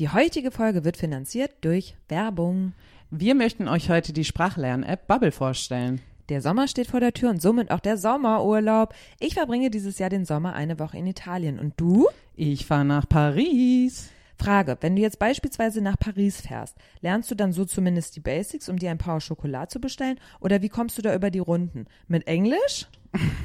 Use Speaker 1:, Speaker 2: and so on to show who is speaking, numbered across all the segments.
Speaker 1: Die heutige Folge wird finanziert durch Werbung.
Speaker 2: Wir möchten euch heute die Sprachlern-App Bubble vorstellen.
Speaker 1: Der Sommer steht vor der Tür und somit auch der Sommerurlaub. Ich verbringe dieses Jahr den Sommer eine Woche in Italien. Und du?
Speaker 2: Ich fahre nach Paris.
Speaker 1: Frage, wenn du jetzt beispielsweise nach Paris fährst, lernst du dann so zumindest die Basics, um dir ein paar Schokolade zu bestellen? Oder wie kommst du da über die Runden? Mit Englisch?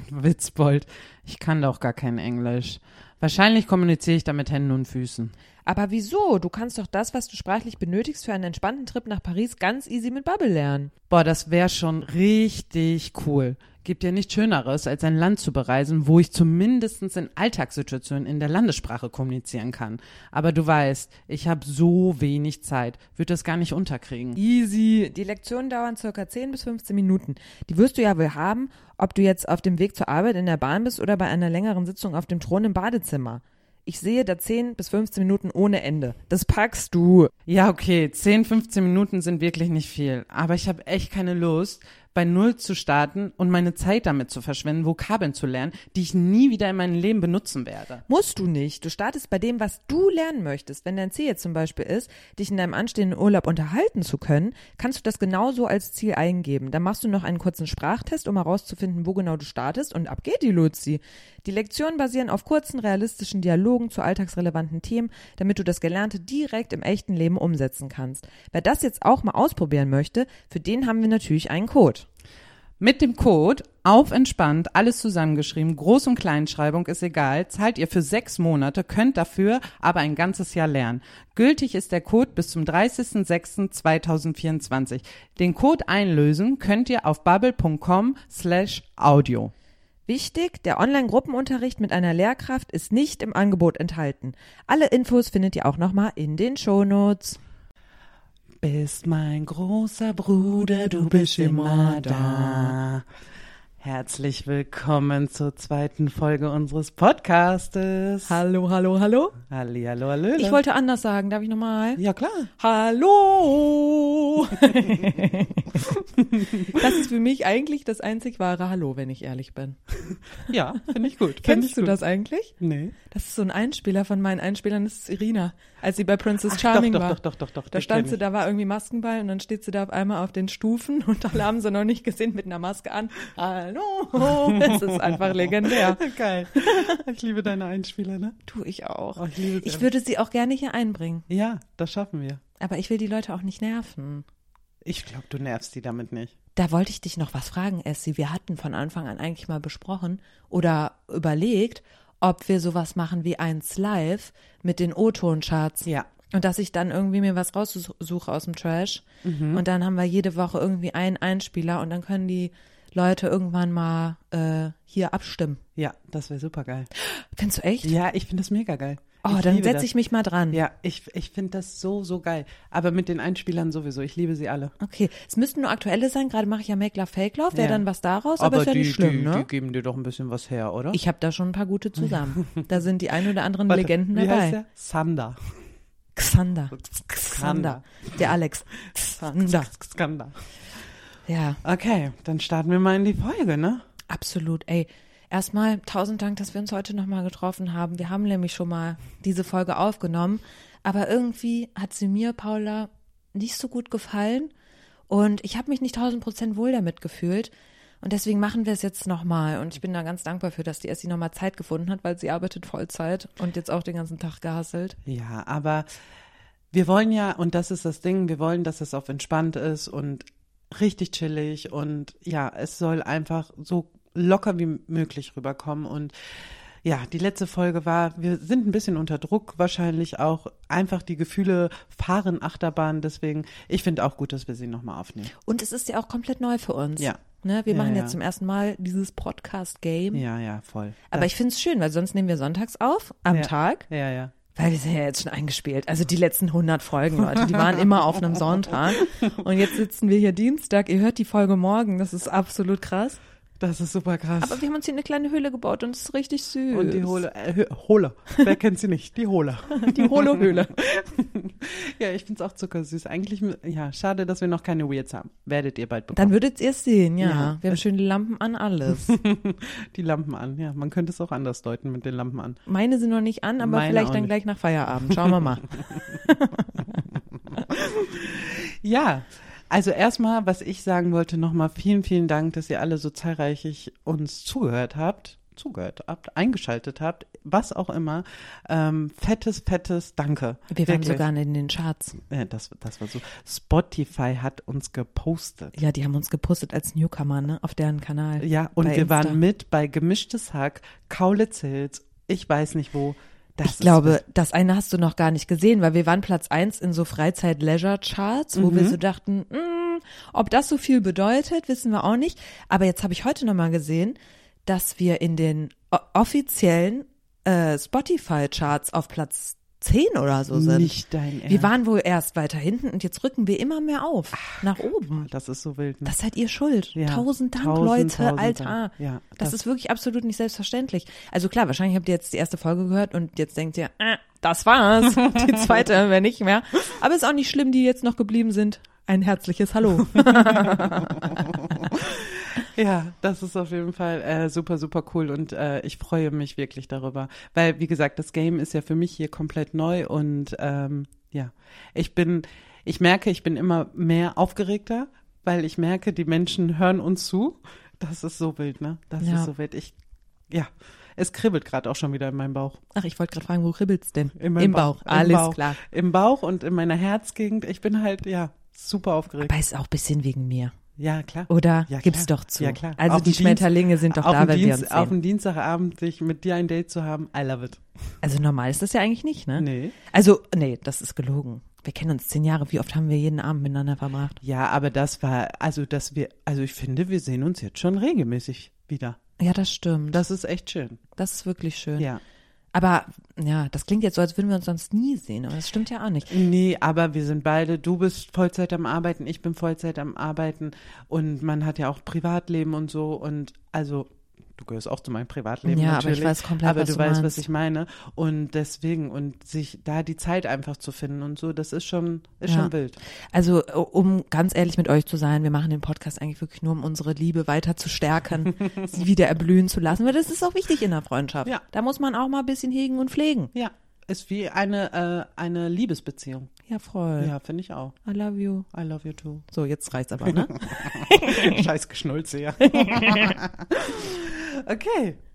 Speaker 2: Witzbold, ich kann doch gar kein Englisch. Wahrscheinlich kommuniziere ich da mit Händen und Füßen.
Speaker 1: Aber wieso? Du kannst doch das, was du sprachlich benötigst für einen entspannten Trip nach Paris, ganz easy mit Bubble lernen.
Speaker 2: Boah, das wäre schon richtig cool. Gibt ja nichts Schöneres, als ein Land zu bereisen, wo ich zumindestens in Alltagssituationen in der Landessprache kommunizieren kann. Aber du weißt, ich habe so wenig Zeit, würde das gar nicht unterkriegen.
Speaker 1: Easy. Die Lektionen dauern circa 10 bis 15 Minuten. Die wirst du ja wohl haben, ob du jetzt auf dem Weg zur Arbeit in der Bahn bist oder bei einer längeren Sitzung auf dem Thron im Badezimmer. Ich sehe da 10 bis 15 Minuten ohne Ende. Das packst du.
Speaker 2: Ja, okay, 10, 15 Minuten sind wirklich nicht viel. Aber ich habe echt keine Lust, bei Null zu starten und meine Zeit damit zu verschwenden, Vokabeln zu lernen, die ich nie wieder in meinem Leben benutzen werde.
Speaker 1: Musst du nicht. Du startest bei dem, was du lernen möchtest. Wenn dein Ziel jetzt zum Beispiel ist, dich in deinem anstehenden Urlaub unterhalten zu können, kannst du das genauso als Ziel eingeben. Dann machst du noch einen kurzen Sprachtest, um herauszufinden, wo genau du startest und ab geht die Luzi. Die Lektionen basieren auf kurzen, realistischen Dialogen zu alltagsrelevanten Themen, damit du das Gelernte direkt im echten Leben umsetzen kannst. Wer das jetzt auch mal ausprobieren möchte, für den haben wir natürlich einen Code.
Speaker 2: Mit dem Code auf entspannt, alles zusammengeschrieben, Groß- und Kleinschreibung ist egal, zahlt ihr für sechs Monate, könnt dafür aber ein ganzes Jahr lernen. Gültig ist der Code bis zum 30.06.2024. Den Code einlösen könnt ihr auf bubble.com slash audio.
Speaker 1: Wichtig, der Online-Gruppenunterricht mit einer Lehrkraft ist nicht im Angebot enthalten. Alle Infos findet ihr auch nochmal in den Shownotes.
Speaker 2: Bist mein großer Bruder, du bist immer da. Herzlich willkommen zur zweiten Folge unseres Podcastes.
Speaker 1: Hallo, hallo, hallo. Äh,
Speaker 2: Halli, hallo, hallo.
Speaker 1: Ich wollte anders sagen, darf ich nochmal?
Speaker 2: ja klar.
Speaker 1: Hallo! das ist für mich eigentlich das einzig wahre Hallo, wenn ich ehrlich bin.
Speaker 2: Ja, finde ich gut. Find ich
Speaker 1: Kennst du
Speaker 2: gut.
Speaker 1: das eigentlich?
Speaker 2: Nee.
Speaker 1: Das ist so ein Einspieler von meinen Einspielern, das ist Irina, als sie bei Princess Charming
Speaker 2: doch, doch,
Speaker 1: war.
Speaker 2: doch, doch, doch, doch,
Speaker 1: Da
Speaker 2: die
Speaker 1: stand
Speaker 2: kenn
Speaker 1: sie,
Speaker 2: ich.
Speaker 1: da war irgendwie Maskenball und dann steht sie da auf einmal auf den Stufen und alle haben sie noch nicht gesehen mit einer Maske an. Hallo! Das ist einfach legendär.
Speaker 2: Geil. Ich liebe deine Einspieler, ne?
Speaker 1: Tu ich auch.
Speaker 2: Oh, ich liebe sie.
Speaker 1: ich würde sie auch gerne hier einbringen,
Speaker 2: Ja, das schaffen wir.
Speaker 1: aber ich will die Leute auch nicht nerven.
Speaker 2: Ich glaube, du nervst die damit nicht.
Speaker 1: Da wollte ich dich noch was fragen, Essi. Wir hatten von Anfang an eigentlich mal besprochen oder überlegt, ob wir sowas machen wie eins live mit den O-Ton-Charts.
Speaker 2: Ja.
Speaker 1: Und dass ich dann irgendwie mir was raussuche aus dem Trash.
Speaker 2: Mhm.
Speaker 1: Und dann haben wir jede Woche irgendwie einen Einspieler und dann können die Leute irgendwann mal äh, hier abstimmen.
Speaker 2: Ja, das wäre super geil.
Speaker 1: Findest du echt?
Speaker 2: Ja, ich finde das mega geil.
Speaker 1: oh,
Speaker 2: ich
Speaker 1: dann
Speaker 2: liebe
Speaker 1: setze
Speaker 2: das.
Speaker 1: ich mich mal dran.
Speaker 2: Ja, ich, ich finde das so, so geil. Aber mit den Einspielern sowieso. Ich liebe sie alle.
Speaker 1: Okay, es müssten nur aktuelle sein. Gerade mache ich ja Make Love Fake Love. Wäre
Speaker 2: Ja.
Speaker 1: dann was daraus, aber, ist ja nicht schlimm,
Speaker 2: die,
Speaker 1: ne?
Speaker 2: die geben dir doch ein bisschen was her, oder?
Speaker 1: Ich habe da schon ein paar gute zusammen. Da sind die ein oder anderen
Speaker 2: Oh Warte,
Speaker 1: Legenden
Speaker 2: wie
Speaker 1: dabei.
Speaker 2: Heißt der? Sander.
Speaker 1: Xander. Xander. Der Alex. Xander.
Speaker 2: Xander.
Speaker 1: Ja,
Speaker 2: Okay, dann starten wir mal in die Folge, ne?
Speaker 1: absolut. Ey, erstmal tausend Dank, dass wir uns heute nochmal getroffen haben. Wir haben nämlich schon mal diese Folge aufgenommen. Aber irgendwie hat sie mir, Paula, nicht so gut gefallen. Und ich habe mich nicht tausend Prozent wohl damit gefühlt. Und deswegen machen wir es jetzt nochmal. Und ich bin da ganz dankbar für, dass die Essi nochmal Zeit gefunden hat, weil sie arbeitet Vollzeit und jetzt auch den ganzen Tag gehasselt.
Speaker 2: Ja, aber wir wollen ja, und das ist das Ding, wir wollen, dass es auf entspannt ist und richtig chillig und ja, es soll einfach so locker wie möglich rüberkommen und ja, die letzte Folge war, wir sind ein bisschen unter Druck, wahrscheinlich auch einfach die Gefühle fahren Achterbahn, deswegen, ich finde auch gut, dass wir sie nochmal aufnehmen.
Speaker 1: Und es ist ja auch komplett neu für uns.
Speaker 2: Ja.
Speaker 1: Ne, wir
Speaker 2: Ja,
Speaker 1: machen
Speaker 2: ja.
Speaker 1: jetzt zum ersten Mal dieses Podcast-Game.
Speaker 2: Ja, ja, voll.
Speaker 1: Aber ich finde es schön, weil sonst nehmen wir sonntags auf, am
Speaker 2: Ja.
Speaker 1: Tag.
Speaker 2: Ja, ja.
Speaker 1: Weil wir sind ja jetzt schon eingespielt. Also die letzten 100 Folgen, Leute, die waren immer auf einem Sonntag. Und jetzt sitzen wir hier Dienstag. Ihr hört die Folge morgen. Das ist absolut krass.
Speaker 2: Das ist super krass.
Speaker 1: Aber wir haben uns hier eine kleine Höhle gebaut und es ist richtig süß.
Speaker 2: und die Hole, äh, Hö- Hole. Wer kennt sie nicht? Die Hole.
Speaker 1: Die Holo-Höhle.
Speaker 2: ja, ich find's auch zuckersüß. Eigentlich, mü- ja, schade, dass wir noch keine Weirds haben. Werdet ihr bald bekommen.
Speaker 1: Dann würdet ihr es sehen, ja.
Speaker 2: Ja.
Speaker 1: Wir haben schöne Lampen an, alles.
Speaker 2: die Lampen an. Ja, man könnte es auch anders deuten mit den Lampen an.
Speaker 1: Meine sind noch nicht an, aber
Speaker 2: Meine auch
Speaker 1: vielleicht dann
Speaker 2: nicht.
Speaker 1: gleich nach Feierabend. Schauen wir mal.
Speaker 2: Ja, also erstmal, was ich sagen wollte, nochmal vielen, vielen Dank, dass ihr alle so zahlreich ich- uns zugehört habt, zugehört habt, eingeschaltet habt, was auch immer. Ähm, fettes, fettes Danke.
Speaker 1: Wir waren
Speaker 2: Wirklich.
Speaker 1: sogar in den Charts.
Speaker 2: Ja, Äh, das, das war so. Spotify hat uns gepostet.
Speaker 1: Ja, die haben uns gepostet als Newcomer, ne? Auf deren Kanal.
Speaker 2: Ja, und
Speaker 1: Bei
Speaker 2: wir
Speaker 1: Insta.
Speaker 2: waren mit bei Gemischtes Hack, Kaulitz Hills, ich weiß nicht wo. Das
Speaker 1: Ich glaube, das eine hast du noch gar nicht gesehen, weil wir waren Platz eins in so Freizeit-Leisure-Charts, wo wir
Speaker 2: Mhm.
Speaker 1: so dachten, "Mm, ob das so viel bedeutet, wissen wir auch nicht. Aber jetzt habe ich heute nochmal gesehen, dass wir in den o- offiziellen äh, Spotify-Charts auf Platz 10 oder so
Speaker 2: ist
Speaker 1: sind.
Speaker 2: nicht dein Ernst.
Speaker 1: Wir waren wohl erst weiter hinten und jetzt rücken wir immer mehr auf, nach oben.
Speaker 2: das ist so wild. Ne?
Speaker 1: Das seid ihr schuld.
Speaker 2: Ja.
Speaker 1: Tausend Dank,
Speaker 2: Tausend,
Speaker 1: Leute,
Speaker 2: tausend
Speaker 1: Alter.
Speaker 2: Dank. Ja,
Speaker 1: das,
Speaker 2: das-
Speaker 1: ist wirklich absolut nicht selbstverständlich. Also klar, wahrscheinlich habt ihr jetzt die erste Folge gehört und jetzt denkt ihr, äh, das war's. Die zweite hören wir nicht mehr. Aber ist auch nicht schlimm, die jetzt noch geblieben sind. Ein herzliches Hallo.
Speaker 2: Ja, das ist auf jeden Fall äh, super, super cool und äh, ich freue mich wirklich darüber, weil wie gesagt, das Game ist ja für mich hier komplett neu und ähm, ja, ich bin, ich merke, ich bin immer mehr aufgeregter, weil ich merke, die Menschen hören uns zu. Das ist so wild, ne? Das
Speaker 1: Ja.
Speaker 2: ist so wild. Ich, ja, es kribbelt gerade auch schon wieder in meinem Bauch.
Speaker 1: Ach, ich wollte gerade fragen, wo kribbelt's denn?
Speaker 2: In meinem
Speaker 1: Im Bauch.
Speaker 2: Im
Speaker 1: Alles
Speaker 2: Bauch.
Speaker 1: klar.
Speaker 2: Im Bauch und in meiner Herzgegend. Ich bin halt, ja, super aufgeregt.
Speaker 1: Aber ist auch ein bisschen wegen mir.
Speaker 2: Ja, klar.
Speaker 1: Oder?
Speaker 2: Ja,
Speaker 1: Gib's
Speaker 2: klar.
Speaker 1: doch zu.
Speaker 2: Ja, klar.
Speaker 1: Also
Speaker 2: Auf
Speaker 1: die
Speaker 2: dem Dienst-
Speaker 1: Schmetterlinge sind doch
Speaker 2: auf
Speaker 1: da,
Speaker 2: dem
Speaker 1: wenn wir
Speaker 2: Dienst-
Speaker 1: uns
Speaker 2: Auf
Speaker 1: sehen.
Speaker 2: dem Dienstagabend sich mit dir ein Date zu haben, I love it.
Speaker 1: Also normal ist das ja eigentlich nicht, ne?
Speaker 2: Nee.
Speaker 1: Also, nee, das ist gelogen. Wir kennen uns zehn Jahre. Wie oft haben wir jeden Abend miteinander verbracht?
Speaker 2: Ja, aber das war, also dass wir, also ich finde, wir sehen uns jetzt schon regelmäßig wieder.
Speaker 1: Ja, das stimmt. Das,
Speaker 2: Das ist echt schön.
Speaker 1: das ist wirklich schön.
Speaker 2: Ja.
Speaker 1: Aber ja, das klingt jetzt so, als würden wir uns sonst nie sehen, aber das stimmt ja auch nicht.
Speaker 2: Nee, aber wir sind beide, du bist Vollzeit am Arbeiten, ich bin Vollzeit am Arbeiten und man hat ja auch Privatleben und so und also du gehörst auch zu meinem Privatleben
Speaker 1: Ja, aber ich
Speaker 2: natürlich.
Speaker 1: weiß komplett,
Speaker 2: aber
Speaker 1: was
Speaker 2: du,
Speaker 1: du
Speaker 2: weißt,
Speaker 1: meinst.
Speaker 2: was ich meine und deswegen und sich da die Zeit einfach zu finden und so, das ist schon ist
Speaker 1: Ja.
Speaker 2: schon wild.
Speaker 1: Also, um ganz ehrlich mit euch zu sein, wir machen den Podcast eigentlich wirklich nur, um unsere Liebe weiter zu stärken, sie wieder erblühen zu lassen, weil das ist auch wichtig in der Freundschaft.
Speaker 2: Ja.
Speaker 1: Da muss man auch mal ein bisschen hegen und pflegen.
Speaker 2: Ja, ist wie eine äh, eine Liebesbeziehung.
Speaker 1: Ja, voll.
Speaker 2: Ja, finde ich auch.
Speaker 1: I love you.
Speaker 2: I love you too.
Speaker 1: So, jetzt reicht's aber, ne?
Speaker 2: Scheiß Geschnulze, ja. okay.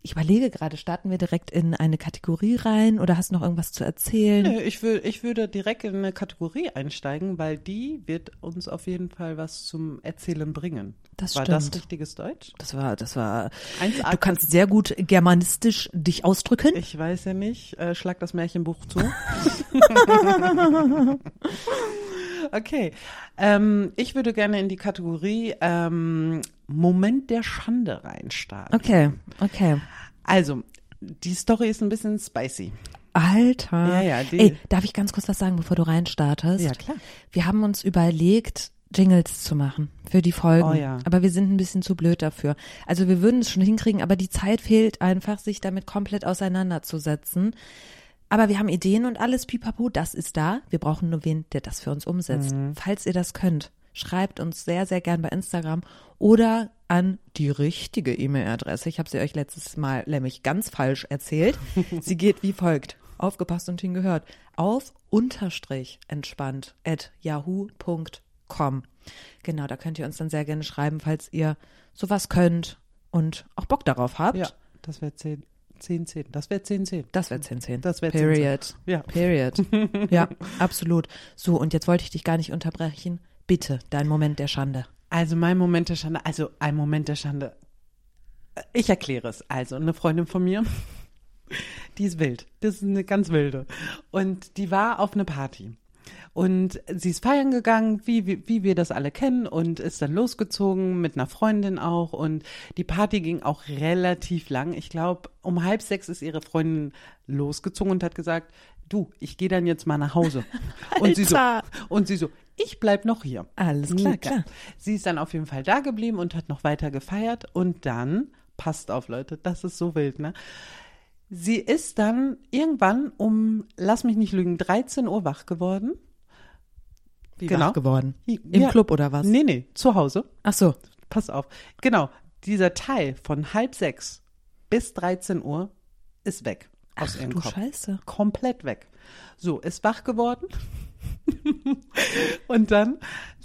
Speaker 1: Ich überlege gerade, starten wir direkt in eine Kategorie rein oder hast du noch irgendwas zu erzählen?
Speaker 2: Nö, Ich, wür, ich würde direkt in eine Kategorie einsteigen, weil die wird uns auf jeden Fall was zum Erzählen bringen.
Speaker 1: Das
Speaker 2: War
Speaker 1: stimmt.
Speaker 2: das richtiges Deutsch?
Speaker 1: Das war, das war.
Speaker 2: 1A.
Speaker 1: Du kannst sehr gut germanistisch dich ausdrücken.
Speaker 2: Ich weiß ja nicht. Äh, schlag das Märchenbuch zu. okay. Ähm, ich würde gerne in die Kategorie ähm, Moment der Schande reinstarten.
Speaker 1: Okay, okay.
Speaker 2: Also, die Story ist ein bisschen spicy.
Speaker 1: Alter.
Speaker 2: Ja, ja, die-
Speaker 1: Ey, darf ich ganz kurz was sagen, bevor du reinstartest?
Speaker 2: Ja, klar.
Speaker 1: Wir haben uns überlegt, Jingles zu machen für die Folgen.
Speaker 2: Oh ja.
Speaker 1: Aber wir sind ein bisschen zu blöd dafür. Also wir würden es schon hinkriegen, aber die Zeit fehlt einfach, sich damit komplett auseinanderzusetzen. Aber wir haben Ideen und alles, pipapo, das ist da. Wir brauchen nur wen, der das für uns umsetzt. Falls ihr das könnt, schreibt uns sehr, sehr gern bei Instagram oder an die richtige E-Mail-Adresse. Ich habe sie euch letztes Mal nämlich ganz falsch erzählt. Sie geht wie folgt. Aufgepasst und hingehört. Auf unterstrich entspannt at yahoo.com. Genau, da könnt ihr uns dann sehr gerne schreiben, falls ihr sowas könnt und auch Bock darauf habt.
Speaker 2: Ja, das wäre 10, 10, 10. Das wäre 10, 10.
Speaker 1: Das wär 10, 10.
Speaker 2: Das wär 10, 10.
Speaker 1: Period.
Speaker 2: Ja.
Speaker 1: Period. Ja, absolut. So, und jetzt wollte ich dich gar nicht unterbrechen. Bitte, dein Moment der Schande.
Speaker 2: Also mein Moment der Schande, also ein Moment der Schande. Ich erkläre es. Also eine Freundin von mir, die ist wild. Das ist eine ganz wilde. Und die war auf eine Party. Und sie ist feiern gegangen, wie, wie, wie wir das alle kennen, und ist dann losgezogen mit einer Freundin auch. Und die Party ging auch relativ lang. Ich glaube, um halb sechs ist ihre Freundin losgezogen und hat gesagt, du, ich gehe dann jetzt mal nach Hause. und sie so,
Speaker 1: Alter.
Speaker 2: und sie so, ich bleib noch hier.
Speaker 1: Alles klar, klar.
Speaker 2: Sie ist dann auf jeden Fall da geblieben und hat noch weiter gefeiert und dann, passt auf Leute, das ist so wild, ne? Sie ist dann irgendwann um, lass mich nicht lügen, 13 Uhr wach geworden.
Speaker 1: Wie
Speaker 2: Genau.
Speaker 1: wach geworden?
Speaker 2: I-
Speaker 1: Im
Speaker 2: ja.
Speaker 1: Club oder was?
Speaker 2: Nee, nee, zu Hause.
Speaker 1: Ach so.
Speaker 2: Pass auf. Genau, dieser Teil von halb sechs bis 13 Uhr ist weg aus
Speaker 1: Ach
Speaker 2: ihrem
Speaker 1: du
Speaker 2: Kopf.
Speaker 1: Scheiße.
Speaker 2: Komplett weg. So, ist wach geworden. und dann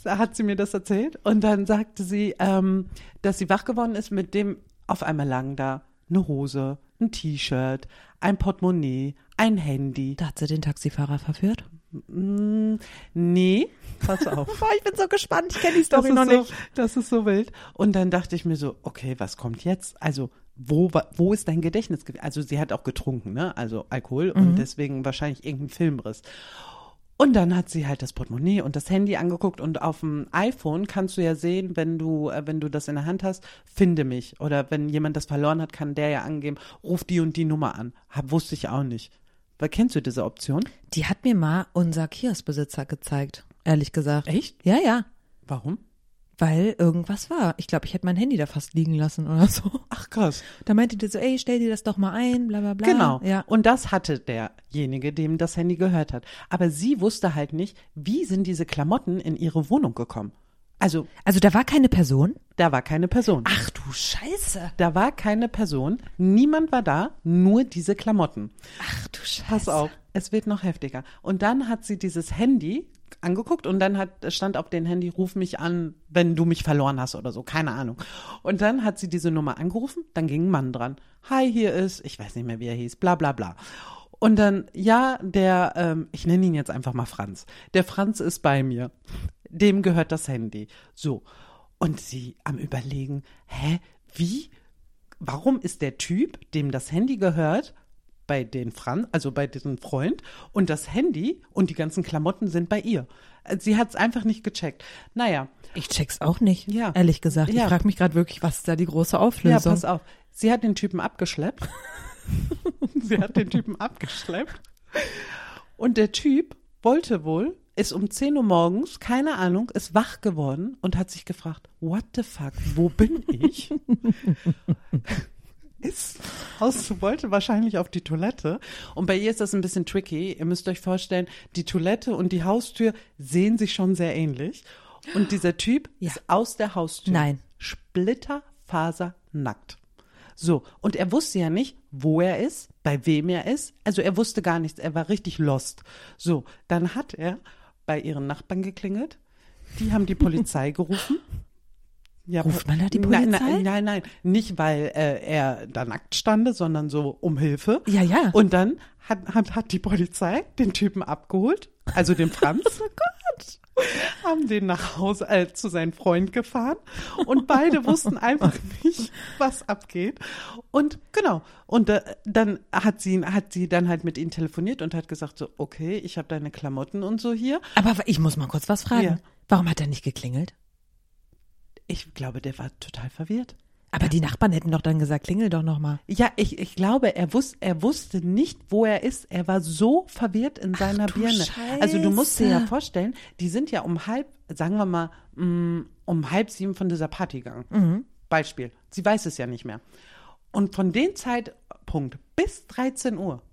Speaker 2: hat sie mir das erzählt. Und dann sagte sie, ähm, dass sie wach geworden ist mit dem, auf einmal lagen da eine Hose, ein T-Shirt, ein Portemonnaie, ein Handy. Mm,
Speaker 1: Da hat sie den Taxifahrer verführt.
Speaker 2: Nee, pass auf.
Speaker 1: Boah, ich bin so gespannt. Ich kenne die
Speaker 2: das, ist so, das ist so wild. Und dann dachte ich mir so, okay, was kommt jetzt? Also, wo, wa- wo ist dein Gedächtnis? ge- Also, sie hat auch getrunken, ne? Also Alkohol und deswegen wahrscheinlich irgendein Filmriss. Und dann hat sie halt das Portemonnaie und das Handy angeguckt und auf dem iPhone kannst du ja sehen, wenn du, äh, wenn du das in der Hand hast, finde mich. Oder wenn jemand das verloren hat, kann der ja angeben, ruf die und die Nummer an. Hab, wusste ich auch nicht. Weil kennst du diese Option?
Speaker 1: Die hat mir mal unser Kioskbesitzer gezeigt, ehrlich gesagt.
Speaker 2: Echt?
Speaker 1: Ja, ja.
Speaker 2: Warum?
Speaker 1: Weil irgendwas war. Ich glaube, ich hätte mein Handy da fast liegen lassen oder so.
Speaker 2: Ach krass.
Speaker 1: Da meinte die so, ey, stell dir das doch mal ein, bla bla bla.
Speaker 2: Genau.
Speaker 1: Ja.
Speaker 2: Und das hatte derjenige, dem das Handy gehört hat. Aber sie wusste halt nicht, wie sind diese Klamotten in ihre Wohnung gekommen. Also,
Speaker 1: Also da war keine Person.
Speaker 2: da war keine Person.
Speaker 1: Ach du Scheiße.
Speaker 2: Da war keine Person, niemand war da, nur diese Klamotten.
Speaker 1: Ach du Scheiße.
Speaker 2: Pass auf, es wird noch heftiger. Und dann hat sie dieses Handy angeguckt und dann hat, stand auf dem Handy, ruf mich an, wenn du mich verloren hast oder so, keine Ahnung. Und dann hat sie diese Nummer angerufen, dann ging ein Mann dran. Hi, hier ist, ich weiß nicht mehr, wie er hieß, bla bla bla. Und dann, ja, der, ähm, ich nenne ihn jetzt einfach mal Franz. Der Franz ist bei mir. Dem gehört das Handy. So. Und sie am Überlegen, hä, wie? warum ist der Typ, dem das Handy gehört, bei den Franz, also bei diesem Freund, und das Handy und die ganzen Klamotten sind bei ihr. Äh, Sie hat es einfach nicht gecheckt. Naja,
Speaker 1: Ich check's auch nicht,
Speaker 2: Ja.
Speaker 1: ehrlich gesagt.
Speaker 2: Ja.
Speaker 1: Ich frage mich gerade wirklich, was ist da die große
Speaker 2: ja,
Speaker 1: Auflösung?
Speaker 2: pass auf. Sie hat den Typen abgeschleppt. Sie hat den Typen abgeschleppt. Und der Typ wollte wohl, ist um 10 Uhr morgens, keine Ahnung, ist wach geworden und hat sich gefragt, what the fuck, wo bin ich? ist aus, wollte wahrscheinlich auf die Toilette. Und bei ihr ist das ein bisschen tricky. Ihr müsst euch vorstellen, die Toilette und die Haustür sehen sich schon sehr ähnlich. Und dieser Typ
Speaker 1: Ja.
Speaker 2: ist aus der Haustür.
Speaker 1: Nein.
Speaker 2: Splitterfaser nackt. So, und er wusste ja nicht, wo er ist, bei wem er ist. Also er wusste gar nichts, er war richtig lost. So, dann hat er bei ihren Nachbarn geklingelt. Die haben die Polizei gerufen. Ja,
Speaker 1: Ruft man da die
Speaker 2: Nein,
Speaker 1: Polizei?
Speaker 2: nein, nein, nein. Nicht, weil äh, er da nackt stande, sondern so um Hilfe.
Speaker 1: Ja, ja.
Speaker 2: Und dann hat, hat, hat die Polizei den Typen abgeholt, also den Franz. oh Gott. Haben den nach Hause äh, zu seinem Freund gefahren und beide wussten einfach nicht, was abgeht. Und genau. Und äh, dann hat sie ihn, hat sie dann halt mit ihm telefoniert und hat gesagt so, okay, ich habe deine Klamotten und so hier.
Speaker 1: Aber ich muss mal kurz was fragen.
Speaker 2: Ja.
Speaker 1: Warum hat er nicht geklingelt?
Speaker 2: Ich glaube, der war total verwirrt.
Speaker 1: Aber die Nachbarn hätten doch dann gesagt, klingel doch nochmal.
Speaker 2: Ja, ich, ich glaube, er, wus er wusste nicht, wo er ist. Er war so verwirrt in seiner
Speaker 1: du
Speaker 2: Birne. Also du musst dir
Speaker 1: Scheiße.
Speaker 2: ja vorstellen, die sind ja um halb, sagen wir mal, mm, um halb sieben von dieser Party gegangen.
Speaker 1: Mhm.
Speaker 2: Beispiel. Sie weiß es ja nicht mehr. Und von dem Zeitpunkt bis 13 Uhr,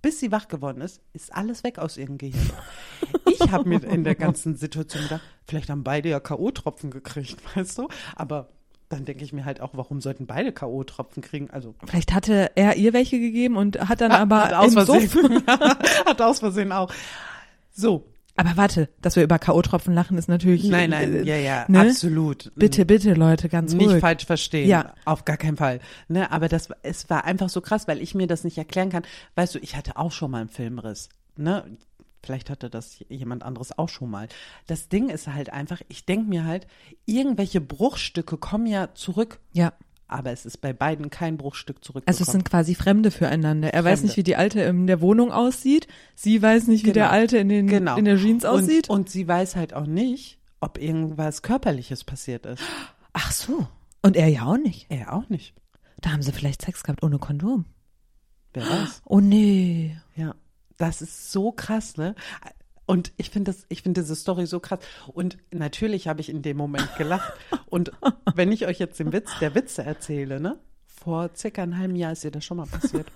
Speaker 2: bis sie wach geworden ist, ist alles weg aus ihrem Gehirn. Ich habe mir in der ganzen Situation gedacht, vielleicht haben beide ja K.O.-Tropfen gekriegt, weißt du? Aber dann denke ich mir halt auch, warum sollten beide K.O.-Tropfen kriegen? Also
Speaker 1: Vielleicht hatte er ihr welche gegeben und hat dann aber
Speaker 2: hat aus
Speaker 1: im Suff-
Speaker 2: Versehen. hat aus Versehen auch. So,
Speaker 1: Aber warte, dass wir über K.O.-Tropfen lachen, ist natürlich.
Speaker 2: nein, nein,
Speaker 1: äh,
Speaker 2: ja, ja,
Speaker 1: ne?
Speaker 2: absolut.
Speaker 1: Bitte, bitte, Leute, ganz
Speaker 2: Nicht
Speaker 1: ruhig.
Speaker 2: falsch verstehen.
Speaker 1: Ja.
Speaker 2: Auf gar keinen Fall. Ne, aber das, es war einfach so krass, weil ich mir das nicht erklären kann. Weißt du, ich hatte auch schon mal einen Filmriss. Ne? Vielleicht hatte das jemand anderes auch schon mal. Das Ding ist halt einfach, ich denke mir halt, irgendwelche Bruchstücke kommen ja zurück.
Speaker 1: Ja.
Speaker 2: aber es ist bei beiden kein Bruchstück zurückgekommen.
Speaker 1: Also es sind quasi Fremde füreinander. Er weiß
Speaker 2: Oh Fremde.
Speaker 1: nicht, wie die Alte in der Wohnung aussieht. Sie weiß nicht, wie der
Speaker 2: Genau.
Speaker 1: Alte in, den,
Speaker 2: Genau.
Speaker 1: in der Jeans aussieht.
Speaker 2: Und, und sie weiß halt auch nicht, ob irgendwas Körperliches passiert ist.
Speaker 1: Ach so. Und er ja auch nicht.
Speaker 2: Er auch nicht.
Speaker 1: Da haben sie vielleicht Sex gehabt ohne Kondom.
Speaker 2: Wer weiß.
Speaker 1: Oh nee.
Speaker 2: Ja. Das ist so krass, ne? Und ich finde das, ich finde diese Story so krass. Und natürlich habe ich in dem Moment gelacht. Und wenn ich euch jetzt den Witz der Witze erzähle, ne? Vor circa einem halben Jahr ist ihr das schon mal passiert.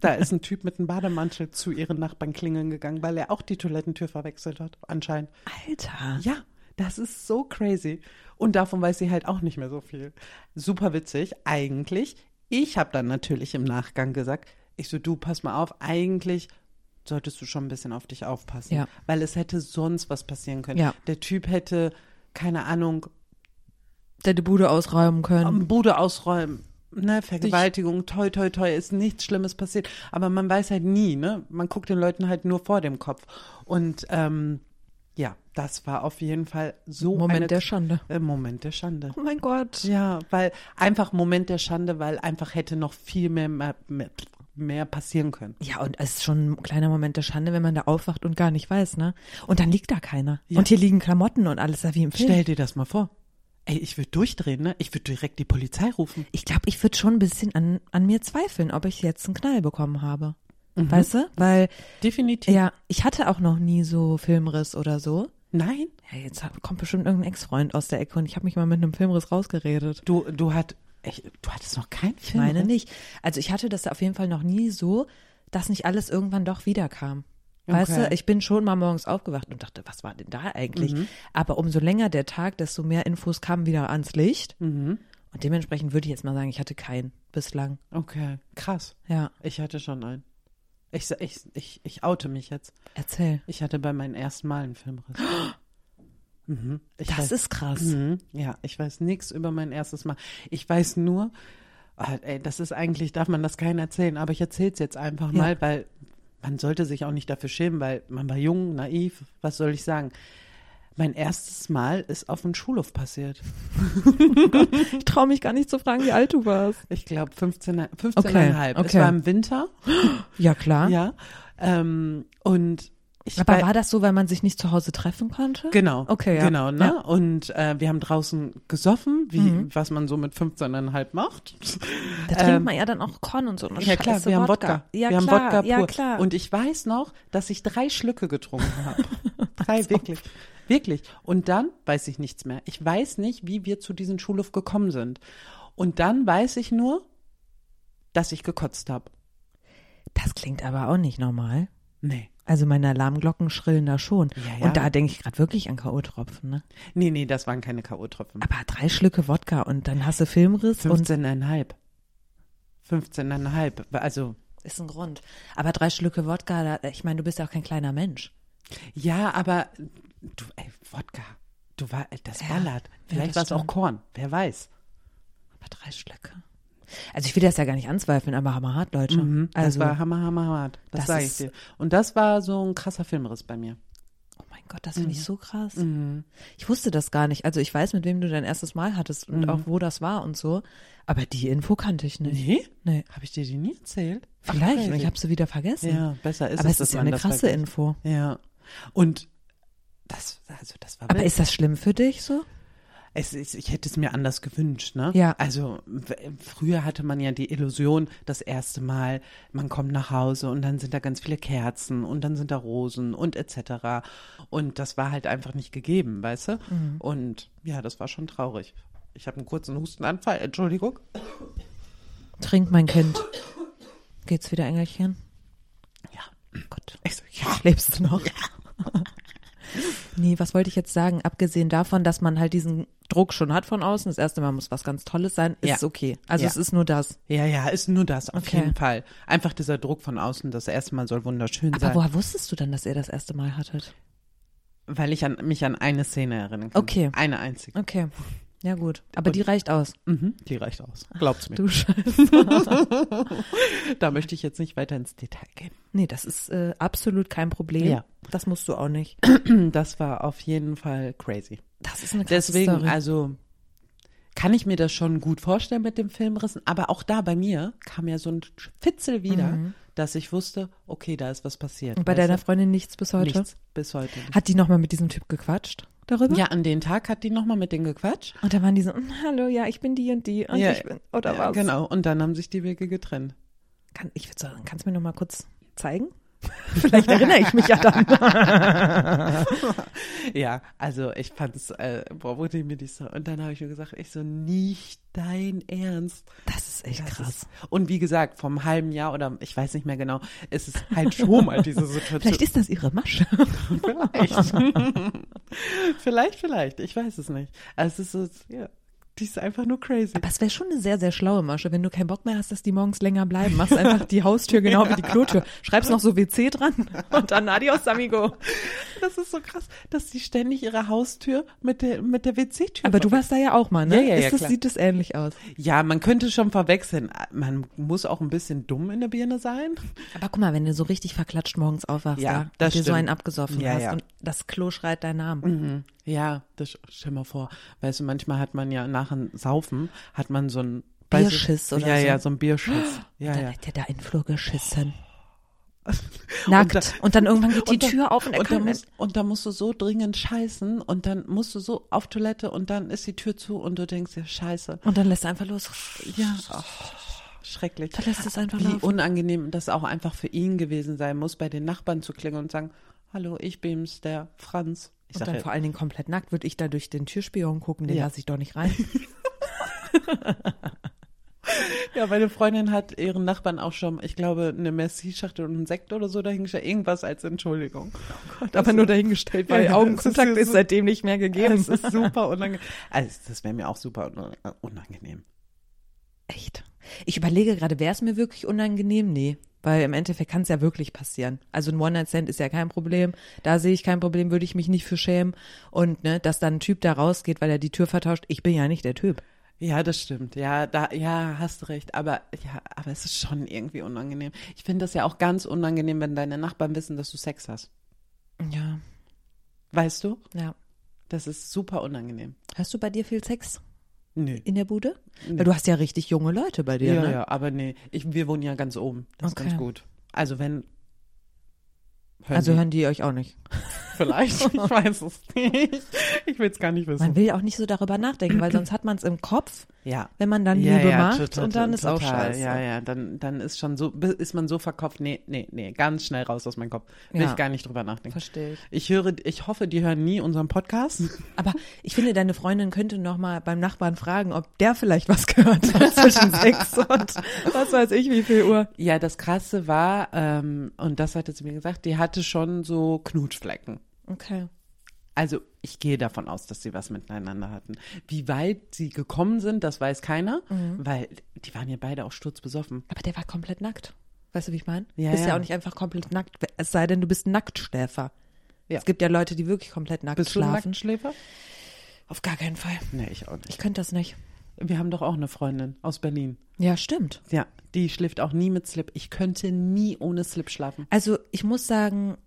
Speaker 2: Da ist ein Typ mit einem Bademantel zu ihren Nachbarn klingeln gegangen, weil er auch die Toilettentür verwechselt hat, anscheinend.
Speaker 1: Alter.
Speaker 2: Ja, das ist so crazy. Und davon weiß sie halt auch nicht mehr so viel. Super witzig, eigentlich. Ich habe dann natürlich im Nachgang gesagt, ich so, du, pass mal auf, eigentlich solltest du schon ein bisschen auf dich aufpassen.
Speaker 1: Ja.
Speaker 2: Weil es hätte sonst was passieren können.
Speaker 1: Ja.
Speaker 2: Der Typ hätte, keine Ahnung,
Speaker 1: Der die Bude ausräumen können.
Speaker 2: am Bude ausräumen. Ne, Vergewaltigung, toi, toi, toi, ist nichts Schlimmes passiert. Aber man weiß halt nie, ne? Man guckt den Leuten halt nur vor dem Kopf. Und ähm, ja, das war auf jeden Fall so
Speaker 1: Moment
Speaker 2: eine,
Speaker 1: der Schande.
Speaker 2: Äh, Moment der Schande.
Speaker 1: Oh mein Gott.
Speaker 2: Ja, weil einfach Moment der Schande, weil einfach hätte noch viel mehr, mehr, mehr passieren können.
Speaker 1: Ja, und es ist schon ein kleiner Moment der Schande, wenn man da aufwacht und gar nicht weiß, ne? Und dann liegt da keiner. Und hier liegen Klamotten und alles da wie im Film.
Speaker 2: Stell dir das mal vor. Ey, ich würde durchdrehen, ne? Ich würde direkt die Polizei rufen.
Speaker 1: Ich glaube, ich würde schon ein bisschen an, an mir zweifeln, ob ich jetzt einen Knall bekommen habe. Weißt du? Weil,
Speaker 2: Definitiv.
Speaker 1: ja, ich hatte auch noch nie so Filmriss oder so.
Speaker 2: Nein,
Speaker 1: Ja, jetzt hat- kommt bestimmt irgendein Ex-Freund aus der Ecke und ich habe mich mal mit einem Filmriss rausgeredet.
Speaker 2: du, du hat, echt, du hattest noch keinen
Speaker 1: Ich
Speaker 2: Film. ne?
Speaker 1: meine nicht. Also ich hatte das auf jeden Fall noch nie so, dass nicht alles irgendwann doch wiederkam. Weißt
Speaker 2: Okay. Mhm.
Speaker 1: du, ich bin schon mal morgens aufgewacht und dachte, was war denn da eigentlich? Aber umso länger der Tag, desto mehr Infos kamen wieder ans Licht.
Speaker 2: Mhm.
Speaker 1: Und dementsprechend würde ich jetzt mal sagen, ich hatte keinen bislang.
Speaker 2: Okay, krass.
Speaker 1: Ja,
Speaker 2: Ich hatte schon einen. Ich, sa- ich, ich, ich oute mich jetzt.
Speaker 1: erzähl.
Speaker 2: Ich hatte bei meinem ersten Mal einen Filmriss. Mhm. Ich
Speaker 1: Das
Speaker 2: weiß-
Speaker 1: ist krass.
Speaker 2: Mhm. Ja, ich weiß nichts über mein erstes Mal. Ich weiß nur, ah, ey, das ist eigentlich, darf man das keinen erzählen, aber ich erzähle es jetzt einfach
Speaker 1: Ja.
Speaker 2: mal, weil man sollte sich auch nicht dafür schämen, weil man war jung, naiv, was soll ich sagen. Mein erstes Mal ist auf dem Schulhof passiert.
Speaker 1: Ich traue mich gar nicht zu fragen, wie alt du warst.
Speaker 2: Ich glaube 15, 15,5. Es
Speaker 1: okay.
Speaker 2: war im Winter,
Speaker 1: Ja, klar.
Speaker 2: ja. Ähm, und ich
Speaker 1: Aber
Speaker 2: wei-
Speaker 1: war das so, weil man sich nicht zu Hause treffen konnte?
Speaker 2: Genau.
Speaker 1: Okay, ja.
Speaker 2: Genau, ne? Und äh, wir haben draußen gesoffen, wie was man so mit 15,5 macht.
Speaker 1: Da trinkt man ja dann auch Korn und so. eine
Speaker 2: ähm, Ja klar,
Speaker 1: Scheiße,
Speaker 2: wir haben Wodka.
Speaker 1: Ja, klar,
Speaker 2: wir haben Wodka pur.
Speaker 1: ja, klar.
Speaker 2: Und ich weiß noch, dass ich drei Schlücke getrunken habe. drei, wirklich. Wirklich. Und dann weiß ich nichts mehr. Ich weiß nicht, wie wir zu diesem Schulhof gekommen sind. Und dann weiß ich nur, dass ich gekotzt habe.
Speaker 1: das klingt aber auch nicht normal.
Speaker 2: Nee.
Speaker 1: Also meine Alarmglocken schrillen da schon.
Speaker 2: Ja, ja.
Speaker 1: Und da denke ich gerade wirklich an K.O.-Tropfen, ne?
Speaker 2: Nee, nee, das waren keine K.O.-Tropfen.
Speaker 1: Aber drei Schlücke Wodka und dann hast du Filmriss und
Speaker 2: 15,5. 15,5. Also,
Speaker 1: ist ein Grund. Aber drei Schlücke Wodka, da, ich meine, du bist ja auch kein kleiner Mensch.
Speaker 2: Ja, aber du, ey, Wodka, du war, das ballert. Vielleicht
Speaker 1: das
Speaker 2: war es auch
Speaker 1: stimmt.
Speaker 2: Korn, wer weiß.
Speaker 1: Aber drei Schlücke. Also ich will das ja gar nicht anzweifeln, aber hammerhart, Leute.
Speaker 2: Mhm, Das
Speaker 1: also,
Speaker 2: war hammer, hammer, hammer.
Speaker 1: Das
Speaker 2: Das, sage ich
Speaker 1: ist-
Speaker 2: dir. Und das war so ein krasser Filmriss bei mir.
Speaker 1: oh mein Gott, das finde
Speaker 2: Mhm.
Speaker 1: ich so krass. Ich wusste das gar nicht. Also ich weiß, mit wem du dein erstes Mal hattest und
Speaker 2: Mhm.
Speaker 1: auch wo das war und so. Aber die Info kannte ich nicht.
Speaker 2: Nee?
Speaker 1: Nee.
Speaker 2: Habe ich dir die nie erzählt? Ach,
Speaker 1: Vielleicht,
Speaker 2: crazy.
Speaker 1: und ich habe sie wieder vergessen.
Speaker 2: Ja, besser ist
Speaker 1: aber
Speaker 2: es,
Speaker 1: es ist
Speaker 2: dass
Speaker 1: ja
Speaker 2: man
Speaker 1: eine
Speaker 2: das
Speaker 1: krasse
Speaker 2: vergisst.
Speaker 1: Info.
Speaker 2: Ja. Und das, also das war
Speaker 1: Aber
Speaker 2: wild.
Speaker 1: ist das schlimm für dich so?
Speaker 2: Es ist, ich hätte es mir anders gewünscht, ne?
Speaker 1: Ja.
Speaker 2: Also w- früher hatte man ja die Illusion, das erste Mal, man kommt nach Hause und dann sind da ganz viele Kerzen und dann sind da Rosen und etc. Und das war halt einfach nicht gegeben, weißt du?
Speaker 1: Mhm.
Speaker 2: Und ja, das war schon traurig. Ich habe einen kurzen Hustenanfall, Entschuldigung.
Speaker 1: Trink, mein Kind. Geht's wieder, Engelchen?
Speaker 2: Ja. Gott. Ich so, ja.
Speaker 1: Lebst du noch? nee, was wollte ich jetzt sagen? Abgesehen davon, dass man halt diesen Druck schon hat von außen, das erste Mal muss was ganz Tolles sein, ist
Speaker 2: Ja.
Speaker 1: es okay. Also
Speaker 2: Ja.
Speaker 1: es ist nur das.
Speaker 2: Ja, ja, ist nur das, auf
Speaker 1: Okay.
Speaker 2: jeden Fall. Einfach dieser Druck von außen, das erste Mal soll wunderschön
Speaker 1: Aber
Speaker 2: sein.
Speaker 1: woher wusstest du dann, dass ihr das erste Mal hattet?
Speaker 2: Weil ich an, mich an eine Szene erinnern kann.
Speaker 1: Okay.
Speaker 2: Eine einzige.
Speaker 1: Okay. Ja gut, aber die reicht aus.
Speaker 2: Mhm, die reicht aus. Glaub's mir.
Speaker 1: Du Scheiße.
Speaker 2: Da möchte ich jetzt nicht weiter ins Detail gehen.
Speaker 1: Nee, das ist äh, absolut kein Problem.
Speaker 2: Ja.
Speaker 1: Das musst du auch nicht.
Speaker 2: Das war Hm, auf jeden Fall crazy.
Speaker 1: Das ist eine krasse
Speaker 2: Deswegen,
Speaker 1: Story.
Speaker 2: also kann ich mir das schon gut vorstellen mit dem Filmrissen. Aber auch da bei mir kam ja so ein Fitzel wieder, dass ich wusste, okay, da ist was passiert.
Speaker 1: Und bei
Speaker 2: Weißt
Speaker 1: deiner
Speaker 2: du?
Speaker 1: Freundin nichts bis heute?
Speaker 2: Nichts bis heute. Nicht.
Speaker 1: Hat die nochmal mit diesem Typ gequatscht darüber?
Speaker 2: Ja, an den Tag hat die nochmal mit denen gequatscht.
Speaker 1: Und da waren die so, "Mm, hallo, ja, ich bin die und die und
Speaker 2: ja,
Speaker 1: ich bin, oder
Speaker 2: ja,
Speaker 1: was?
Speaker 2: Genau, und dann haben sich die Wege getrennt.
Speaker 1: Kann, ich würde sagen, kannst du mir nochmal kurz zeigen? Vielleicht erinnere ich mich ja dann.
Speaker 2: Ja, also ich fand's, äh, boah, wurde mir die so. Und dann habe ich mir gesagt, ich so, nicht dein Ernst.
Speaker 1: Das ist echt
Speaker 2: Das
Speaker 1: krass.
Speaker 2: Ist, und wie gesagt, vom halben Jahr oder ich weiß nicht mehr genau, ist es halt schon mal diese Situation.
Speaker 1: Vielleicht ist das ihre Masche.
Speaker 2: vielleicht. vielleicht, vielleicht. Ich weiß es nicht. Also es ist, ja, die ist einfach nur crazy.
Speaker 1: Aber es wäre schon eine sehr, sehr schlaue Masche, wenn du keinen Bock mehr hast, dass die morgens länger bleiben. Machst einfach die Haustür genau wie die Klotür. Schreibst noch so WC dran und dann adios, amigo.
Speaker 2: Das ist so krass, dass sie ständig ihre Haustür mit der, mit der WC-Tür
Speaker 1: Aber du warst da ja auch mal, ne?
Speaker 2: Ja, ja, ja,
Speaker 1: ist das,
Speaker 2: klar.
Speaker 1: Sieht das ähnlich aus?
Speaker 2: Ja, man könnte schon verwechseln. Man muss auch ein bisschen dumm in der Birne sein.
Speaker 1: Aber guck mal, wenn du so richtig verklatscht morgens aufwachst
Speaker 2: Ja,
Speaker 1: da, und
Speaker 2: das
Speaker 1: dir so
Speaker 2: stimmt.
Speaker 1: einen abgesoffen
Speaker 2: Ja,
Speaker 1: hast
Speaker 2: ja.
Speaker 1: und das Klo schreit deinen Namen.
Speaker 2: Ja, das stell mal vor. Weißt du, manchmal hat man ja nach dem Saufen hat man so ein
Speaker 1: Bierschiss oder
Speaker 2: ja,
Speaker 1: so.
Speaker 2: Ja, ja, so ein Bierschiss. Ja,
Speaker 1: Dann
Speaker 2: ja.
Speaker 1: hat der da in den Flur geschissen. Nackt.
Speaker 2: da-
Speaker 1: Und, dann irgendwann geht die
Speaker 2: da-
Speaker 1: Tür auf und er
Speaker 2: und, da
Speaker 1: kann
Speaker 2: musst, und da musst du so dringend scheißen und dann musst du so auf Toilette und dann ist die Tür zu und du denkst dir, scheiße.
Speaker 1: und dann lässt er einfach los.
Speaker 2: Ja, oh, schrecklich.
Speaker 1: Dann lässt es einfach
Speaker 2: Wie
Speaker 1: laufen.
Speaker 2: unangenehm das auch einfach für ihn gewesen sein muss, bei den Nachbarn zu klingeln und sagen, hallo, ich bin's, der Franz. Ich
Speaker 1: Und
Speaker 2: sag
Speaker 1: dann
Speaker 2: ja,
Speaker 1: vor allen Dingen komplett nackt würde ich da durch den Türspion gucken, den
Speaker 2: Ja.
Speaker 1: lasse ich doch nicht rein.
Speaker 2: Ja, meine Freundin hat ihren Nachbarn auch schon, ich glaube, eine Merci-Schachtel und einen Sekt oder so dahingestellt. Irgendwas als Entschuldigung.
Speaker 1: aber nur dahingestellt, weil
Speaker 2: Ja, ja,
Speaker 1: Augenkontakt
Speaker 2: das
Speaker 1: ist,
Speaker 2: ist so-
Speaker 1: seitdem nicht mehr gegeben.
Speaker 2: Das ist super unangenehm. Also, das wäre mir auch super un- äh, unangenehm.
Speaker 1: Echt. Ich überlege gerade, wäre es mir wirklich unangenehm? Nee. Weil im Endeffekt kann es ja wirklich passieren. Also ein One-Night-Stand ist ja kein Problem. Da sehe ich kein Problem, würde ich mich nicht für schämen. Und ne, dass dann ein Typ da rausgeht, weil er die Tür vertauscht. Ich bin ja nicht der Typ.
Speaker 2: Ja, das stimmt. Ja, da, ja, hast recht. Aber ja, aber es ist schon irgendwie unangenehm. Ich finde das ja auch ganz unangenehm, wenn deine Nachbarn wissen, dass du Sex hast.
Speaker 1: Ja,
Speaker 2: Weißt du?
Speaker 1: ja.
Speaker 2: Das ist super unangenehm.
Speaker 1: Hast du bei dir viel Sex
Speaker 2: Nee.
Speaker 1: in der Bude? Weil du hast ja richtig junge Leute bei dir,
Speaker 2: Ja,
Speaker 1: ne?
Speaker 2: ja, aber nee. Ich, wir wohnen ja ganz oben. Das
Speaker 1: Okay.
Speaker 2: ist ganz gut. Also wenn. hören
Speaker 1: Also
Speaker 2: die-
Speaker 1: hören die euch auch nicht.
Speaker 2: Vielleicht, ich weiß es nicht. Ich will es gar nicht wissen.
Speaker 1: Man will auch nicht so darüber nachdenken, weil sonst hat man es im Kopf,
Speaker 2: ja.
Speaker 1: wenn man dann
Speaker 2: ja,
Speaker 1: Liebe
Speaker 2: ja,
Speaker 1: macht
Speaker 2: total,
Speaker 1: und dann ist auch
Speaker 2: total.
Speaker 1: scheiße.
Speaker 2: Ja, ja, dann, dann ist schon so, ist man so verkopft, nee, nee, nee, ganz schnell raus aus meinem Kopf. Will
Speaker 1: Ja.
Speaker 2: ich gar nicht drüber nachdenken.
Speaker 1: Verstehe ich.
Speaker 2: Ich höre, ich hoffe, die hören nie unseren Podcast.
Speaker 1: Aber ich finde, deine Freundin könnte noch mal beim Nachbarn fragen, ob der vielleicht was gehört hat zwischen sechs und was weiß ich wie viel Uhr.
Speaker 2: Ja, das Krasse war, ähm, und das hatte sie mir gesagt, die hatte schon so Knutschflecken.
Speaker 1: Okay.
Speaker 2: Also ich gehe davon aus, dass sie was miteinander hatten. Wie weit sie gekommen sind, das weiß keiner, weil die waren ja beide auch sturzbesoffen.
Speaker 1: Aber der war komplett nackt. Weißt du, wie ich meine?
Speaker 2: Ja,
Speaker 1: bist ja.
Speaker 2: ja.
Speaker 1: auch nicht einfach komplett nackt, es sei denn, du bist ein Nacktschläfer.
Speaker 2: Ja.
Speaker 1: Es gibt ja Leute, die wirklich komplett nackt
Speaker 2: Bist du ein
Speaker 1: schlafen.
Speaker 2: Nacktschläfer?
Speaker 1: Auf gar keinen Fall.
Speaker 2: Nee, ich auch nicht.
Speaker 1: Ich könnte das nicht.
Speaker 2: Wir haben doch auch eine Freundin aus Berlin.
Speaker 1: Ja, stimmt.
Speaker 2: Ja, die schläft auch nie mit Slip. Ich könnte nie ohne Slip schlafen.
Speaker 1: Also ich muss sagen,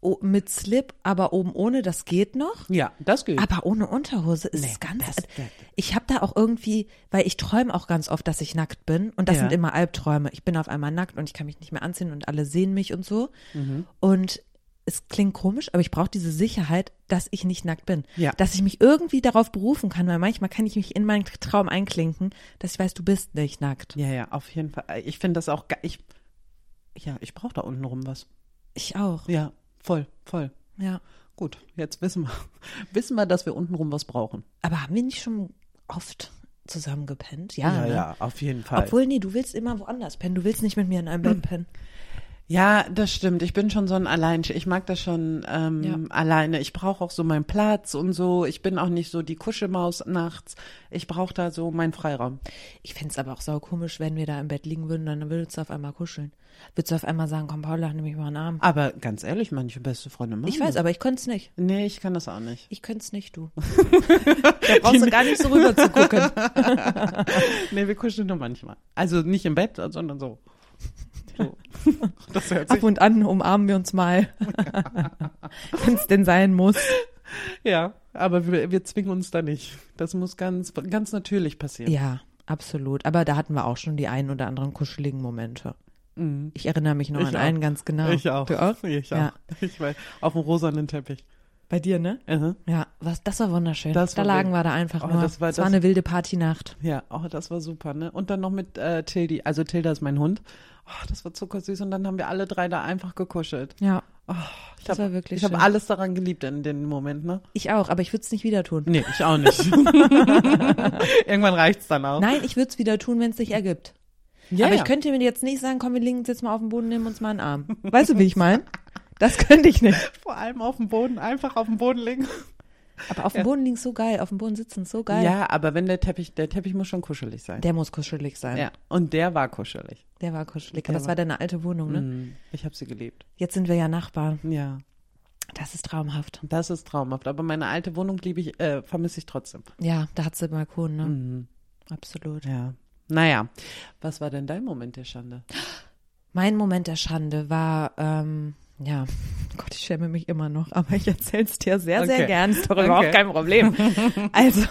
Speaker 1: o- mit Slip, aber oben ohne, das geht noch.
Speaker 2: Ja, das geht.
Speaker 1: Aber ohne Unterhose ist es ganz. äh,
Speaker 2: das- das-
Speaker 1: ich habe da auch irgendwie, weil ich träume auch ganz oft, dass ich nackt bin. Und das
Speaker 2: Ja.
Speaker 1: sind immer Albträume. Ich bin auf einmal nackt und ich kann mich nicht mehr anziehen und alle sehen mich und so.
Speaker 2: Mhm.
Speaker 1: Und es klingt komisch, aber ich brauche diese Sicherheit, dass ich nicht nackt bin.
Speaker 2: Ja.
Speaker 1: Dass ich mich irgendwie darauf berufen kann, weil manchmal kann ich mich in meinen Traum einklinken, dass ich weiß, du bist nicht nackt.
Speaker 2: ja, ja, auf jeden Fall. Ich finde das auch geil. Ich, ja, ich brauche da unten rum was.
Speaker 1: Ich auch.
Speaker 2: Ja, voll, voll.
Speaker 1: Ja.
Speaker 2: Gut, jetzt wissen wir, wissen wir, dass wir unten rum was brauchen.
Speaker 1: Aber haben wir nicht schon oft zusammen gepennt? Ja,
Speaker 2: Ah,
Speaker 1: ne?
Speaker 2: auf jeden Fall. Hm.
Speaker 1: Obwohl, nee, du willst immer woanders pennen. Du willst nicht mit mir in einem Bett pennen.
Speaker 2: ja, das stimmt. Ich bin schon so ein Allein. Ich mag das schon ähm,
Speaker 1: Ja.
Speaker 2: alleine. Ich brauche auch so meinen Platz und so. Ich bin auch nicht so die Kuschelmaus nachts. Ich brauche da so meinen Freiraum.
Speaker 1: Ich fänd's aber auch saukomisch, wenn wir da im Bett liegen würden, dann würdest du auf einmal kuscheln. Würdest du auf einmal sagen, komm Paula, nimm mich mal einen Arm.
Speaker 2: Aber ganz ehrlich, manche beste Freunde machen
Speaker 1: Ich weiß,
Speaker 2: das.
Speaker 1: aber ich könnte es nicht.
Speaker 2: Nee, ich kann das auch nicht.
Speaker 1: Ich könnte es nicht, du. da brauchst du gar nicht so rüber zu gucken.
Speaker 2: Nee, wir kuscheln nur manchmal. Also nicht im Bett, sondern so. so. Das hört sich.
Speaker 1: Ab und an umarmen wir uns mal. Wenn's denn sein muss.
Speaker 2: Ja. Aber wir, wir zwingen uns da nicht. Das muss ganz, ganz natürlich passieren.
Speaker 1: Ja, absolut. Aber da hatten wir auch schon die einen oder anderen kuscheligen Momente. Ich erinnere mich noch
Speaker 2: Mhm. Ich
Speaker 1: an
Speaker 2: auch.
Speaker 1: einen ganz genau.
Speaker 2: Ich auch.
Speaker 1: Du auch?
Speaker 2: Ich auch.
Speaker 1: Ja.
Speaker 2: Ich weiß. Auf dem rosanen Teppich.
Speaker 1: Bei dir, ne?
Speaker 2: Mhm.
Speaker 1: Ja, was, das war wunderschön.
Speaker 2: Das
Speaker 1: da
Speaker 2: war
Speaker 1: lagen
Speaker 2: wild.
Speaker 1: wir da einfach
Speaker 2: Oh,
Speaker 1: nur.
Speaker 2: das war-
Speaker 1: es war
Speaker 2: das-
Speaker 1: eine wilde Partynacht.
Speaker 2: Ja, oh, das war super, ne? Und dann noch mit äh, Tildi. Also Tilda ist mein Hund. Oh, das war zuckersüß. Und dann haben wir alle drei da einfach gekuschelt.
Speaker 1: Ja,
Speaker 2: Oh, ich
Speaker 1: Das
Speaker 2: hab-
Speaker 1: war wirklich
Speaker 2: Ich habe
Speaker 1: schön.
Speaker 2: alles daran geliebt in dem Moment, ne?
Speaker 1: ich auch, aber ich würde es nicht wieder tun.
Speaker 2: Nee, ich auch nicht. Irgendwann reicht's dann auch.
Speaker 1: Nein, ich würde es wieder tun, wenn es sich ergibt.
Speaker 2: ja,
Speaker 1: aber
Speaker 2: ja.
Speaker 1: ich könnte mir jetzt nicht sagen, komm, wir legen uns jetzt mal auf den Boden, nehmen uns mal einen Arm. Weißt du, wie ich meine? Das könnte ich nicht.
Speaker 2: vor allem auf dem Boden, einfach auf dem Boden liegen.
Speaker 1: Aber auf dem Boden liegen ist so geil, auf dem Boden sitzen ist so geil.
Speaker 2: Ja, aber wenn der Teppich, der Teppich muss schon kuschelig sein.
Speaker 1: Der muss kuschelig sein.
Speaker 2: ja, und der war kuschelig.
Speaker 1: Der war kuschelig.
Speaker 2: Der
Speaker 1: das war
Speaker 2: war-
Speaker 1: deine alte Wohnung, ne?
Speaker 2: Mhm. Ich habe sie geliebt.
Speaker 1: Jetzt sind wir ja Nachbarn.
Speaker 2: Ja,
Speaker 1: Das ist traumhaft.
Speaker 2: das ist traumhaft. Aber meine alte Wohnung liebe ich, äh, vermisse ich trotzdem.
Speaker 1: Ja, da hat sie einen Balkon, ne?
Speaker 2: Mhm.
Speaker 1: Absolut.
Speaker 2: Ja. Naja, was war denn dein Moment der Schande?
Speaker 1: Mein Moment der Schande war, ähm, ja, Gott, ich schäme mich immer noch, aber ich erzähl's dir sehr, sehr
Speaker 2: Okay.
Speaker 1: gern. Ist doch
Speaker 2: Okay.
Speaker 1: überhaupt kein Problem. Also,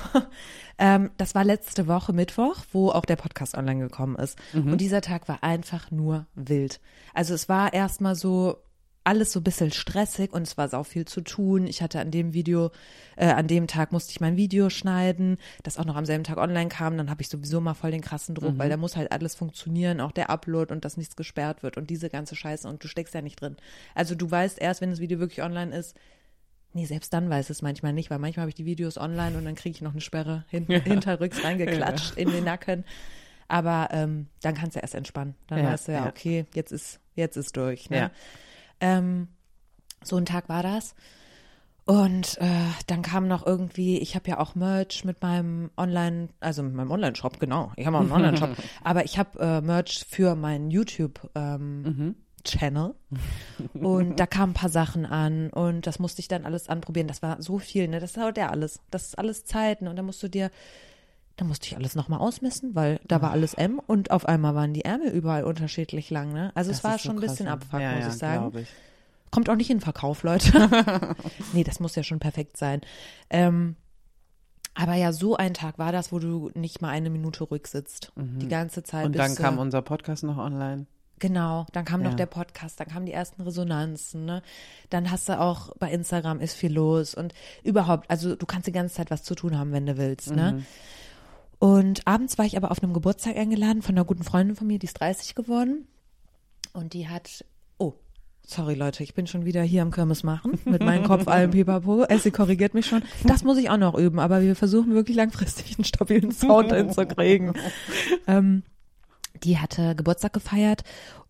Speaker 1: ähm, das war letzte Woche Mittwoch, wo auch der Podcast online gekommen ist. Und dieser Tag war einfach nur wild. Also es war erstmal so alles so ein bisschen stressig und es war sau viel zu tun. Ich hatte an dem Video, äh, an dem Tag musste ich mein Video schneiden, das auch noch am selben Tag online kam. Dann habe ich sowieso mal voll den krassen Druck, weil da muss halt alles funktionieren, auch der Upload und dass nichts gesperrt wird und diese ganze Scheiße und du steckst ja nicht drin. Also du weißt erst, wenn das Video wirklich online ist, Nee, selbst dann weiß es manchmal nicht, weil manchmal habe ich die Videos online und dann kriege ich noch eine Sperre hin, hinterrücks reingeklatscht in den Nacken. Aber ähm, dann kannst du erst entspannen. Dann
Speaker 2: Ja,
Speaker 1: weißt du ja,
Speaker 2: ja.
Speaker 1: okay, jetzt ist, jetzt ist durch. Ne?
Speaker 2: Ja.
Speaker 1: Ähm, so ein Tag war das. Und äh, dann kam noch irgendwie, ich habe ja auch Merch mit meinem Online, also mit meinem Online-Shop, genau. Ich habe auch einen Online-Shop. aber ich habe äh, Merch für meinen ähm,
Speaker 2: Mhm.
Speaker 1: YouTube-Channel. und da kamen ein paar Sachen an und das musste ich dann alles anprobieren. Das war so viel, ne? Das dauert ja alles. Das ist alles Zeiten und dann musst du dir da musste ich alles nochmal ausmessen, weil da war alles M und auf einmal waren die Ärmel überall unterschiedlich lang. Ne? Also es war schon ein bisschen Abfuck,
Speaker 2: ja,
Speaker 1: muss
Speaker 2: ja,
Speaker 1: ich sagen.
Speaker 2: glaub Ich.
Speaker 1: Kommt auch nicht in den Verkauf, Leute. nee, das muss ja schon perfekt sein. Ähm, aber ja, so ein Tag war das, wo du nicht mal eine Minute ruhig sitzt. Die ganze Zeit.
Speaker 2: Mhm. Und
Speaker 1: bist
Speaker 2: dann
Speaker 1: du-
Speaker 2: kam unser Podcast noch online.
Speaker 1: Genau, dann kam noch
Speaker 2: Ja.
Speaker 1: der Podcast, dann kamen die ersten Resonanzen, ne? Dann hast du auch bei Instagram ist viel los und überhaupt, also du kannst die ganze Zeit was zu tun haben, wenn du willst, ne? Und abends war ich aber auf einem Geburtstag eingeladen von einer guten Freundin von mir, die ist 30 geworden und die hat oh Sorry Leute, ich bin schon wieder hier am Kirmes machen mit meinem Kopf allem Pipapo. Essi korrigiert mich schon. Das muss ich auch noch üben, aber wir versuchen wirklich langfristig einen stabilen Sound hinzukriegen Ähm, die hatte Geburtstag gefeiert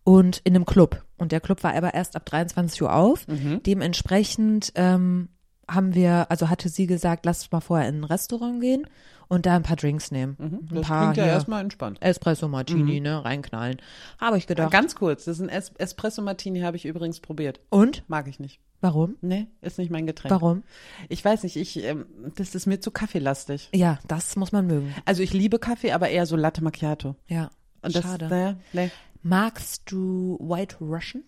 Speaker 1: und in einem Club. Und der Club war aber erst ab 23 Uhr auf.
Speaker 2: Mhm.
Speaker 1: Dementsprechend ähm, haben wir, also hatte sie gesagt, lass mal vorher in ein Restaurant gehen und da ein paar Drinks nehmen. ein
Speaker 2: Mhm. Das
Speaker 1: paar
Speaker 2: klingt ja
Speaker 1: hier
Speaker 2: erstmal entspannt.
Speaker 1: Espresso Martini, ne, reinknallen. Habe ich gedacht.
Speaker 2: Ganz kurz, das ist ein Es Espresso Martini, habe ich übrigens probiert.
Speaker 1: und?
Speaker 2: Mag ich nicht.
Speaker 1: Warum?
Speaker 2: Nee, ist nicht mein Getränk.
Speaker 1: Warum?
Speaker 2: Ich weiß nicht, ich, ähm, das ist mir zu kaffeelastig.
Speaker 1: Ja, das muss man mögen.
Speaker 2: Also ich liebe Kaffee, aber eher so Latte Macchiato.
Speaker 1: Ja,
Speaker 2: Und das,
Speaker 1: schade.
Speaker 2: naja, nee.
Speaker 1: Magst du White Russian?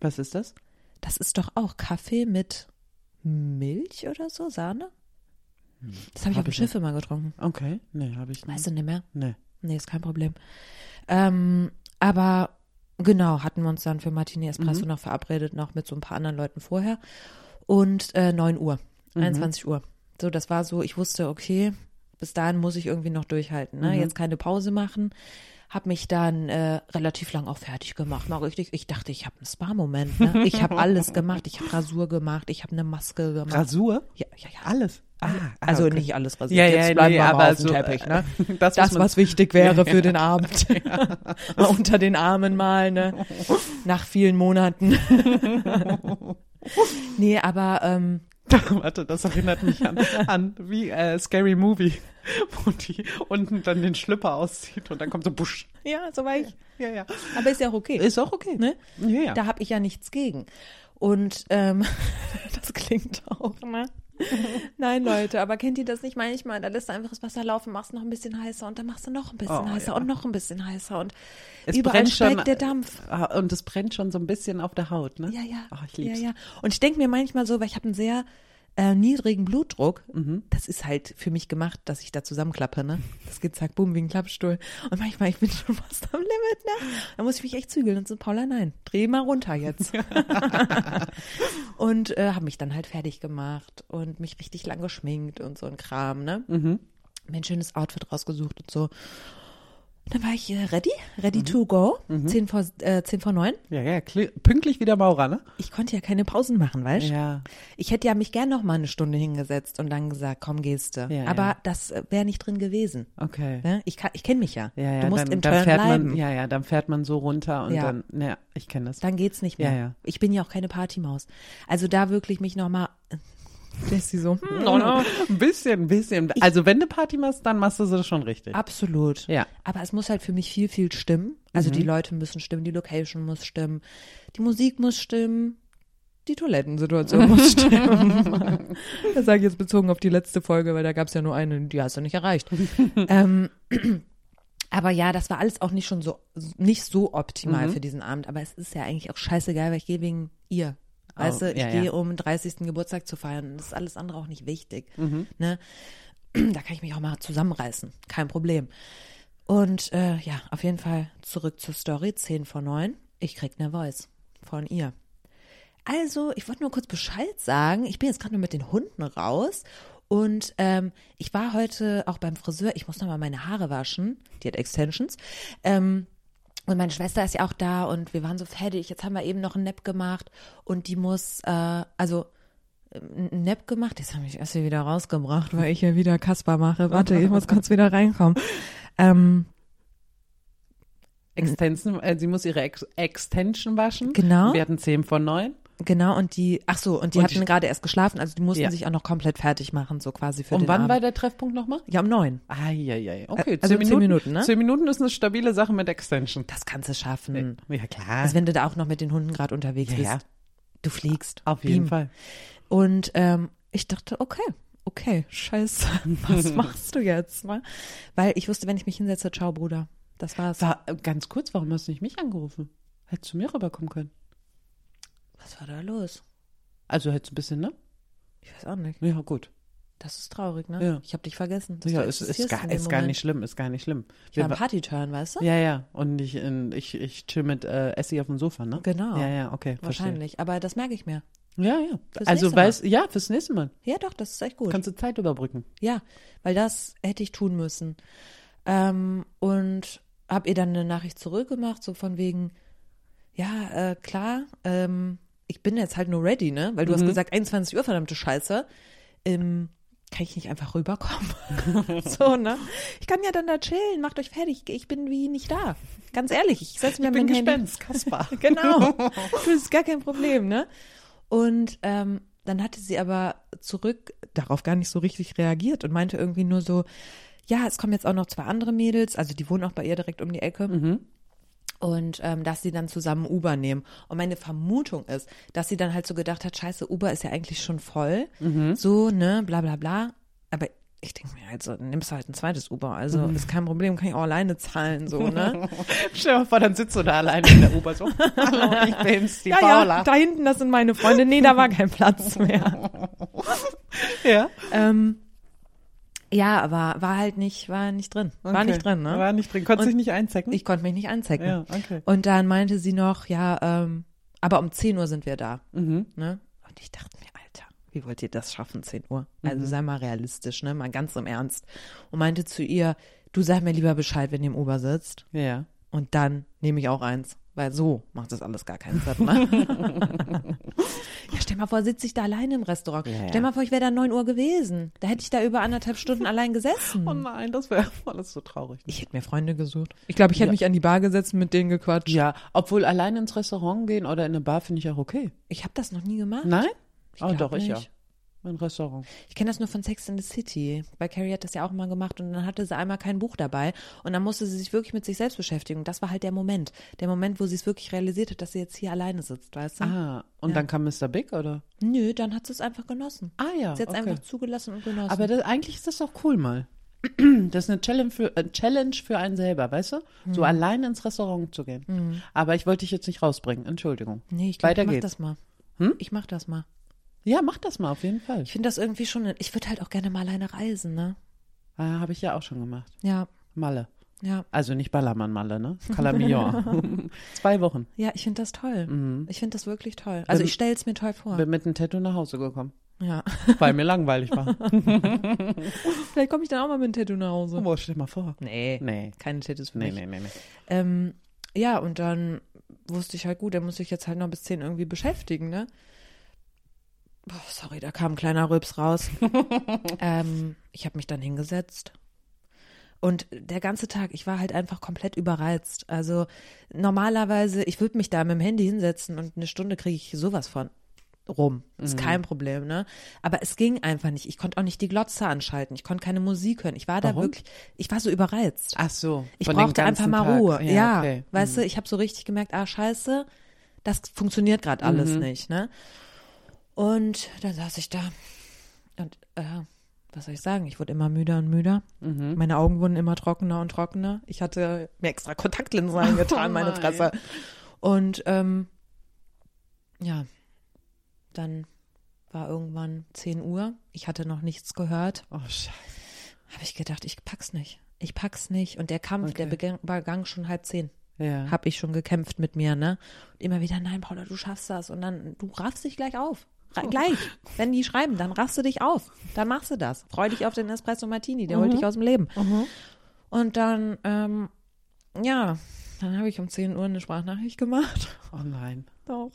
Speaker 2: Was ist das?
Speaker 1: Das ist doch auch Kaffee mit Milch oder so, Sahne?
Speaker 2: Hm.
Speaker 1: Das habe ich auf dem Schiff immer getrunken.
Speaker 2: Okay, nee, habe ich nicht.
Speaker 1: Weißt du nicht mehr?
Speaker 2: Nee.
Speaker 1: Nee, ist kein Problem. Ähm, aber genau, hatten wir uns dann für Martini Espresso
Speaker 2: Mhm.
Speaker 1: noch verabredet, noch mit so ein paar anderen Leuten vorher. Und äh, 9 Uhr,
Speaker 2: Mhm.
Speaker 1: 21 Uhr. So, das war so, ich wusste, okay, bis dahin muss ich irgendwie noch durchhalten.
Speaker 2: Mhm.
Speaker 1: Ne? Jetzt keine Pause machen. Hab mich dann äh, relativ lang auch fertig gemacht. Mal richtig, ich dachte, ich habe einen Spa-Moment. Ne? Ich habe alles gemacht. Ich habe Rasur gemacht. Ich habe eine Maske gemacht.
Speaker 2: Rasur?
Speaker 1: ja, ja, ja.
Speaker 2: Alles. Ah, ah,
Speaker 1: Also
Speaker 2: okay.
Speaker 1: nicht alles rasiert.
Speaker 2: Ja,
Speaker 1: Jetzt
Speaker 2: ja,
Speaker 1: bleiben
Speaker 2: nee,
Speaker 1: wir aber
Speaker 2: aber
Speaker 1: auf dem
Speaker 2: so,
Speaker 1: Teppich,
Speaker 2: äh,
Speaker 1: ne?
Speaker 2: das, was
Speaker 1: das
Speaker 2: man-
Speaker 1: was wichtig wäre für den Abend. Mal unter den Armen mal, ne? Nach vielen Monaten. nee, aber ähm,
Speaker 2: Oh, Warte, das erinnert mich an, an wie äh, Scary Movie, wo die unten dann den Schlüpper auszieht und dann kommt so Busch.
Speaker 1: ja, so war ich.
Speaker 2: Ja, ja.
Speaker 1: Aber ist ja auch okay.
Speaker 2: Ist auch okay.
Speaker 1: ne?
Speaker 2: Ja, ja.
Speaker 1: Da habe ich ja nichts gegen. Und ähm, das klingt auch, ne? Nein, Leute, aber kennt ihr das nicht manchmal? Da lässt du einfach das Wasser laufen, machst noch ein bisschen heißer und dann machst du noch ein bisschen
Speaker 2: Oh,
Speaker 1: heißer
Speaker 2: ja.
Speaker 1: und noch ein bisschen heißer und
Speaker 2: Es
Speaker 1: überall
Speaker 2: brennt schon-
Speaker 1: steigt der Dampf.
Speaker 2: Ah, Und es brennt schon so ein bisschen auf der Haut, ne?
Speaker 1: Ja, ja.
Speaker 2: Ach, ich lieb's.
Speaker 1: Ja, ja. Und ich denke mir manchmal so, weil ich habe einen sehr äh, niedrigen Blutdruck,
Speaker 2: Mhm.
Speaker 1: das ist halt für mich gemacht, dass ich da zusammenklappe, ne? Das geht zack, boom, wie ein Klappstuhl. Und manchmal, ich bin schon fast am Limit, ne? Da muss ich mich echt zügeln und so, Paula, nein, dreh mal runter jetzt. und äh, habe mich dann halt fertig gemacht und mich richtig lang geschminkt und so ein Kram, ne?
Speaker 2: Mhm.
Speaker 1: Mir ein schönes Outfit rausgesucht und so. Dann war ich äh, ready, ready
Speaker 2: Mhm.
Speaker 1: to go, zehn vor, äh, 10 vor 9.
Speaker 2: Ja, ja, kli- pünktlich wie der Maurer, ne?
Speaker 1: Ich konnte ja keine Pausen machen, weißt du?
Speaker 2: Ja.
Speaker 1: Ich hätte ja mich gern noch mal eine Stunde hingesetzt und dann gesagt, komm, gehst du.
Speaker 2: Ja,
Speaker 1: Aber
Speaker 2: ja.
Speaker 1: das wäre nicht drin gewesen.
Speaker 2: Okay.
Speaker 1: Ne? Ich, kann- ich kenne mich ja.
Speaker 2: Ja, ja,
Speaker 1: du musst
Speaker 2: dann,
Speaker 1: im
Speaker 2: dann
Speaker 1: Turn
Speaker 2: fährt
Speaker 1: bleiben.
Speaker 2: man, ja, ja, dann fährt man so runter und
Speaker 1: Ja.
Speaker 2: dann, ja, ich kenne das.
Speaker 1: Dann geht's nicht mehr.
Speaker 2: Ja, ja.
Speaker 1: Ich bin ja auch keine Partymaus. Also da wirklich mich noch mal lässt sie so. hm, no, no.
Speaker 2: Ein bisschen, ein bisschen. Also wenn du Party machst, dann machst du das schon richtig.
Speaker 1: Absolut.
Speaker 2: Ja. Mhm.
Speaker 1: Aber es muss halt für mich viel, viel stimmen. Also die Leute müssen stimmen, die Location muss stimmen, die Musik muss stimmen, die Toilettensituation muss stimmen. das sage ich jetzt bezogen auf die letzte Folge, weil da gab es ja nur eine, die hast du nicht erreicht. ähm, aber ja, das war alles auch nicht schon so, nicht so
Speaker 2: Mhm.
Speaker 1: optimal für diesen Abend. Aber es ist ja eigentlich auch scheißegal, weil ich gehe wegen ihr. Weißt
Speaker 2: Oh,
Speaker 1: du, ich
Speaker 2: ja, ja.
Speaker 1: gehe, um den 30. Geburtstag zu feiern. Und das ist alles andere auch nicht wichtig.
Speaker 2: Mhm.
Speaker 1: Ne? da kann ich mich auch mal zusammenreißen. Kein Problem. Und äh, ja, auf jeden Fall zurück zur Story, 10 vor 9. Ich krieg eine Voice von ihr. Also, ich wollte nur kurz Bescheid sagen. Ich bin jetzt gerade nur mit den Hunden raus. Und ähm, ich war heute auch beim Friseur. Ich muss nochmal meine Haare waschen. Die hat Extensions. Ähm, und meine Schwester ist ja auch da und wir waren so fertig. Jetzt haben wir eben noch einen Nap gemacht und die muss, äh, also einen Nap gemacht. Jetzt habe ich erst hier wieder rausgebracht, weil ich hier wieder Kasper mache. Warte, ich muss kurz wieder reinkommen. Ähm,
Speaker 2: Extension, äh, sie muss ihre Ex Extension waschen.
Speaker 1: Genau.
Speaker 2: Wir hatten 10 von 9.
Speaker 1: genau, und die, ach so, und die
Speaker 2: Und
Speaker 1: hatten
Speaker 2: die-
Speaker 1: gerade erst geschlafen, also die mussten
Speaker 2: Ja.
Speaker 1: sich auch noch komplett fertig machen, so quasi für
Speaker 2: Und
Speaker 1: den
Speaker 2: wann
Speaker 1: Abend.
Speaker 2: war der Treffpunkt nochmal?
Speaker 1: Ja, um neun.
Speaker 2: Eieiei. Okay,
Speaker 1: also zehn
Speaker 2: 10 Minuten.
Speaker 1: Minuten, ne?
Speaker 2: 10 Minuten ist eine stabile Sache mit Extension. Äh,
Speaker 1: Das kannst du schaffen.
Speaker 2: Ja, klar.
Speaker 1: Also wenn du da auch noch mit den Hunden gerade unterwegs
Speaker 2: Ja,
Speaker 1: bist.
Speaker 2: ja.
Speaker 1: Du fliegst.
Speaker 2: Auf jeden
Speaker 1: Beam.
Speaker 2: Fall.
Speaker 1: Und ähm, ich dachte, okay, okay, scheiße, was machst du jetzt? ne? Weil ich wusste, wenn ich mich hinsetze, ciao Bruder. Das war's.
Speaker 2: War, äh, ganz kurz, warum hast du nicht mich angerufen? Hättest du mir rüberkommen können.
Speaker 1: Was war da los?
Speaker 2: Also hättest du ein bisschen, ne?
Speaker 1: Ich weiß auch nicht.
Speaker 2: Ja, gut.
Speaker 1: Das ist traurig, ne?
Speaker 2: Ja.
Speaker 1: Ich habe dich vergessen. dass
Speaker 2: Ja,
Speaker 1: du
Speaker 2: ist, ist,
Speaker 1: existierst
Speaker 2: gar,
Speaker 1: in dem
Speaker 2: ist gar
Speaker 1: Moment.
Speaker 2: nicht schlimm, ist gar nicht schlimm.
Speaker 1: Ich war
Speaker 2: Wir
Speaker 1: im
Speaker 2: wa-
Speaker 1: Partyturn, weißt du?
Speaker 2: ja, ja. Und ich, in, ich, ich chill mit äh, Essie auf dem Sofa, ne?
Speaker 1: Genau.
Speaker 2: Ja, ja, okay.
Speaker 1: Wahrscheinlich. Aber das merke ich mir.
Speaker 2: Verstehe. Ja, ja.
Speaker 1: Fürs
Speaker 2: also,
Speaker 1: nächste Mal.
Speaker 2: weißt ja, fürs nächste Mal.
Speaker 1: Ja, doch, das ist echt gut.
Speaker 2: Kannst du Zeit überbrücken.
Speaker 1: Ja, weil das hätte ich tun müssen. Ähm, und habe ihr dann eine Nachricht zurückgemacht, so von wegen, ja, äh, klar, ähm, ich bin jetzt halt nur ready, ne? Weil du
Speaker 2: Mhm.
Speaker 1: hast gesagt, 21 Uhr, verdammte Scheiße. Ähm, kann ich nicht einfach rüberkommen? so, ne? Ich kann ja dann da chillen, macht euch fertig. Ich bin wie nicht da. Ganz ehrlich, ich setze mir
Speaker 2: Ich
Speaker 1: an
Speaker 2: bin
Speaker 1: mein Handy.
Speaker 2: Gespenst, Kaspar.
Speaker 1: Genau. Das ist gar kein Problem, ne? Und ähm, dann hatte sie aber zurück darauf gar nicht so richtig reagiert und meinte irgendwie nur so, ja, es kommen jetzt auch noch zwei andere Mädels, also die wohnen auch bei ihr direkt um die Ecke. Und ähm, dass sie dann zusammen Uber nehmen. Und meine Vermutung ist, dass sie dann halt so gedacht hat, scheiße, Uber ist ja eigentlich schon voll. So, ne, bla bla bla. Aber ich denke mir halt so, nimmst halt ein zweites Uber. Also ist kein Problem, kann ich auch alleine zahlen, so, ne?
Speaker 2: Stell dir mal vor, dann sitzt du da alleine in der Ober so. Hallo, ich bin's, die
Speaker 1: ja,
Speaker 2: Paula.
Speaker 1: ja, da hinten, das sind meine Freunde. Nee, da war kein Platz mehr.
Speaker 2: Ja.
Speaker 1: ähm, ja, aber war halt nicht, war nicht drin. War
Speaker 2: Okay.
Speaker 1: nicht drin, ne?
Speaker 2: War nicht drin. Konntest
Speaker 1: Und-
Speaker 2: dich nicht einzecken?
Speaker 1: ich konnte mich nicht anzecken.
Speaker 2: Ja, okay.
Speaker 1: Und dann meinte sie noch, ja, ähm, aber um 10 Uhr sind wir da.
Speaker 2: Mhm.
Speaker 1: Ne? Und ich dachte mir, Alter, wie wollt ihr das schaffen, 10 Uhr?
Speaker 2: Mhm.
Speaker 1: Also sei mal realistisch, ne? Mal ganz im Ernst. Und meinte zu ihr, du sag mir lieber Bescheid, wenn ihr im Uber sitzt.
Speaker 2: ja.
Speaker 1: Und dann nehme ich auch eins, weil so macht das alles gar keinen Sinn. Ne? ja, stell mal vor, sitze ich da alleine im Restaurant.
Speaker 2: ja.
Speaker 1: Stell mal vor, ich wäre da 9 Uhr gewesen. Da hätte ich da über anderthalb Stunden allein gesessen.
Speaker 2: Oh nein, das wäre alles so traurig.
Speaker 1: Ich hätte mir Freunde gesucht. Ich glaube, ich hätte mich an die Bar gesetzt und mit denen gequatscht.
Speaker 2: Ja, obwohl alleine ins Restaurant gehen oder in eine Bar finde ich auch okay.
Speaker 1: Ich habe das noch nie gemacht.
Speaker 2: Nein? Ah,
Speaker 1: glaub
Speaker 2: doch, ich ja.
Speaker 1: nicht.
Speaker 2: Ein Restaurant.
Speaker 1: Ich kenne das nur von Sex in the City. Bei Carrie hat das ja auch mal gemacht und dann hatte sie einmal kein Buch dabei und dann musste sie sich wirklich mit sich selbst beschäftigen. Und das war halt der Moment. Der Moment, wo sie es wirklich realisiert hat, dass sie jetzt hier alleine sitzt, weißt du?
Speaker 2: Ah, und dann kam Mr. Big, oder?
Speaker 1: Nö, dann hat sie es einfach genossen.
Speaker 2: Ah ja,
Speaker 1: Sie hat es
Speaker 2: okay.
Speaker 1: einfach zugelassen und genossen.
Speaker 2: Aber das, eigentlich ist das doch cool mal. Das ist eine Challenge für, äh, Challenge für einen selber, weißt du?
Speaker 1: Hm.
Speaker 2: So alleine ins Restaurant zu gehen. Aber ich wollte dich jetzt nicht rausbringen, Entschuldigung.
Speaker 1: nee, ich glaub,
Speaker 2: Weiter Hm?
Speaker 1: ich mach
Speaker 2: geht's.
Speaker 1: das mal. Ich mach das mal.
Speaker 2: Ja, mach das mal auf jeden Fall.
Speaker 1: Ich finde das irgendwie schon, ich würde halt auch gerne mal alleine reisen, ne?
Speaker 2: Ah, Habe ich ja auch schon gemacht.
Speaker 1: Ja,
Speaker 2: Malle.
Speaker 1: ja.
Speaker 2: Also nicht Ballermann Malle, ne? Kalamio. Zwei Wochen.
Speaker 1: Ja, ich finde das toll.
Speaker 2: Mhm.
Speaker 1: Ich finde das wirklich toll. Also
Speaker 2: Bin-
Speaker 1: ich stelle es mir toll vor.
Speaker 2: Bin mit einem Tattoo nach Hause gekommen,
Speaker 1: ja.
Speaker 2: weil mir langweilig war.
Speaker 1: Vielleicht komme ich dann auch mal mit einem Tattoo nach Hause.
Speaker 2: Boah, stell mal vor.
Speaker 1: Nee.
Speaker 2: Nee.
Speaker 1: Keine Tattoos für
Speaker 2: Nee,
Speaker 1: mich.
Speaker 2: nee, nee, nee.
Speaker 1: Ähm, ja, und dann wusste ich halt, gut, der muss sich jetzt halt noch bis 10 irgendwie beschäftigen, ne? Boah, sorry, da kam ein kleiner Rülps raus. ähm, ich habe mich dann hingesetzt. Und der ganze Tag, ich war halt einfach komplett überreizt. Also normalerweise, ich würde mich da mit dem Handy hinsetzen und eine Stunde kriege ich sowas von rum. Ist kein Problem, ne? Aber es ging einfach nicht. Ich konnte auch nicht die Glotze anschalten. Ich konnte keine Musik hören. Ich war da
Speaker 2: Warum?
Speaker 1: wirklich, ich war so überreizt.
Speaker 2: Ach so.
Speaker 1: Ich
Speaker 2: von den
Speaker 1: brauchte einfach
Speaker 2: ganzen
Speaker 1: mal
Speaker 2: Tag.
Speaker 1: Ruhe. Ja,
Speaker 2: okay. Mhm.
Speaker 1: weißt du, ich habe so richtig gemerkt, ah, scheiße, das funktioniert gerade
Speaker 2: Mhm.
Speaker 1: alles nicht, ne? Und dann saß ich da und äh, was soll ich sagen? Ich wurde immer müder und müder.
Speaker 2: Mhm.
Speaker 1: Meine Augen wurden immer trockener und trockener. Ich hatte mir extra Kontaktlinsen angetan, meine
Speaker 2: nein.
Speaker 1: Fresse. Und ähm, ja, dann war irgendwann 10 Uhr. Ich hatte noch nichts gehört
Speaker 2: Oh, scheiße.
Speaker 1: habe ich gedacht, ich pack's nicht. Ich pack's nicht. Und der Kampf, der begann, begann schon halb zehn.
Speaker 2: Ja.
Speaker 1: Hab ich schon gekämpft mit mir, ne? Und immer wieder, nein, Paula, du schaffst das. Und dann, du raffst dich gleich auf. Ra Gleich. Wenn die schreiben, dann raffst du dich auf. Dann machst du das. Freu dich auf den Espresso Martini, der holt dich aus dem Leben. Und dann, ähm, ja, dann habe ich um 10 Uhr eine Sprachnachricht gemacht.
Speaker 2: oh nein.
Speaker 1: Doch.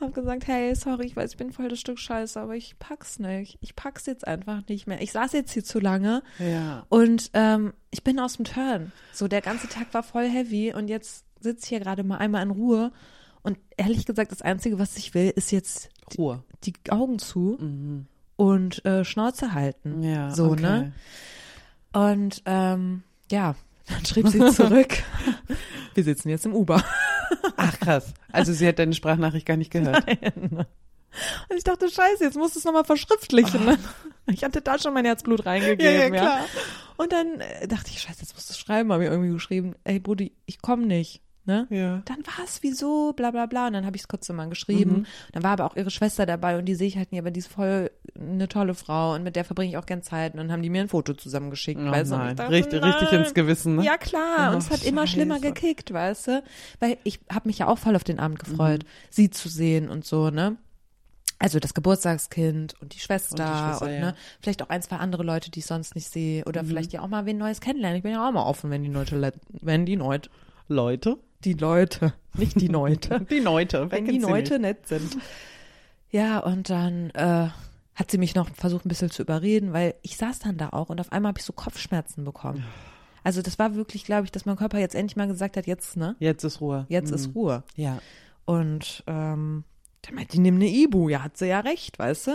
Speaker 1: Hab gesagt, hey, sorry, ich weiß, ich bin voll das Stück Scheiße, aber ich pack's nicht. Ich pack's jetzt einfach nicht mehr. Ich saß jetzt hier zu lange.
Speaker 2: Ja.
Speaker 1: Und ähm, ich bin aus dem Turn. So, der ganze Tag war voll heavy und jetzt sitze ich hier gerade mal einmal in Ruhe. Und ehrlich gesagt, das Einzige, was ich will, ist jetzt die,
Speaker 2: Ruhe.
Speaker 1: die Augen zu und äh, Schnauze halten.
Speaker 2: Mhm. Ja.
Speaker 1: so,
Speaker 2: okay.
Speaker 1: ne? Und ähm, ja, dann schrieb sie zurück. Wir sitzen jetzt im Uber.
Speaker 2: Ach krass. Also sie hat deine Sprachnachricht gar nicht gehört.
Speaker 1: Und ich dachte, scheiße, jetzt musst du es nochmal verschriftlichen. Ne? Ich hatte da schon mein Herzblut reingegeben.
Speaker 2: Ah. Ja, ja, klar.
Speaker 1: Und dann äh, dachte ich, scheiße, jetzt musst du schreiben. Habe ich irgendwie geschrieben, ey Brudi, ich komme nicht. Ne?
Speaker 2: Ja.
Speaker 1: Dann war es wieso, bla bla bla. Und dann habe ich es kurz nochmal
Speaker 2: Mhm.
Speaker 1: geschrieben. Dann war aber auch ihre Schwester dabei und die sehe ich halt nie, aber die ist voll eine tolle Frau und mit der verbringe ich auch gern Zeit. Und dann haben die mir ein Foto zusammengeschickt.
Speaker 2: Oh
Speaker 1: weißt du? Und ich
Speaker 2: nein.
Speaker 1: dachte,
Speaker 2: Richtig, richtig
Speaker 1: nein.
Speaker 2: ins Gewissen, ne?
Speaker 1: Ja, klar.
Speaker 2: Oh,
Speaker 1: und es hat immer schlimmer
Speaker 2: Scheiße.
Speaker 1: gekickt, weißt du? Weil ich habe mich ja auch voll auf den Abend gefreut,
Speaker 2: Mhm.
Speaker 1: sie zu sehen und so, ne? Also das Geburtstagskind und die Schwester und,
Speaker 2: Und die Schwester,
Speaker 1: ne,
Speaker 2: ja. Mhm.
Speaker 1: vielleicht auch ein, zwei andere Leute, die ich sonst nicht sehe oder vielleicht ja auch mal wen Neues kennenlernen. Ich bin ja auch mal offen, wenn die Leute, le- wenn die Leute,
Speaker 2: Leute.
Speaker 1: die Leute, nicht die Leute,
Speaker 2: Die Leute.
Speaker 1: wenn
Speaker 2: wecken
Speaker 1: die
Speaker 2: sie
Speaker 1: Leute
Speaker 2: mich.
Speaker 1: nett sind. Ja, und dann äh, hat sie mich noch versucht, ein bisschen zu überreden, weil ich saß dann da auch und auf einmal habe ich so Kopfschmerzen bekommen. Also das war wirklich, glaube ich, dass mein Körper jetzt endlich mal gesagt hat, jetzt, ne?
Speaker 2: Jetzt ist Ruhe. Mhm.
Speaker 1: Jetzt ist Ruhe.
Speaker 2: Ja.
Speaker 1: Und ähm, dann meinte die, nimm eine Ibu. Ja, hat sie ja recht, weißt du?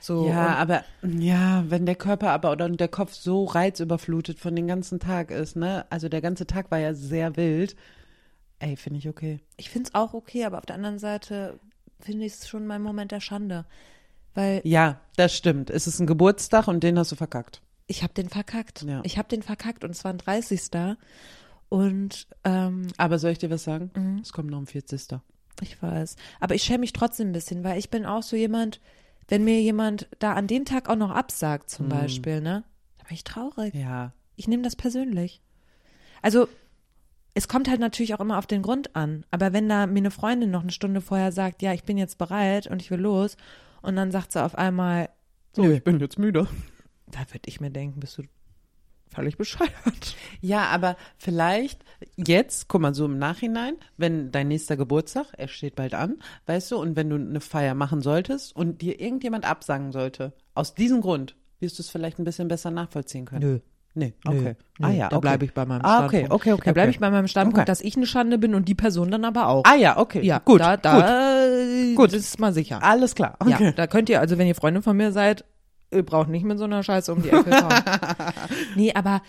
Speaker 1: So,
Speaker 2: Ja, aber ja, wenn der Körper aber oder der Kopf so reizüberflutet von den ganzen Tag ist, ne? Also der ganze Tag war ja sehr wild. Ey, finde ich okay.
Speaker 1: Ich finde es auch okay, aber auf der anderen Seite finde ich es schon mein Moment der Schande. Weil
Speaker 2: Ja, das stimmt. Es ist ein Geburtstag und den hast du verkackt.
Speaker 1: ich habe den verkackt.
Speaker 2: Ja.
Speaker 1: Ich habe den verkackt und es war ein 30. Und ähm,
Speaker 2: Aber soll ich dir was sagen? Es kommt noch ein 40.
Speaker 1: Ich weiß. Aber ich schäme mich trotzdem ein bisschen, weil ich bin auch so jemand, wenn mir jemand da an dem Tag auch noch absagt, zum Beispiel, ne? Da bin ich traurig.
Speaker 2: Ja.
Speaker 1: Ich nehme das persönlich. Also, es kommt halt natürlich auch immer auf den Grund an. Aber wenn da mir eine Freundin noch eine Stunde vorher sagt, ja, ich bin jetzt bereit und ich will los, und dann sagt sie auf einmal,
Speaker 2: So, ich bin jetzt müde.
Speaker 1: da würde ich mir denken, bist du völlig bescheuert.
Speaker 2: Ja, aber vielleicht jetzt, guck mal, so im Nachhinein, wenn dein nächster Geburtstag, er steht bald an, weißt du, und wenn du eine Feier machen solltest und dir irgendjemand absagen sollte, aus diesem Grund wirst du es vielleicht ein bisschen besser nachvollziehen können.
Speaker 1: Nö.
Speaker 2: Nee, okay.
Speaker 1: Nö,
Speaker 2: ah ja,
Speaker 1: da
Speaker 2: okay.
Speaker 1: bleibe ich bei meinem
Speaker 2: ah, okay,
Speaker 1: Standpunkt.
Speaker 2: okay, okay.
Speaker 1: Da bleibe
Speaker 2: okay.
Speaker 1: ich bei meinem Standpunkt,
Speaker 2: Okay.
Speaker 1: dass ich eine Schande bin und die Person dann aber auch.
Speaker 2: Ah ja, okay.
Speaker 1: Ja,
Speaker 2: gut.
Speaker 1: Da, da
Speaker 2: gut.
Speaker 1: äh,
Speaker 2: Gut.
Speaker 1: Das ist mal sicher.
Speaker 2: Alles klar.
Speaker 1: Ja,
Speaker 2: Okay.
Speaker 1: da könnt ihr, also wenn ihr Freunde von mir seid, ihr braucht nicht mit so einer Scheiße um die Ecke kommen. nee, aber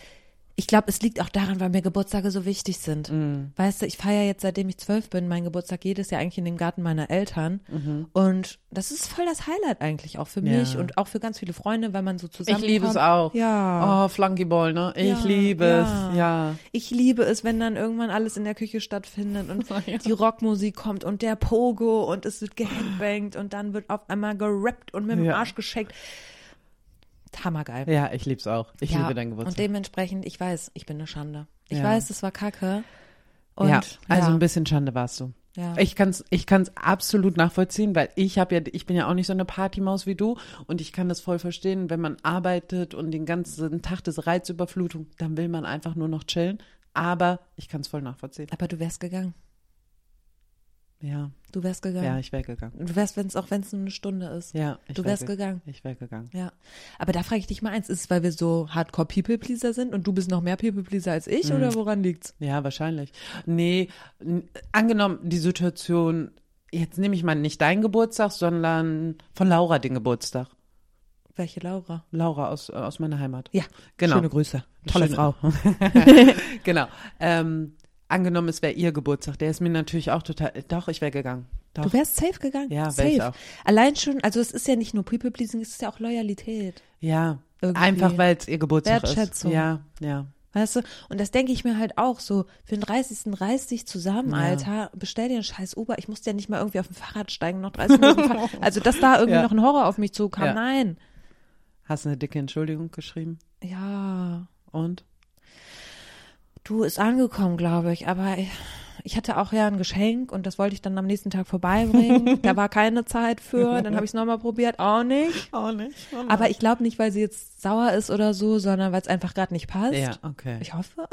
Speaker 1: Ich glaube, es liegt auch daran, weil mir Geburtstage so wichtig sind.
Speaker 2: Mm.
Speaker 1: Weißt du, ich feiere jetzt, seitdem ich zwölf bin, meinen Geburtstag jedes Jahr eigentlich in dem Garten meiner Eltern. Und das ist voll das Highlight eigentlich auch für
Speaker 2: Mhm. Ja.
Speaker 1: mich und auch für ganz viele Freunde, weil man so
Speaker 2: Ich
Speaker 1: zusammenkommt.
Speaker 2: liebe es auch.
Speaker 1: Ja.
Speaker 2: Oh, Flunkyball, ne? Ich
Speaker 1: Ja,
Speaker 2: liebe
Speaker 1: ja.
Speaker 2: es. Ja.
Speaker 1: Ich liebe es, wenn dann irgendwann alles in der Küche stattfindet und
Speaker 2: Oh,
Speaker 1: die Rockmusik kommt und der Pogo und es wird gehackbangt und dann wird auf einmal gerappt und mit dem
Speaker 2: Ja.
Speaker 1: Arsch gescheckt. Hammergeil.
Speaker 2: Ja, ich liebe es auch. Ich liebe deinen
Speaker 1: und
Speaker 2: Geburtstag.
Speaker 1: dementsprechend, ich weiß, ich bin eine Schande. Ich
Speaker 2: Ja.
Speaker 1: weiß, es war kacke. Und,
Speaker 2: ja, also
Speaker 1: ja.
Speaker 2: ein bisschen Schande warst du.
Speaker 1: Ja.
Speaker 2: Ich kann es ich kann's absolut nachvollziehen, weil ich habe ja, ich bin ja auch nicht so eine Partymaus wie du und ich kann das voll verstehen, wenn man arbeitet und den ganzen Tag des Reizüberflutung, dann will man einfach nur noch chillen. Aber ich kann es voll nachvollziehen.
Speaker 1: Aber du wärst gegangen.
Speaker 2: Ja,
Speaker 1: Du wärst
Speaker 2: ja,
Speaker 1: gegangen.
Speaker 2: ich wäre gegangen.
Speaker 1: Du wärst, wenn es auch wenn es nur eine Stunde ist.
Speaker 2: Ja, ich
Speaker 1: Du
Speaker 2: wär
Speaker 1: wärst
Speaker 2: ge-
Speaker 1: gegangen.
Speaker 2: Ich wäre gegangen.
Speaker 1: Ja. Aber da frage ich dich mal eins, ist es, weil wir so hardcore People Pleaser sind und du bist noch mehr People Pleaser als ich
Speaker 2: Mhm.
Speaker 1: oder woran liegt's?
Speaker 2: Ja, wahrscheinlich. Nee, n- angenommen, die Situation, jetzt nehme ich mal nicht deinen Geburtstag, sondern von Laura den Geburtstag.
Speaker 1: Welche Laura?
Speaker 2: Laura aus, äh, aus meiner Heimat.
Speaker 1: Ja,
Speaker 2: Genau.
Speaker 1: Schöne Grüße. Tolle
Speaker 2: Schöne-
Speaker 1: Frau.
Speaker 2: Genau. Ähm, angenommen, es wäre ihr Geburtstag. Der ist mir natürlich auch total. Doch, ich wäre gegangen. Doch.
Speaker 1: Du wärst safe gegangen.
Speaker 2: Ja, wär
Speaker 1: safe.
Speaker 2: ich auch.
Speaker 1: Allein schon, also es ist ja nicht nur People Pleasing, es ist ja auch Loyalität.
Speaker 2: ja.
Speaker 1: Irgendwie.
Speaker 2: Einfach weil es ihr Geburtstag ist.
Speaker 1: Wertschätzung.
Speaker 2: Ja, ja.
Speaker 1: Weißt du? Und das denke ich mir halt auch so. Für den 30. reiß dich zusammen, Alter. Bestell dir einen scheiß Uber. Ich musste ja nicht mal irgendwie auf dem Fahrrad steigen, noch 30 Minuten fahren. Also, dass da irgendwie
Speaker 2: Ja.
Speaker 1: noch ein Horror auf mich zukam.
Speaker 2: Ja.
Speaker 1: Nein.
Speaker 2: Hast eine dicke Entschuldigung geschrieben
Speaker 1: Ja.
Speaker 2: und
Speaker 1: Du ist angekommen, glaube ich. Aber ich hatte auch ja ein Geschenk und das wollte ich dann am nächsten Tag vorbeibringen. da war keine Zeit für. Dann habe ich es nochmal probiert. Auch nicht.
Speaker 2: auch nicht.
Speaker 1: Aber ich glaube nicht, weil sie jetzt sauer ist oder so, sondern weil es einfach gerade nicht passt.
Speaker 2: ja, okay.
Speaker 1: Ich hoffe.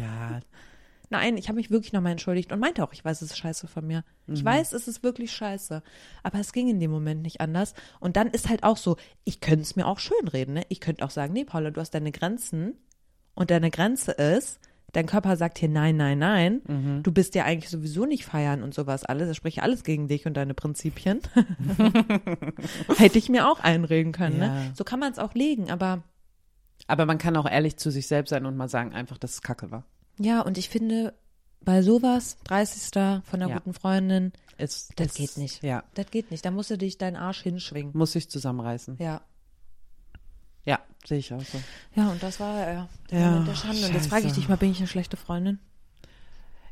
Speaker 2: ja,
Speaker 1: Nein, ich habe mich wirklich nochmal entschuldigt und meinte auch, ich weiß, es ist scheiße von mir. Ich
Speaker 2: Mhm.
Speaker 1: weiß, es ist wirklich scheiße. Aber es ging in dem Moment nicht anders. Und dann ist halt auch so, ich könnte es mir auch schönreden. Ne? Ich könnte auch sagen, nee, Paula, du hast deine Grenzen. Und deine Grenze ist, dein Körper sagt hier nein, nein, nein.
Speaker 2: Mhm.
Speaker 1: Du bist ja eigentlich sowieso nicht feiern und sowas alles. Das spricht ja alles gegen dich und deine Prinzipien. Hätte ich mir auch einreden können.
Speaker 2: Ja.
Speaker 1: Ne? So kann man es auch legen, aber
Speaker 2: aber man kann auch ehrlich zu sich selbst sein und mal sagen, einfach, dass es Kacke war.
Speaker 1: ja, und ich finde, bei sowas, 30. von einer
Speaker 2: Ja.
Speaker 1: guten Freundin,
Speaker 2: Es,
Speaker 1: Das
Speaker 2: es,
Speaker 1: geht nicht.
Speaker 2: Ja,
Speaker 1: Das geht nicht. Da musst du dich deinen Arsch hinschwingen.
Speaker 2: muss ich zusammenreißen.
Speaker 1: Ja.
Speaker 2: Ja, sehe ich auch so.
Speaker 1: Ja, und das war äh, der
Speaker 2: Ja,
Speaker 1: Moment der Schande. Und jetzt frage ich
Speaker 2: scheiße.
Speaker 1: dich mal, bin ich eine schlechte Freundin?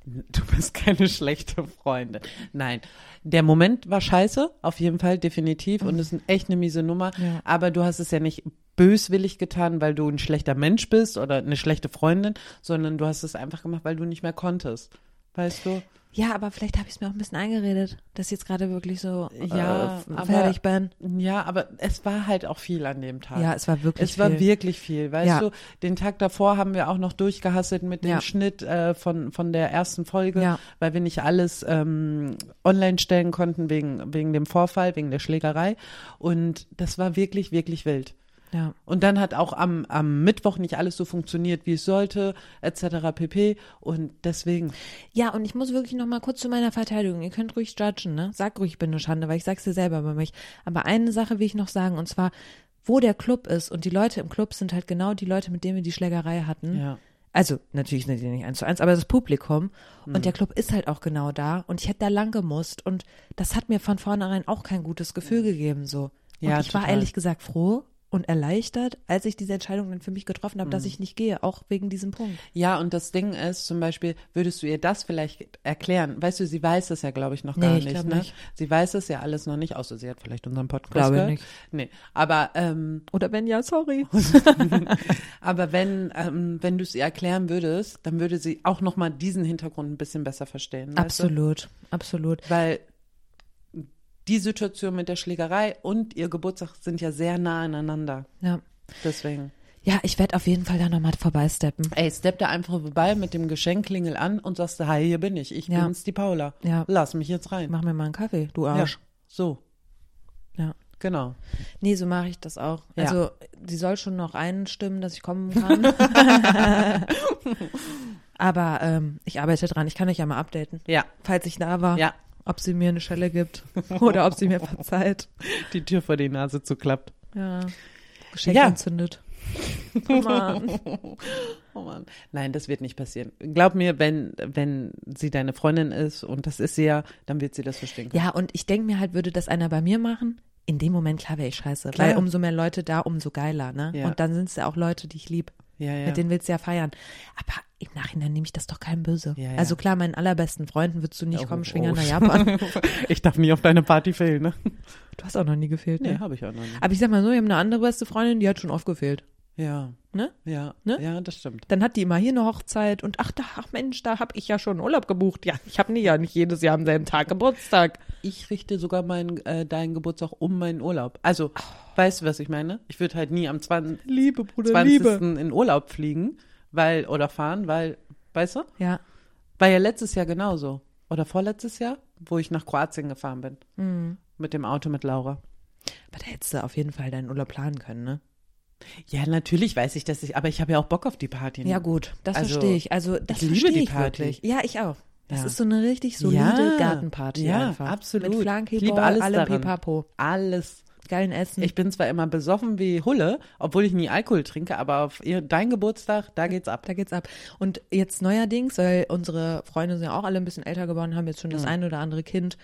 Speaker 2: Du bist keine schlechte Freundin. Nein, der Moment war scheiße, auf jeden Fall, definitiv. Und es ist echt eine miese Nummer.
Speaker 1: Ja.
Speaker 2: Aber du hast es ja nicht böswillig getan, weil du ein schlechter Mensch bist oder eine schlechte Freundin, sondern du hast es einfach gemacht, weil du nicht mehr konntest. Weißt du?
Speaker 1: Ja, aber vielleicht habe ich es mir auch ein bisschen eingeredet, dass ich jetzt gerade wirklich so äh,
Speaker 2: Ja,
Speaker 1: f-
Speaker 2: aber-
Speaker 1: fertig bin.
Speaker 2: Ja, aber es war halt auch viel an dem Tag.
Speaker 1: Ja, es war wirklich
Speaker 2: Es war
Speaker 1: viel.
Speaker 2: wirklich viel, weißt
Speaker 1: Ja.
Speaker 2: du? Den Tag davor haben wir auch noch durchgehasselt mit dem
Speaker 1: Ja.
Speaker 2: Schnitt äh, von, von der ersten Folge,
Speaker 1: Ja.
Speaker 2: weil wir nicht alles ähm, online stellen konnten wegen, wegen dem Vorfall, wegen der Schlägerei. Und das war wirklich, wirklich wild.
Speaker 1: Ja.
Speaker 2: Und dann hat auch am, am Mittwoch nicht alles so funktioniert, wie es sollte, etc. pp. Und deswegen,
Speaker 1: ja, und ich muss wirklich noch mal kurz zu meiner Verteidigung. Ihr könnt ruhig judgen, ne? Sag ruhig, ich bin eine Schande, weil ich sag's dir selber über mich. Aber eine Sache will ich noch sagen, und zwar, wo der Club ist und die Leute im Club sind halt genau die Leute, mit denen wir die Schlägerei hatten.
Speaker 2: ja.
Speaker 1: Also natürlich sind die nicht eins zu eins, aber das Publikum und der Club ist halt auch genau da und ich hätte da lang gemusst und das hat mir von vornherein auch kein gutes Gefühl gegeben so. Und
Speaker 2: Ja,
Speaker 1: ich war
Speaker 2: total.
Speaker 1: ehrlich gesagt froh und erleichtert, als ich diese Entscheidung dann für mich getroffen habe, dass ich nicht gehe, auch wegen diesem Punkt.
Speaker 2: Ja, und das Ding ist, zum Beispiel, würdest du ihr das vielleicht erklären? Weißt du, sie weiß das ja, glaube ich, noch
Speaker 1: Nee,
Speaker 2: gar
Speaker 1: ich
Speaker 2: nicht,
Speaker 1: glaub
Speaker 2: ne?
Speaker 1: nicht.
Speaker 2: Sie weiß es ja alles noch nicht, außer sie hat vielleicht unseren Podcast
Speaker 1: Glaube
Speaker 2: gehört.
Speaker 1: nicht.
Speaker 2: Nee, aber, ähm,
Speaker 1: Oder wenn ja, sorry.
Speaker 2: aber wenn, ähm, wenn du es ihr erklären würdest, dann würde sie auch nochmal diesen Hintergrund ein bisschen besser verstehen. Weißt
Speaker 1: Absolut, absolut.
Speaker 2: du? Weil die Situation mit der Schlägerei und ihr Geburtstag sind ja sehr nah aneinander.
Speaker 1: Ja,
Speaker 2: Deswegen.
Speaker 1: ja ich werde auf jeden Fall da nochmal vorbeisteppen.
Speaker 2: Ey, stepp da einfach vorbei mit dem Geschenkklingel an und sagst, hi, hier bin ich. Ich
Speaker 1: Ja.
Speaker 2: bin's, die Paula.
Speaker 1: Ja.
Speaker 2: Lass mich jetzt rein.
Speaker 1: Mach mir mal einen Kaffee, du
Speaker 2: Ja,
Speaker 1: Arsch.
Speaker 2: so,
Speaker 1: ja.
Speaker 2: genau.
Speaker 1: Nee, so mache ich das auch.
Speaker 2: Ja.
Speaker 1: Also, die soll schon noch einstimmen, dass ich kommen kann. Aber ähm, ich arbeite dran. Ich kann euch ja mal updaten,
Speaker 2: Ja,
Speaker 1: falls ich da war,
Speaker 2: ja.
Speaker 1: ob sie mir eine Schelle gibt oder ob sie mir verzeiht.
Speaker 2: Die Tür vor die Nase zuklappt.
Speaker 1: Ja. Geschenk
Speaker 2: Ja.
Speaker 1: entzündet. Oh Mann.
Speaker 2: Oh Mann. Nein, das wird nicht passieren. Glaub mir, wenn, wenn sie deine Freundin ist und das ist sie ja, dann wird sie das verstehen.
Speaker 1: Ja, und ich denke mir halt, würde das einer bei mir machen? In dem Moment klar wäre ich scheiße.
Speaker 2: Klar.
Speaker 1: Weil umso mehr Leute da, umso geiler, ne?
Speaker 2: Ja.
Speaker 1: Und dann sind es ja auch Leute, die ich lieb.
Speaker 2: Ja, ja.
Speaker 1: Mit denen willst du ja feiern. Aber im Nachhinein nehme ich das doch keinem böse.
Speaker 2: Ja, ja.
Speaker 1: Also klar, meinen allerbesten Freunden würdest du nicht
Speaker 2: Oh,
Speaker 1: kommen,
Speaker 2: oh.
Speaker 1: Schwinger nach Japan.
Speaker 2: Ich darf nie auf deine Party fehlen, ne?
Speaker 1: Du hast auch noch nie gefehlt,
Speaker 2: Nee,
Speaker 1: ne?
Speaker 2: habe ich auch noch nie.
Speaker 1: Aber ich sag mal so, ich habe eine andere beste Freundin, die hat schon oft gefehlt,
Speaker 2: Ja,
Speaker 1: ne?
Speaker 2: ja,
Speaker 1: Ne?
Speaker 2: ja, das stimmt.
Speaker 1: Dann hat die immer hier eine Hochzeit und ach, da, ach Mensch, da habe ich ja schon Urlaub gebucht. Ja, ich habe nie ja nicht jedes Jahr am selben Tag Geburtstag.
Speaker 2: Ich richte sogar meinen, äh, deinen Geburtstag um meinen Urlaub. Also, weißt du, was ich meine? Ich würde halt nie am 20.
Speaker 1: Liebe, Bruder,
Speaker 2: 20. in Urlaub fliegen, weil, oder fahren, weil, weißt du?
Speaker 1: Ja,
Speaker 2: War ja letztes Jahr genauso. Oder vorletztes Jahr, wo ich nach Kroatien gefahren bin. Mit dem Auto mit Laura.
Speaker 1: aber da hättest du auf jeden Fall deinen Urlaub planen können, ne?
Speaker 2: Ja, natürlich weiß ich das, ich, aber ich habe ja auch Bock auf die Party. ne?
Speaker 1: Ja, gut, das
Speaker 2: Also,
Speaker 1: verstehe ich. Also, das
Speaker 2: ich liebe
Speaker 1: verstehe
Speaker 2: die
Speaker 1: ich
Speaker 2: Party.
Speaker 1: wirklich. Ja, ich auch. Das
Speaker 2: Ja.
Speaker 1: ist so eine richtig solide
Speaker 2: Ja,
Speaker 1: Gartenparty
Speaker 2: ja,
Speaker 1: einfach.
Speaker 2: absolut.
Speaker 1: Mit Flanke,
Speaker 2: Ich liebe alles
Speaker 1: allem
Speaker 2: daran.
Speaker 1: Pipapo,
Speaker 2: Alles.
Speaker 1: geilen Essen.
Speaker 2: Ich bin zwar immer besoffen wie Hulle, obwohl ich nie Alkohol trinke, aber auf ihr, dein Geburtstag, da geht's ab.
Speaker 1: da geht's ab. Und jetzt neuerdings, weil unsere Freunde sind ja auch alle ein bisschen älter geworden, haben jetzt schon das ein oder andere Kind,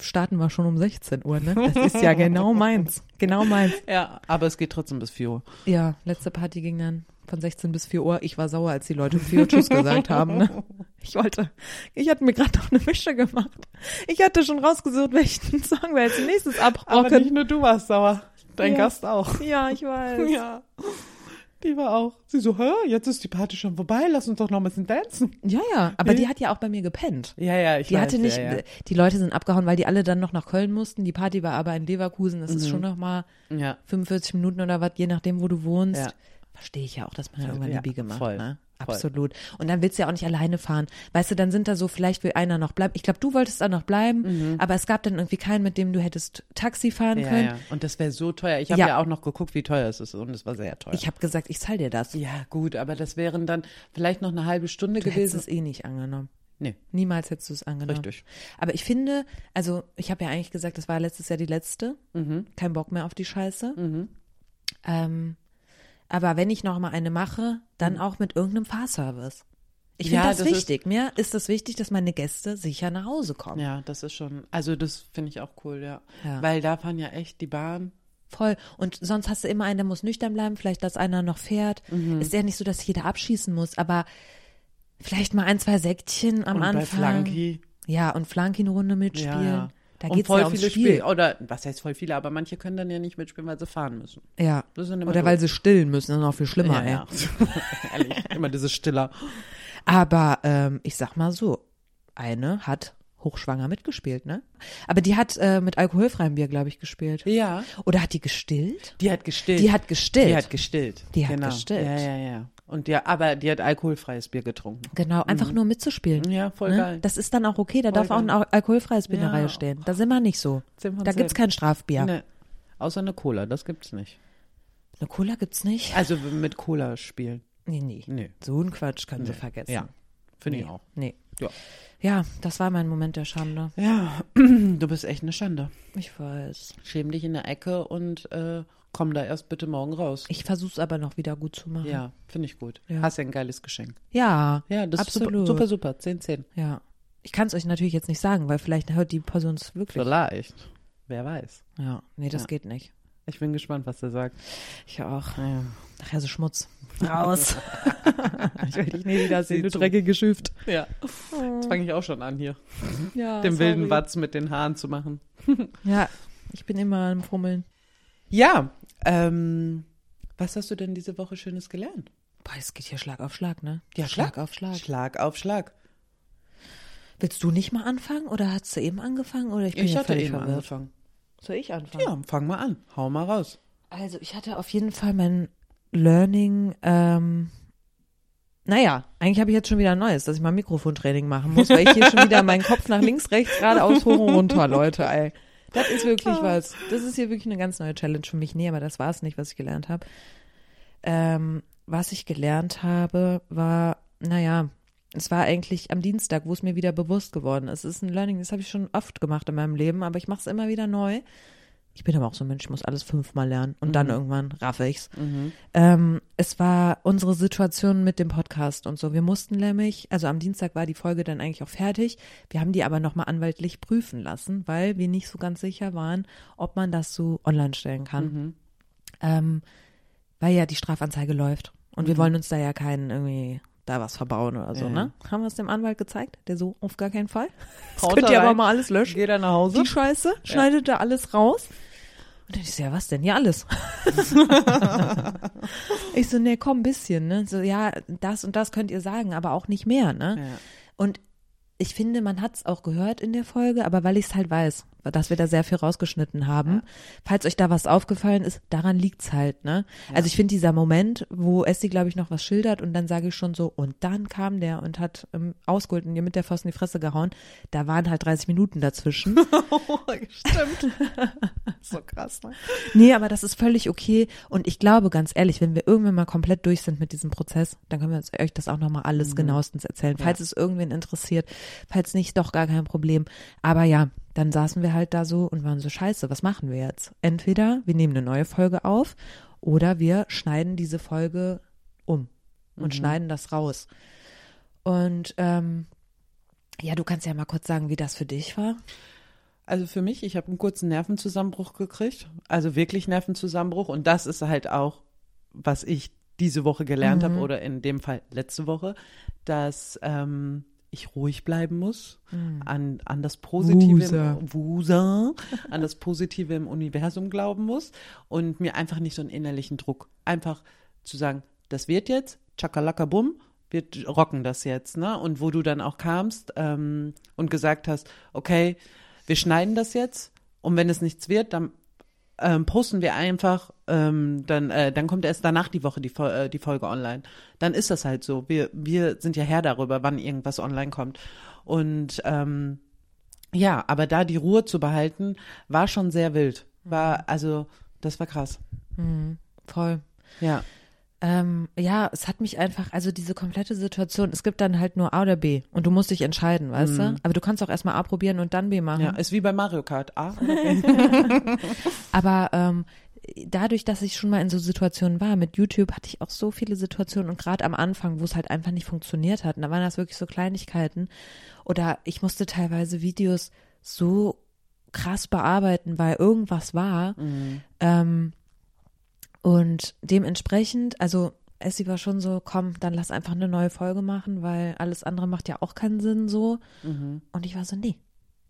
Speaker 1: starten wir schon um 16 Uhr, ne? Das ist ja genau meins. Genau meins.
Speaker 2: Ja, aber es geht trotzdem bis 4 Uhr.
Speaker 1: Ja, letzte Party ging dann von 16 bis 4 Uhr. Ich war sauer, als die Leute um 4 Uhr Tschüss gesagt haben. Ne? Ich wollte, ich hatte mir gerade noch eine Mische gemacht. Ich hatte schon rausgesucht, welchen Song wir als nächstes abrocken.
Speaker 2: nur du warst sauer, dein
Speaker 1: Ja.
Speaker 2: Gast auch.
Speaker 1: Ja, ich weiß. Ja.
Speaker 2: Ja. Die war auch. Sie so, hä, jetzt ist die Party schon vorbei, lass uns doch noch ein bisschen tanzen.
Speaker 1: ja, aber die hat ja auch bei mir gepennt.
Speaker 2: Ja, ja, ich
Speaker 1: Die
Speaker 2: Hm? weiß,
Speaker 1: hatte nicht,
Speaker 2: Ja, ja.
Speaker 1: die Leute sind abgehauen, weil die alle dann noch nach Köln mussten. Die Party war aber in Leverkusen. Das
Speaker 2: Mhm.
Speaker 1: ist schon noch mal
Speaker 2: ja.
Speaker 1: 45 Minuten oder was, je nachdem, wo du wohnst.
Speaker 2: Ja.
Speaker 1: Verstehe ich ja auch, dass man da irgendwann
Speaker 2: ja,
Speaker 1: ja, Biege macht.
Speaker 2: voll,
Speaker 1: ne?
Speaker 2: voll.
Speaker 1: Absolut. Und dann willst du ja auch nicht alleine fahren. Weißt du, dann sind da so, vielleicht will einer noch bleiben. Ich glaube, du wolltest da noch bleiben, aber es gab dann irgendwie keinen, mit dem du hättest Taxi fahren
Speaker 2: Mhm. Ja,
Speaker 1: können.
Speaker 2: ja. Und das wäre so teuer. Ich habe
Speaker 1: Ja.
Speaker 2: ja. auch noch geguckt, wie teuer es ist und es war sehr teuer.
Speaker 1: Ich habe gesagt, ich zahl dir das. Du
Speaker 2: ja, gut, aber das wären dann vielleicht noch eine halbe Stunde
Speaker 1: hättest
Speaker 2: gewesen.
Speaker 1: es eh nicht angenommen.
Speaker 2: Nee.
Speaker 1: Niemals hättest du es angenommen.
Speaker 2: Richtig.
Speaker 1: Aber ich finde, also ich habe ja eigentlich gesagt, das war letztes Jahr die letzte.
Speaker 2: Mhm.
Speaker 1: Kein Bock mehr auf die Scheiße. Ähm, aber wenn ich noch mal eine mache, dann auch mit irgendeinem Fahrservice. Ich finde
Speaker 2: Mhm. Ja,
Speaker 1: das,
Speaker 2: das ist-
Speaker 1: wichtig. Mir ist das wichtig, dass meine Gäste sicher nach Hause kommen.
Speaker 2: Ja, das ist schon, also das finde ich auch cool, ja.
Speaker 1: Ja.
Speaker 2: Weil da fahren ja echt die Bahn.
Speaker 1: Voll. Und sonst hast du immer einen, der muss nüchtern bleiben, vielleicht, dass einer noch fährt.
Speaker 2: Mhm.
Speaker 1: Ist ja nicht so, dass jeder abschießen muss, aber vielleicht mal ein, zwei Säckchen am
Speaker 2: und
Speaker 1: Anfang.
Speaker 2: bei Flanki.
Speaker 1: Ja, und Flanki eine Runde mitspielen.
Speaker 2: Ja, ja.
Speaker 1: Da
Speaker 2: und
Speaker 1: geht's
Speaker 2: voll
Speaker 1: ja ums
Speaker 2: viele
Speaker 1: Spiel.
Speaker 2: spielen- Oder, was heißt voll viele, aber manche können dann ja nicht mitspielen, weil sie fahren müssen.
Speaker 1: Ja.
Speaker 2: Das sind immer
Speaker 1: Oder
Speaker 2: doof.
Speaker 1: weil sie stillen müssen, das ist noch viel schlimmer, ey.
Speaker 2: ja. Ehrlich, immer dieses Stiller.
Speaker 1: Aber ähm, ich sag mal so, eine hat hochschwanger mitgespielt, ne? Aber die hat äh, mit alkoholfreiem Bier, glaube ich, gespielt.
Speaker 2: Ja.
Speaker 1: Oder hat die gestillt?
Speaker 2: Die hat gestillt.
Speaker 1: Die hat gestillt.
Speaker 2: Die hat gestillt.
Speaker 1: Die hat
Speaker 2: genau.
Speaker 1: gestillt.
Speaker 2: Ja, ja, ja. Und ja, aber die hat alkoholfreies Bier getrunken.
Speaker 1: genau, einfach nur mitzuspielen.
Speaker 2: Mhm. Ja, voll
Speaker 1: ne?
Speaker 2: geil.
Speaker 1: Das ist dann auch okay, da darf auch ein
Speaker 2: geil.
Speaker 1: al- alkoholfreies Bier in der
Speaker 2: Ja.
Speaker 1: Reihe stehen. Da sind wir nicht so.
Speaker 2: Sind wir
Speaker 1: Da
Speaker 2: uns
Speaker 1: gibt's
Speaker 2: selbst.
Speaker 1: kein Strafbier.
Speaker 2: Ne. Außer eine Cola, das gibt's nicht.
Speaker 1: Eine Cola gibt's nicht.
Speaker 2: Also mit Cola spielen.
Speaker 1: Nee, nee.
Speaker 2: Nee.
Speaker 1: So ein Quatsch können sie vergessen.
Speaker 2: Ja. Finde
Speaker 1: nee.
Speaker 2: ich auch.
Speaker 1: Nee.
Speaker 2: Ja.
Speaker 1: Ja, das war mein Moment der Schande.
Speaker 2: Ja, du bist echt eine Schande.
Speaker 1: Ich weiß.
Speaker 2: Schäm dich in der Ecke und äh, komm da erst bitte morgen raus.
Speaker 1: Ich versuch's aber noch wieder gut zu machen.
Speaker 2: Ja, finde ich gut.
Speaker 1: Ja.
Speaker 2: Hast ja ein geiles Geschenk.
Speaker 1: Ja,
Speaker 2: Ja, das
Speaker 1: absolut.
Speaker 2: ist super, super, super. 10, 10.
Speaker 1: Ja. Ich kann es euch natürlich jetzt nicht sagen, weil vielleicht hört die Person es wirklich.
Speaker 2: Vielleicht. Wer weiß.
Speaker 1: Ja, nee, das
Speaker 2: Ja.
Speaker 1: geht nicht.
Speaker 2: Ich bin gespannt, was er sagt.
Speaker 1: Ich auch. Nachher so Schmutz. Raus. ich will dich nie wieder sehen,
Speaker 2: Sieh
Speaker 1: du
Speaker 2: zu.
Speaker 1: dreckige Schüft.
Speaker 2: Ja. Jetzt fange ich auch schon an hier.
Speaker 1: Ja,
Speaker 2: Den wilden
Speaker 1: Watt.
Speaker 2: Watz mit den Haaren zu machen.
Speaker 1: Ja, ich bin immer am Fummeln.
Speaker 2: Ja, ähm, was hast du denn diese Woche Schönes gelernt?
Speaker 1: Boah, es geht hier Schlag auf Schlag, ne? auf Schlag.
Speaker 2: Schlag auf Schlag.
Speaker 1: Willst du nicht mal anfangen oder hast du eben angefangen oder ich bin
Speaker 2: Ich
Speaker 1: ja
Speaker 2: hatte
Speaker 1: völlig
Speaker 2: eben
Speaker 1: verwirrt.
Speaker 2: angefangen.
Speaker 1: Soll ich anfangen?
Speaker 2: Ja, fang mal an. Hau mal raus.
Speaker 1: Also ich hatte auf jeden Fall mein Learning, ähm, naja, eigentlich habe ich jetzt schon wieder ein neues, dass ich mal Mikrofontraining machen muss, weil ich hier schon wieder meinen Kopf nach links, rechts, geradeaus, hoch und runter, Leute, ey. Das ist wirklich was. Das ist hier wirklich eine ganz neue Challenge für mich. Nee, aber das war es nicht, was ich gelernt habe. Ähm, was ich gelernt habe, war, naja, es war eigentlich am Dienstag, wo es mir wieder bewusst geworden ist. Es ist ein Learning, das habe ich schon oft gemacht in meinem Leben, aber ich mache es immer wieder neu Ich bin aber auch so ein Mensch, ich muss alles fünfmal lernen und dann irgendwann raffe ich's. Ähm, es war unsere Situation mit dem Podcast und so. Wir mussten nämlich, also am Dienstag war die Folge dann eigentlich auch fertig. Wir haben die aber nochmal anwaltlich prüfen lassen, weil wir nicht so ganz sicher waren, ob man das so online stellen kann.
Speaker 2: Mhm.
Speaker 1: Ähm, weil ja die Strafanzeige läuft. Und wir wollen uns da ja keinen irgendwie da was verbauen oder so,
Speaker 2: Mhm. Ja.
Speaker 1: ne? Haben wir es dem Anwalt gezeigt? Der so, auf gar keinen Fall. Das
Speaker 2: Haut
Speaker 1: könnt
Speaker 2: da
Speaker 1: ihr aber
Speaker 2: rein.
Speaker 1: mal alles löschen.
Speaker 2: Geht er nach Hause?
Speaker 1: Die Scheiße, schneidet da alles raus. Und dann ich so, ja, was denn? Ja, alles. ich so, nee, komm, ein bisschen, ne? So, ja, das und das könnt ihr sagen, aber auch nicht mehr, ne?
Speaker 2: Ja.
Speaker 1: Und ich finde, man hat es auch gehört in der Folge, aber weil ich es halt weiß, dass wir da sehr viel rausgeschnitten haben. Falls euch da was aufgefallen ist, daran liegt's halt, ne? Also ich finde dieser Moment, wo Essi, glaube ich, noch was schildert und dann sage ich schon so, und dann kam der und hat ähm, ausgeholt und ihr mit der Faust in die Fresse gehauen, da waren halt 30 Minuten dazwischen.
Speaker 2: Stimmt. so krass, ne?
Speaker 1: Nee, aber das ist völlig okay. Und ich glaube, ganz ehrlich, wenn wir irgendwann mal komplett durch sind mit diesem Prozess, dann können wir uns- euch das auch nochmal alles genauestens erzählen. Falls es irgendwen interessiert, falls nicht, doch gar kein Problem. Aber ja, dann saßen wir halt da so und waren so scheiße, was machen wir jetzt? Entweder wir nehmen eine neue Folge auf oder wir schneiden diese Folge um und schneiden das raus. Und ähm, ja, du kannst ja mal kurz sagen, wie das für dich war.
Speaker 2: Also für mich, ich habe einen kurzen Nervenzusammenbruch gekriegt. Also wirklich Nervenzusammenbruch. Und das ist halt auch, was ich diese Woche gelernt habe oder in dem Fall letzte Woche, dass ähm, ich ruhig bleiben muss, an, an das Positive
Speaker 1: Wusa.
Speaker 2: Im, Wusa, an das Positive im Universum glauben muss und mir einfach nicht so einen innerlichen Druck. Einfach zu sagen, das wird jetzt, tschakalaka bum, wir rocken das jetzt, ne? Und wo du dann auch kamst ähm, und gesagt hast, okay, wir schneiden das jetzt und wenn es nichts wird, dann ähm, posten wir einfach, ähm, dann, äh, dann kommt erst danach die Woche die, Fol- äh, die Folge online. Dann ist das halt so. Wir, wir sind ja Herr darüber, wann irgendwas online kommt. Und ähm, ja, aber da die Ruhe zu behalten, war schon sehr wild.
Speaker 1: Mhm.
Speaker 2: War, also, das war krass.
Speaker 1: Voll.
Speaker 2: Ja.
Speaker 1: Ähm, ja, es hat mich einfach, also diese komplette Situation, es gibt dann halt nur A oder B und du musst dich entscheiden, weißt du? Aber du kannst auch erstmal A probieren und dann B machen.
Speaker 2: Ja, ist wie bei Mario Kart. Ah,
Speaker 1: Aber ähm, dadurch, dass ich schon mal in so Situationen war, mit YouTube hatte ich auch so viele Situationen und gerade am Anfang, wo es halt einfach nicht funktioniert hat, und da waren das wirklich so Kleinigkeiten. Oder ich musste teilweise Videos so krass bearbeiten, weil irgendwas war. Ähm, und dementsprechend, also Essi war schon so, komm, dann lass einfach eine neue Folge machen, weil alles andere macht ja auch keinen Sinn so. Und ich war so, nee,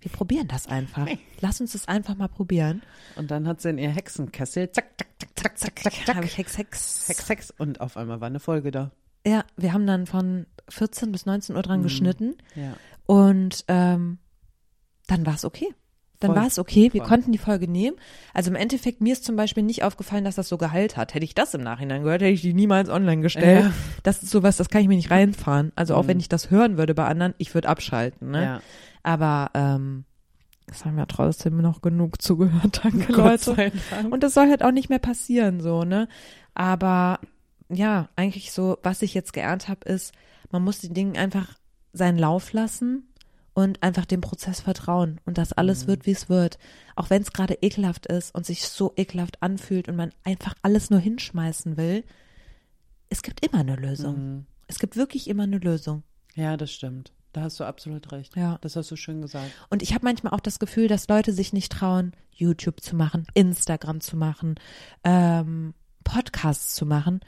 Speaker 1: wir probieren das einfach. Lass uns das einfach mal probieren.
Speaker 2: und dann hat sie in ihr Hexenkessel, zack, zack,
Speaker 1: Zack, zack, zack, zack. Habe ich Hex, Hex.
Speaker 2: Hex, Hex. Und auf einmal war eine Folge da.
Speaker 1: Ja, wir haben dann von 14 bis 19 Uhr
Speaker 2: Mhm.
Speaker 1: dran geschnitten
Speaker 2: Ja.
Speaker 1: und ähm, dann war es okay. Dann
Speaker 2: Voll.
Speaker 1: war es okay, wir
Speaker 2: Voll.
Speaker 1: konnten die Folge nehmen. Also im Endeffekt, mir ist zum Beispiel nicht aufgefallen, dass das so Gehalt hat. Hätte ich das im Nachhinein gehört, hätte ich die niemals online gestellt.
Speaker 2: Ja. Mhm.
Speaker 1: Das ist sowas, das kann ich mir nicht reinfahren. Also auch wenn ich das hören würde bei anderen, ich würde abschalten. Ne?
Speaker 2: Ja.
Speaker 1: Aber ähm, es haben ja trotzdem noch genug zugehört. Danke,
Speaker 2: Gott
Speaker 1: Leute.
Speaker 2: sei Dank.
Speaker 1: Und das soll halt auch nicht mehr passieren, so, ne? Aber ja, eigentlich so, was ich jetzt geernt habe, ist, man muss den Dingen einfach seinen Lauf lassen und einfach dem Prozess vertrauen und das alles wird, wie es wird. Auch wenn es gerade ekelhaft ist und sich so ekelhaft anfühlt und man einfach alles nur hinschmeißen will, es gibt immer eine
Speaker 2: Mhm.
Speaker 1: Lösung. Es gibt wirklich immer eine Lösung.
Speaker 2: Ja, das stimmt. Da hast du absolut recht.
Speaker 1: Ja.
Speaker 2: Das hast du schön gesagt.
Speaker 1: Und ich habe manchmal auch das Gefühl, dass Leute sich nicht trauen, YouTube zu machen, Instagram zu machen, ähm, Podcasts zu machen.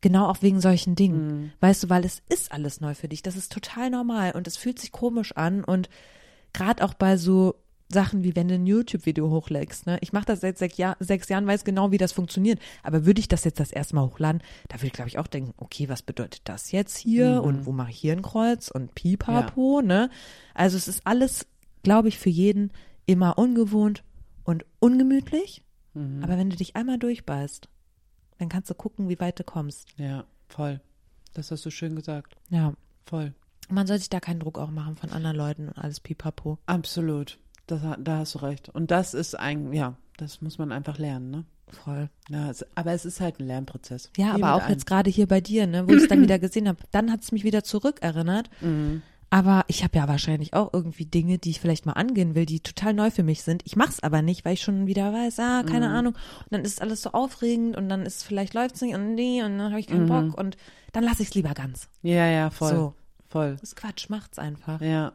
Speaker 1: Genau auch wegen solchen Dingen. Weißt du, weil es ist alles neu für dich. Das ist total normal und es fühlt sich komisch an und gerade auch bei so Sachen wie wenn du ein YouTube-Video hochlegst. Ne? Ich mache das seit sechs, Jahr, sechs Jahren, weiß genau, wie das funktioniert. Aber würde ich das jetzt das erste Mal hochladen, da würde ich, glaube ich, auch denken, okay, was bedeutet das jetzt hier und wo mache ich hier ein Kreuz und Pipapo, ne? Also es ist alles, glaube ich, für jeden immer ungewohnt und ungemütlich. Aber wenn du dich einmal durchbeißt, dann kannst du gucken, wie weit du kommst.
Speaker 2: Ja, voll. Das hast du schön gesagt.
Speaker 1: Ja.
Speaker 2: Voll.
Speaker 1: Man soll sich da keinen Druck auch machen von anderen Leuten und alles Pipapo.
Speaker 2: Absolut. Das, ha- da hast du recht. Und das ist ein, ja, das muss man einfach lernen, ne?
Speaker 1: Voll.
Speaker 2: Ja, es, aber es ist halt ein Lernprozess.
Speaker 1: Ja,
Speaker 2: Wie
Speaker 1: aber
Speaker 2: mit
Speaker 1: auch
Speaker 2: allem.
Speaker 1: jetzt gerade hier bei dir, ne, wo ich es dann wieder gesehen habe. Dann hat es mich wieder zurückerinnert Aber ich habe ja wahrscheinlich auch irgendwie Dinge, die ich vielleicht mal angehen will, die total neu für mich sind. Ich mach's aber nicht, weil ich schon wieder weiß, ah, keine Ahnung. Und dann ist alles so aufregend und dann ist vielleicht läuft's nicht und nee und dann habe ich keinen Bock und dann lasse ich's lieber ganz.
Speaker 2: Ja, ja, voll.
Speaker 1: So.
Speaker 2: Voll.
Speaker 1: Das ist Quatsch, macht's einfach.
Speaker 2: Ja.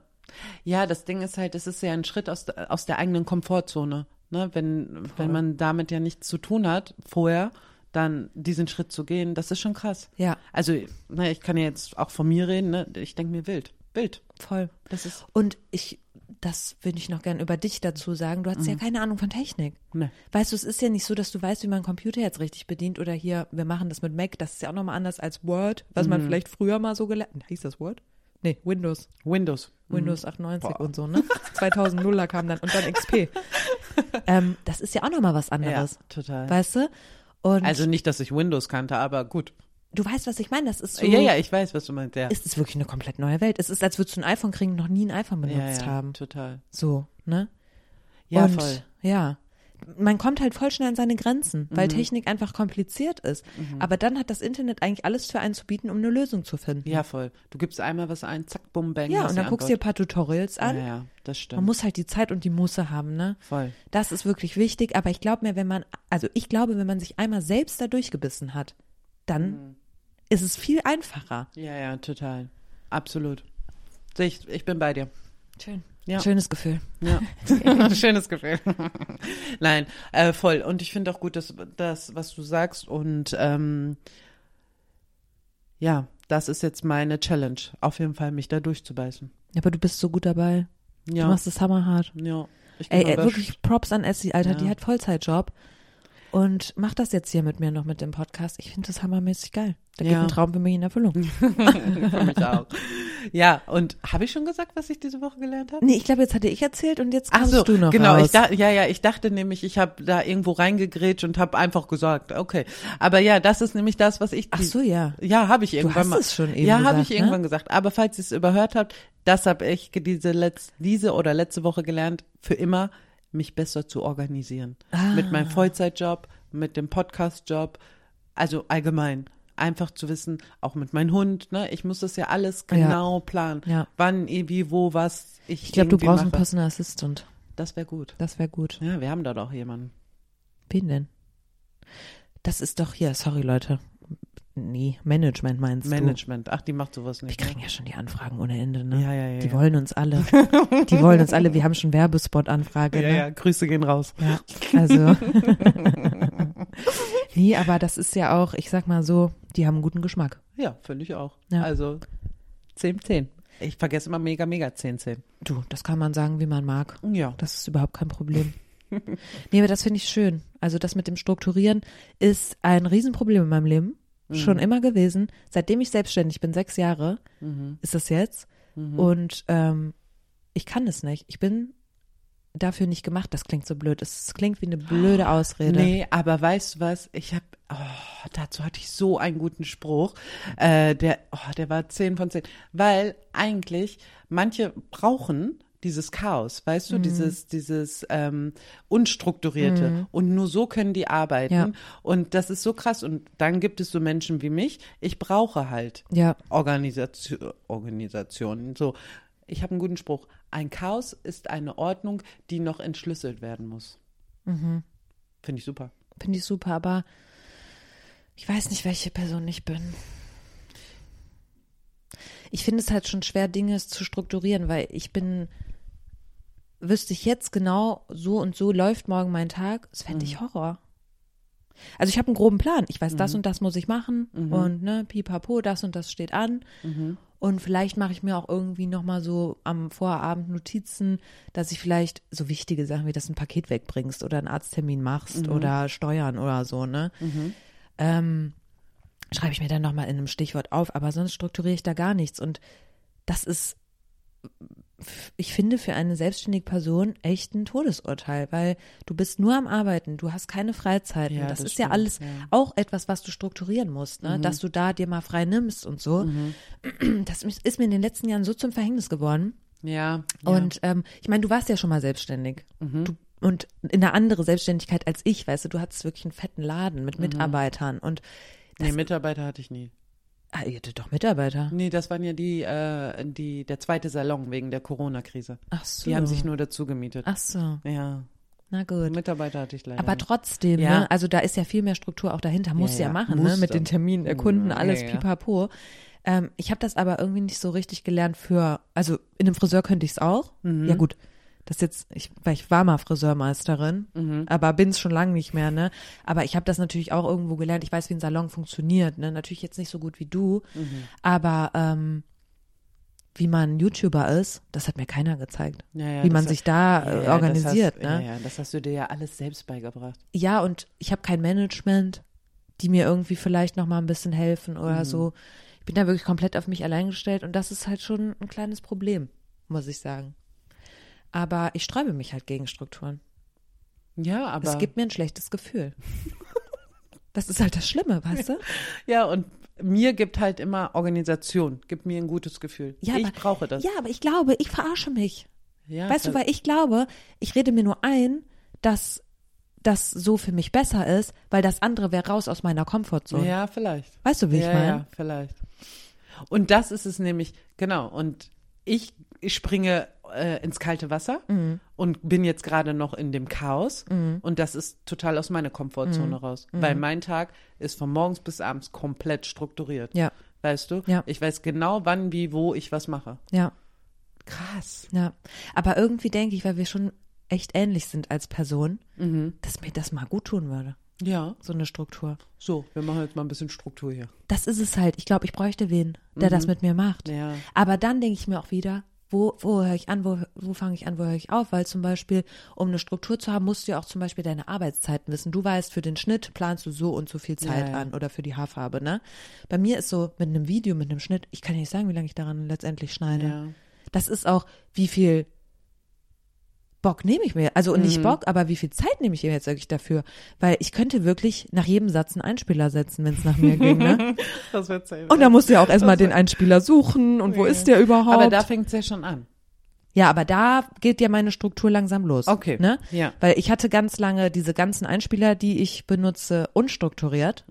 Speaker 2: Ja, das Ding ist halt, es ist ja ein Schritt aus, der- aus der eigenen Komfortzone. Ne? Wenn, wenn man damit ja nichts zu tun hat vorher, dann diesen Schritt zu gehen, das ist schon krass.
Speaker 1: Ja.
Speaker 2: Also, ne, ich kann ja jetzt auch von mir reden, ne? ich denke mir wild. Wild.
Speaker 1: Voll.
Speaker 2: Das ist.
Speaker 1: Und ich, das würde ich noch gern über dich dazu sagen. Du hast
Speaker 2: Mhm.
Speaker 1: ja keine Ahnung von Technik.
Speaker 2: Ne.
Speaker 1: Weißt du, es ist ja nicht so, dass du weißt, wie man einen Computer jetzt richtig bedient oder hier, wir machen das mit Mac. Das ist ja auch nochmal anders als Word, was
Speaker 2: Mhm.
Speaker 1: man vielleicht früher mal so gelernt Hieß das Word? Nee, Windows.
Speaker 2: Windows.
Speaker 1: Windows 98 und so, ne? 2000 er kam dann und dann XP. ähm, das ist ja auch nochmal was anderes.
Speaker 2: Ja, total.
Speaker 1: Weißt du? Und
Speaker 2: Also nicht, dass ich Windows kannte, aber gut.
Speaker 1: du weißt, was ich meine. Das ist so.
Speaker 2: Ja, ja, ich weiß, was du meinst. Ja,
Speaker 1: Es ist wirklich eine komplett neue Welt. Es ist, als würdest du ein iPhone kriegen, noch nie ein iPhone
Speaker 2: ja,
Speaker 1: benutzt
Speaker 2: ja
Speaker 1: haben.
Speaker 2: total.
Speaker 1: So, ne?
Speaker 2: Ja,
Speaker 1: und,
Speaker 2: voll.
Speaker 1: Ja. Man kommt halt voll schnell an seine Grenzen,
Speaker 2: Mhm.
Speaker 1: weil Technik einfach kompliziert ist. Aber dann hat das Internet eigentlich alles für einen zu bieten, um eine Lösung zu finden.
Speaker 2: Ja, voll. Du gibst einmal was ein, zack, bum, bang.
Speaker 1: Ja,
Speaker 2: hast
Speaker 1: und
Speaker 2: die
Speaker 1: dann guckst du dir ein
Speaker 2: Antwort.
Speaker 1: paar Tutorials an.
Speaker 2: Ja, ja, das stimmt.
Speaker 1: Man muss halt die Zeit und die Muße haben, ne?
Speaker 2: Voll.
Speaker 1: Das ist wirklich wichtig, aber ich glaube mir, wenn man, also ich glaube, wenn man sich einmal selbst da durchgebissen hat, dann
Speaker 2: Mhm.
Speaker 1: ist es viel einfacher.
Speaker 2: Ja, ja, total. Absolut. Sehe Ich, ich bin bei dir.
Speaker 1: Schön.
Speaker 2: Ja.
Speaker 1: Schönes Gefühl.
Speaker 2: Ja. Schönes Gefühl. Nein, äh, voll. Und ich finde auch gut, dass das, was du sagst. Und ähm, ja, das ist jetzt meine Challenge. Auf jeden Fall, mich da durchzubeißen.
Speaker 1: Ja, Aber du bist so gut dabei.
Speaker 2: Ja.
Speaker 1: Du machst es hammerhart.
Speaker 2: ja. Ich bin
Speaker 1: Ey, ey
Speaker 2: aber
Speaker 1: wirklich Props an Essie, Alter, die
Speaker 2: Genau, Ja.
Speaker 1: hat Vollzeitjob und macht das jetzt hier mit mir noch mit dem Podcast. Ich finde das hammermäßig geil. Da geht
Speaker 2: Ja. Mhm.
Speaker 1: ein Traum für mich in Erfüllung.
Speaker 2: für mich auch. Ja, und habe ich schon gesagt, was ich diese Woche gelernt habe?
Speaker 1: Nee, ich glaube, jetzt hatte ich erzählt und jetzt
Speaker 2: Ach
Speaker 1: kannst
Speaker 2: so,
Speaker 1: du noch
Speaker 2: genau.
Speaker 1: raus.
Speaker 2: Ich dachte, ja, ja, ich dachte nämlich, ich habe da irgendwo reingegrätscht und habe einfach gesagt, okay. Aber ja, das ist nämlich das, was ich.
Speaker 1: Ach so, ja.
Speaker 2: Ja, habe ich irgendwann
Speaker 1: hast
Speaker 2: mal.
Speaker 1: es schon eben
Speaker 2: Ja, habe
Speaker 1: gesagt, ne?
Speaker 2: ich irgendwann gesagt. Aber falls ihr es überhört habt, das habe ich ge- diese letz, diese oder letzte Woche gelernt, für immer mich besser zu organisieren. Mit
Speaker 1: Ah.
Speaker 2: meinem Vollzeitjob, mit dem Podcastjob, also allgemein. Einfach zu wissen, auch mit meinem Hund, ne? Ich muss das ja alles genau planen.
Speaker 1: Ja.
Speaker 2: Wann, eh, wie, wo, was ich.
Speaker 1: Ich glaube, du
Speaker 2: irgendwie
Speaker 1: brauchst einen
Speaker 2: mache.
Speaker 1: Personal Assistant.
Speaker 2: Das wäre gut.
Speaker 1: Das wäre gut.
Speaker 2: Ja, wir haben da doch jemanden.
Speaker 1: Wen denn? Das ist doch hier, sorry Leute. Nee, Management meinst du?
Speaker 2: Management. Ach, die macht sowas
Speaker 1: Wir
Speaker 2: nicht. ne?
Speaker 1: kriegen ja schon die Anfragen ohne Ende, ne?
Speaker 2: Ja, ja, ja,
Speaker 1: Die
Speaker 2: ja.
Speaker 1: wollen uns alle. Die wollen uns alle. Wir haben schon Werbespot-Anfrage,
Speaker 2: ne?
Speaker 1: ne?
Speaker 2: ja, Grüße gehen raus.
Speaker 1: Ja, also. nee, aber das ist ja auch, ich sag mal so, die haben einen guten Geschmack.
Speaker 2: Ja, finde ich auch.
Speaker 1: Ja.
Speaker 2: Also 10, 10. Ich vergesse immer mega, mega 10, 10.
Speaker 1: Du, das kann man sagen, wie man mag.
Speaker 2: Ja.
Speaker 1: Das ist überhaupt kein Problem. nee, aber das finde ich schön. Also das mit dem Strukturieren ist ein Riesenproblem in meinem Leben. Schon immer gewesen. Seitdem ich selbstständig bin, sechs Jahre, ist das jetzt. Und ähm, ich kann es nicht. Ich bin dafür nicht gemacht. Das klingt so blöd. Es klingt wie eine blöde Ausrede.
Speaker 2: Nee, aber weißt du was? Ich habe, oh, dazu hatte ich so einen guten Spruch. Äh, der, oh, der war 10 von 10. Weil eigentlich manche brauchen dieses Chaos, weißt du, dieses, dieses ähm, Unstrukturierte. Und nur so können die arbeiten.
Speaker 1: Ja.
Speaker 2: Und das ist so krass. Und dann gibt es so Menschen wie mich. Ich brauche halt
Speaker 1: Ja.
Speaker 2: Organisation, Organisationen. So, ich habe einen guten Spruch. Ein Chaos ist eine Ordnung, die noch entschlüsselt werden muss.
Speaker 1: Mhm.
Speaker 2: Finde ich super.
Speaker 1: Finde ich super, aber ich weiß nicht, welche Person ich bin. Ich finde es halt schon schwer, Dinge zu strukturieren, weil ich bin, wüsste ich jetzt genau, so und so läuft morgen mein Tag, das fände ich Horror. Also ich habe einen groben Plan. Ich weiß, das und das muss ich machen und ne, pipapo, das und das steht an. Und vielleicht mache ich mir auch irgendwie nochmal so am Vorabend Notizen, dass ich vielleicht so wichtige Sachen wie, dass du ein Paket wegbringst oder einen Arzttermin machst oder Steuern oder so, ne? Ähm, schreibe ich mir dann nochmal in einem Stichwort auf, aber sonst strukturiere ich da gar nichts. Und das ist, ich finde, für eine selbstständige Person echt ein Todesurteil, weil du bist nur am Arbeiten, du hast keine Freizeiten.
Speaker 2: Ja,
Speaker 1: das,
Speaker 2: das
Speaker 1: ist ja
Speaker 2: stimmt,
Speaker 1: alles
Speaker 2: ja. Mhm.
Speaker 1: auch etwas, was du strukturieren musst, ne? dass du da dir mal frei nimmst und so. Das ist mir in den letzten Jahren so zum Verhängnis geworden.
Speaker 2: Ja. Mhm.
Speaker 1: Und ähm, ich meine, du warst ja schon mal selbstständig. Du, und in einer andere Selbstständigkeit als
Speaker 2: Mhm.
Speaker 1: ich, weißt du, du hattest wirklich einen fetten Laden mit Mitarbeitern und
Speaker 2: nee, Mitarbeiter hatte ich nie.
Speaker 1: Ah, ihr hattet doch Mitarbeiter.
Speaker 2: Nee, das waren ja die, äh, die, der zweite Salon wegen der Corona-Krise.
Speaker 1: Ach so.
Speaker 2: Die haben sich nur dazu gemietet.
Speaker 1: Ach so,
Speaker 2: Ja,
Speaker 1: na gut.
Speaker 2: Mitarbeiter hatte ich leider.
Speaker 1: Aber
Speaker 2: nicht.
Speaker 1: trotzdem,
Speaker 2: Ja.
Speaker 1: ne? also da ist ja viel mehr Struktur auch dahinter. Muss ja,
Speaker 2: ja,
Speaker 1: machen,
Speaker 2: muss
Speaker 1: ne? mit
Speaker 2: dann.
Speaker 1: den Terminen, der Kunden, alles
Speaker 2: ja, ja.
Speaker 1: pipapo. Ähm, ich habe das aber irgendwie nicht so richtig gelernt für, also in einem Friseur könnte ich es auch.
Speaker 2: Mhm.
Speaker 1: Ja gut, das jetzt, ich, weil ich war mal Friseurmeisterin,
Speaker 2: Mhm.
Speaker 1: aber bin es schon lange nicht mehr. ne? Aber ich habe das natürlich auch irgendwo gelernt. Ich weiß, wie ein Salon funktioniert. Ne? Natürlich jetzt nicht so gut wie du,
Speaker 2: Mhm.
Speaker 1: aber ähm, wie man YouTuber ist, das hat mir keiner gezeigt.
Speaker 2: Ja, ja,
Speaker 1: wie
Speaker 2: das
Speaker 1: man
Speaker 2: hat-
Speaker 1: sich da
Speaker 2: Ja, ja,
Speaker 1: äh,
Speaker 2: das
Speaker 1: organisiert.
Speaker 2: hast,
Speaker 1: ne?
Speaker 2: Ja, ja, das hast du dir ja alles selbst beigebracht.
Speaker 1: ja, und ich habe kein Management, die mir irgendwie vielleicht noch mal ein bisschen helfen
Speaker 2: Mhm.
Speaker 1: oder so. Ich bin da wirklich komplett auf mich allein gestellt und das ist halt schon ein kleines Problem, muss ich sagen. Aber ich sträube mich halt gegen Strukturen.
Speaker 2: Ja, aber.
Speaker 1: Es gibt mir ein schlechtes Gefühl. Das ist halt das Schlimme, weißt du?
Speaker 2: ja, und mir gibt halt immer Organisation, gibt mir ein gutes Gefühl. ich
Speaker 1: aber-
Speaker 2: brauche das.
Speaker 1: Ja, aber ich glaube, ich verarsche mich.
Speaker 2: Ja,
Speaker 1: Weißt du,
Speaker 2: das-
Speaker 1: weil ich glaube, ich rede mir nur ein, dass das so für mich besser ist, weil das andere wäre raus aus meiner Komfortzone.
Speaker 2: Ja, vielleicht.
Speaker 1: Weißt du, wie ich
Speaker 2: ja,
Speaker 1: meine?
Speaker 2: Ja, vielleicht. Und das ist es nämlich, genau. Und ich, ich springe äh, ins kalte Wasser und bin jetzt gerade noch in dem Chaos. Und das ist total aus meiner Komfortzone raus. Weil mein Tag ist von morgens bis abends komplett strukturiert.
Speaker 1: Ja.
Speaker 2: Weißt du?
Speaker 1: Ja.
Speaker 2: Ich weiß genau, wann, wie, wo ich was mache.
Speaker 1: ja.
Speaker 2: Krass.
Speaker 1: Ja, aber irgendwie denke ich, weil wir schon echt ähnlich sind als Person,
Speaker 2: Mhm.
Speaker 1: dass mir das mal gut tun würde,
Speaker 2: Ja.
Speaker 1: so eine Struktur.
Speaker 2: So, wir machen jetzt mal ein bisschen Struktur hier.
Speaker 1: Das ist es halt. Ich glaube, ich bräuchte wen, der das mit mir macht.
Speaker 2: Mhm. Ja.
Speaker 1: Aber dann denke ich mir auch wieder, wo, wo höre ich an, wo, wo fange ich an, wo höre ich auf? Weil zum Beispiel, um eine Struktur zu haben, musst du ja auch zum Beispiel deine Arbeitszeiten wissen. Du weißt, für den Schnitt planst du so und so viel Zeit
Speaker 2: Ja, ja.
Speaker 1: an oder für die Haarfarbe, ne? Bei mir ist so, mit einem Video, mit einem Schnitt, ich kann ja nicht sagen, wie lange ich daran letztendlich schneide.
Speaker 2: Ja.
Speaker 1: Das ist auch, wie viel Bock nehme ich mir. Also und
Speaker 2: Mhm.
Speaker 1: nicht Bock, aber wie viel Zeit nehme ich mir jetzt wirklich dafür? Weil ich könnte wirklich nach jedem Satz einen Einspieler setzen, wenn es nach mir ging. Ne?
Speaker 2: Das wird sein.
Speaker 1: Und da musst du ja auch erstmal den Einspieler suchen und wo ist der überhaupt?
Speaker 2: Aber da fängt es ja schon an.
Speaker 1: ja, aber da geht ja meine Struktur langsam los.
Speaker 2: Okay,
Speaker 1: Ne?
Speaker 2: ja.
Speaker 1: Weil ich hatte ganz lange diese ganzen Einspieler, die ich benutze, unstrukturiert.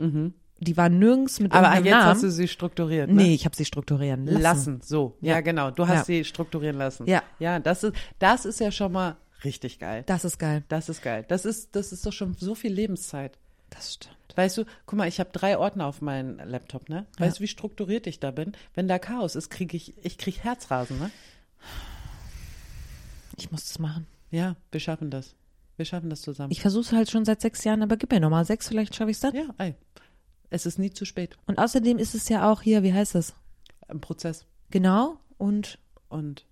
Speaker 1: Die waren nirgends mit
Speaker 2: Mhm. Aber
Speaker 1: irgendeinem
Speaker 2: jetzt
Speaker 1: Namen.
Speaker 2: hast du sie strukturiert. Ne?
Speaker 1: nee, ich habe sie strukturieren lassen.
Speaker 2: lassen. So, ja,
Speaker 1: Ja.
Speaker 2: genau. Du hast
Speaker 1: Ja.
Speaker 2: sie strukturieren lassen.
Speaker 1: Ja.
Speaker 2: Ja, das ist, das ist ja schon mal richtig geil.
Speaker 1: Das ist geil.
Speaker 2: Das ist geil. Das ist, das ist doch schon so viel Lebenszeit.
Speaker 1: Das stimmt.
Speaker 2: Weißt du, guck mal, ich habe drei Ordner auf meinem Laptop, ne? Weißt du, wie strukturiert ich da bin? Wenn da Chaos ist, kriege ich, ich krieg Herzrasen, ne?
Speaker 1: Ich muss das machen.
Speaker 2: Ja, wir schaffen das. Wir schaffen das zusammen.
Speaker 1: Ich versuche es halt schon seit sechs Jahren, aber gib mir nochmal sechs, vielleicht schaffe ich es dann.
Speaker 2: ja, ey. Es ist nie zu spät.
Speaker 1: Und außerdem ist es ja auch hier, wie heißt das?
Speaker 2: Ein Prozess.
Speaker 1: Genau. Und
Speaker 2: Und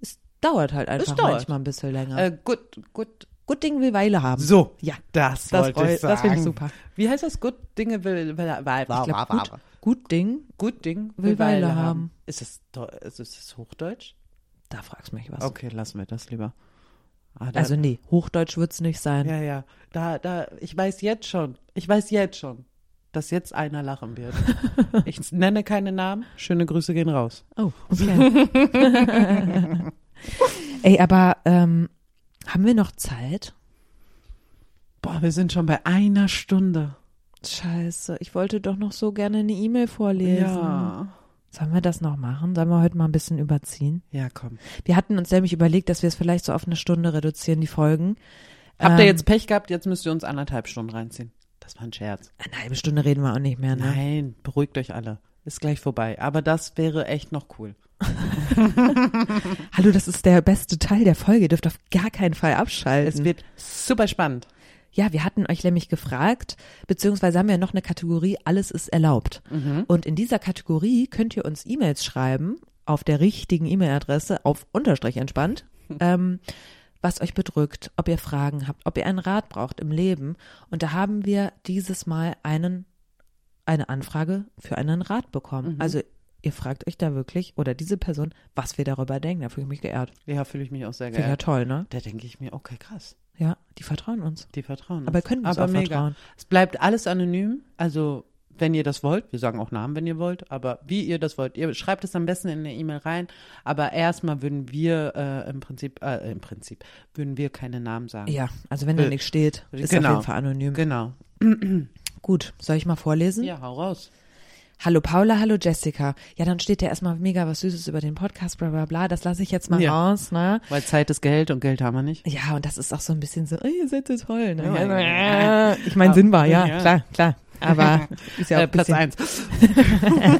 Speaker 1: es dauert halt einfach
Speaker 2: dauert.
Speaker 1: manchmal ein bisschen länger.
Speaker 2: äh, gut, gut.
Speaker 1: Gut Ding will Weile haben.
Speaker 2: So,
Speaker 1: Ja.
Speaker 2: das,
Speaker 1: Das
Speaker 2: wollte
Speaker 1: freu-
Speaker 2: ich sagen.
Speaker 1: das finde ich super.
Speaker 2: Wie heißt das? Gut Dinge will, will, will, will,
Speaker 1: Ich glaub, gut, gut Ding,
Speaker 2: Gut Ding
Speaker 1: Will Weile haben.
Speaker 2: Ist es, deu- ist es Hochdeutsch?
Speaker 1: da fragst du mich was.
Speaker 2: Okay, lassen wir das lieber. Ah, da,
Speaker 1: Also nee, Hochdeutsch wird's nicht sein.
Speaker 2: ja, ja. Da, da, ich weiß jetzt schon, ich weiß jetzt schon, dass jetzt einer lachen wird. ich nenne keine Namen. Schöne Grüße gehen raus.
Speaker 1: Oh, okay. Ey, aber ähm, haben wir noch Zeit?
Speaker 2: Boah, wir sind schon bei einer Stunde.
Speaker 1: Scheiße, ich wollte doch noch so gerne eine E-Mail vorlesen.
Speaker 2: Ja.
Speaker 1: Sollen wir das noch machen? Sollen wir heute mal ein bisschen überziehen?
Speaker 2: Ja, komm.
Speaker 1: Wir hatten uns nämlich überlegt, dass wir es vielleicht so auf eine Stunde reduzieren, die Folgen.
Speaker 2: Habt ihr
Speaker 1: Ähm,
Speaker 2: jetzt Pech gehabt? Jetzt müsst ihr uns anderthalb Stunden reinziehen. Das war ein Scherz.
Speaker 1: Eine halbe Stunde reden wir auch nicht mehr, ne?
Speaker 2: Nein, beruhigt euch alle. Ist gleich vorbei. Aber das wäre echt noch cool.
Speaker 1: Hallo, das ist der beste Teil der Folge. Ihr dürft auf gar keinen Fall
Speaker 2: Es
Speaker 1: abschalten.
Speaker 2: wird super spannend.
Speaker 1: Ja, wir hatten euch nämlich gefragt, beziehungsweise haben wir noch eine Kategorie, alles ist erlaubt. Und in dieser Kategorie könnt ihr uns E-Mails schreiben, auf der richtigen E-Mail-Adresse, auf unterstrich entspannt, ähm, was euch bedrückt, ob ihr Fragen habt, ob ihr einen Rat braucht im Leben. Und da haben wir dieses Mal einen eine Anfrage für einen Rat bekommen. Also ihr fragt euch da wirklich oder diese Person, was wir darüber denken. Da fühle ich mich geehrt.
Speaker 2: Ja, fühle ich mich auch sehr
Speaker 1: Finde ich ja
Speaker 2: geehrt.
Speaker 1: toll, ne?
Speaker 2: Da denke ich mir, okay, krass.
Speaker 1: Ja, die vertrauen uns.
Speaker 2: Die vertrauen.
Speaker 1: Aber
Speaker 2: uns.
Speaker 1: können uns auch vertrauen.
Speaker 2: Es bleibt alles anonym. Also, wenn ihr das wollt, wir sagen auch Namen, wenn ihr wollt, aber wie ihr das wollt, ihr schreibt es am besten in eine E-Mail rein. Aber erstmal würden wir äh, im Prinzip, äh, im Prinzip, würden wir keine Namen sagen.
Speaker 1: Ja, also wenn da
Speaker 2: Äh,
Speaker 1: nichts steht, ist auf
Speaker 2: genau.
Speaker 1: jeden Fall anonym.
Speaker 2: Genau.
Speaker 1: Hm? Gut, soll ich mal vorlesen?
Speaker 2: Ja, hau raus.
Speaker 1: Hallo Paula, hallo Jessica. Ja, dann steht ja erstmal mega was Süßes über den Podcast, bla bla bla. Das lasse ich jetzt mal
Speaker 2: Ja.
Speaker 1: raus, ne?
Speaker 2: Weil Zeit ist Geld und Geld haben wir nicht.
Speaker 1: Ja, und das ist auch so ein bisschen so, oh, ihr seid so toll, ne?
Speaker 2: Ja,
Speaker 1: Also,
Speaker 2: ja.
Speaker 1: ja. Ich meine, Sinn war, ja,
Speaker 2: Ja.
Speaker 1: klar, klar. Aber ist ja auch
Speaker 2: Äh, Platz
Speaker 1: ein bisschen-
Speaker 2: eins.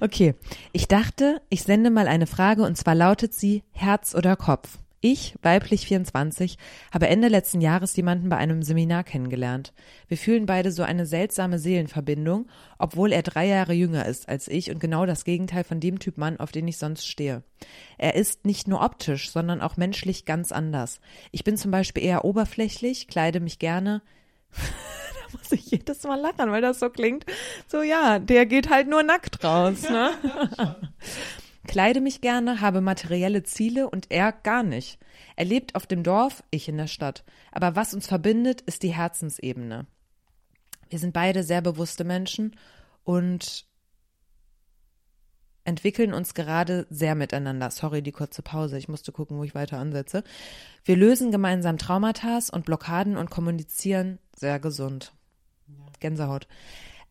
Speaker 1: Okay, ich dachte, ich sende mal eine Frage und zwar lautet sie Herz oder Kopf. Ich, weiblich 24, habe Ende letzten Jahres jemanden bei einem Seminar kennengelernt. Wir fühlen beide so eine seltsame Seelenverbindung, obwohl er drei Jahre jünger ist als ich und genau das Gegenteil von dem Typ Mann, auf den ich sonst stehe. Er ist nicht nur optisch, sondern auch menschlich ganz anders. Ich bin zum Beispiel eher oberflächlich, kleide mich gerne, muss ich jedes Mal lachen, weil das so klingt. So, ja, der geht halt nur nackt raus, ne? Kleide mich gerne, habe materielle Ziele und er gar nicht. Er lebt auf dem Dorf, ich in der Stadt. Aber was uns verbindet, ist die Herzensebene. Wir sind beide sehr bewusste Menschen und entwickeln uns gerade sehr miteinander. Sorry, die kurze Pause. Ich musste gucken, wo ich weiter ansetze. Wir lösen gemeinsam Traumata und Blockaden und kommunizieren sehr gesund. Gänsehaut.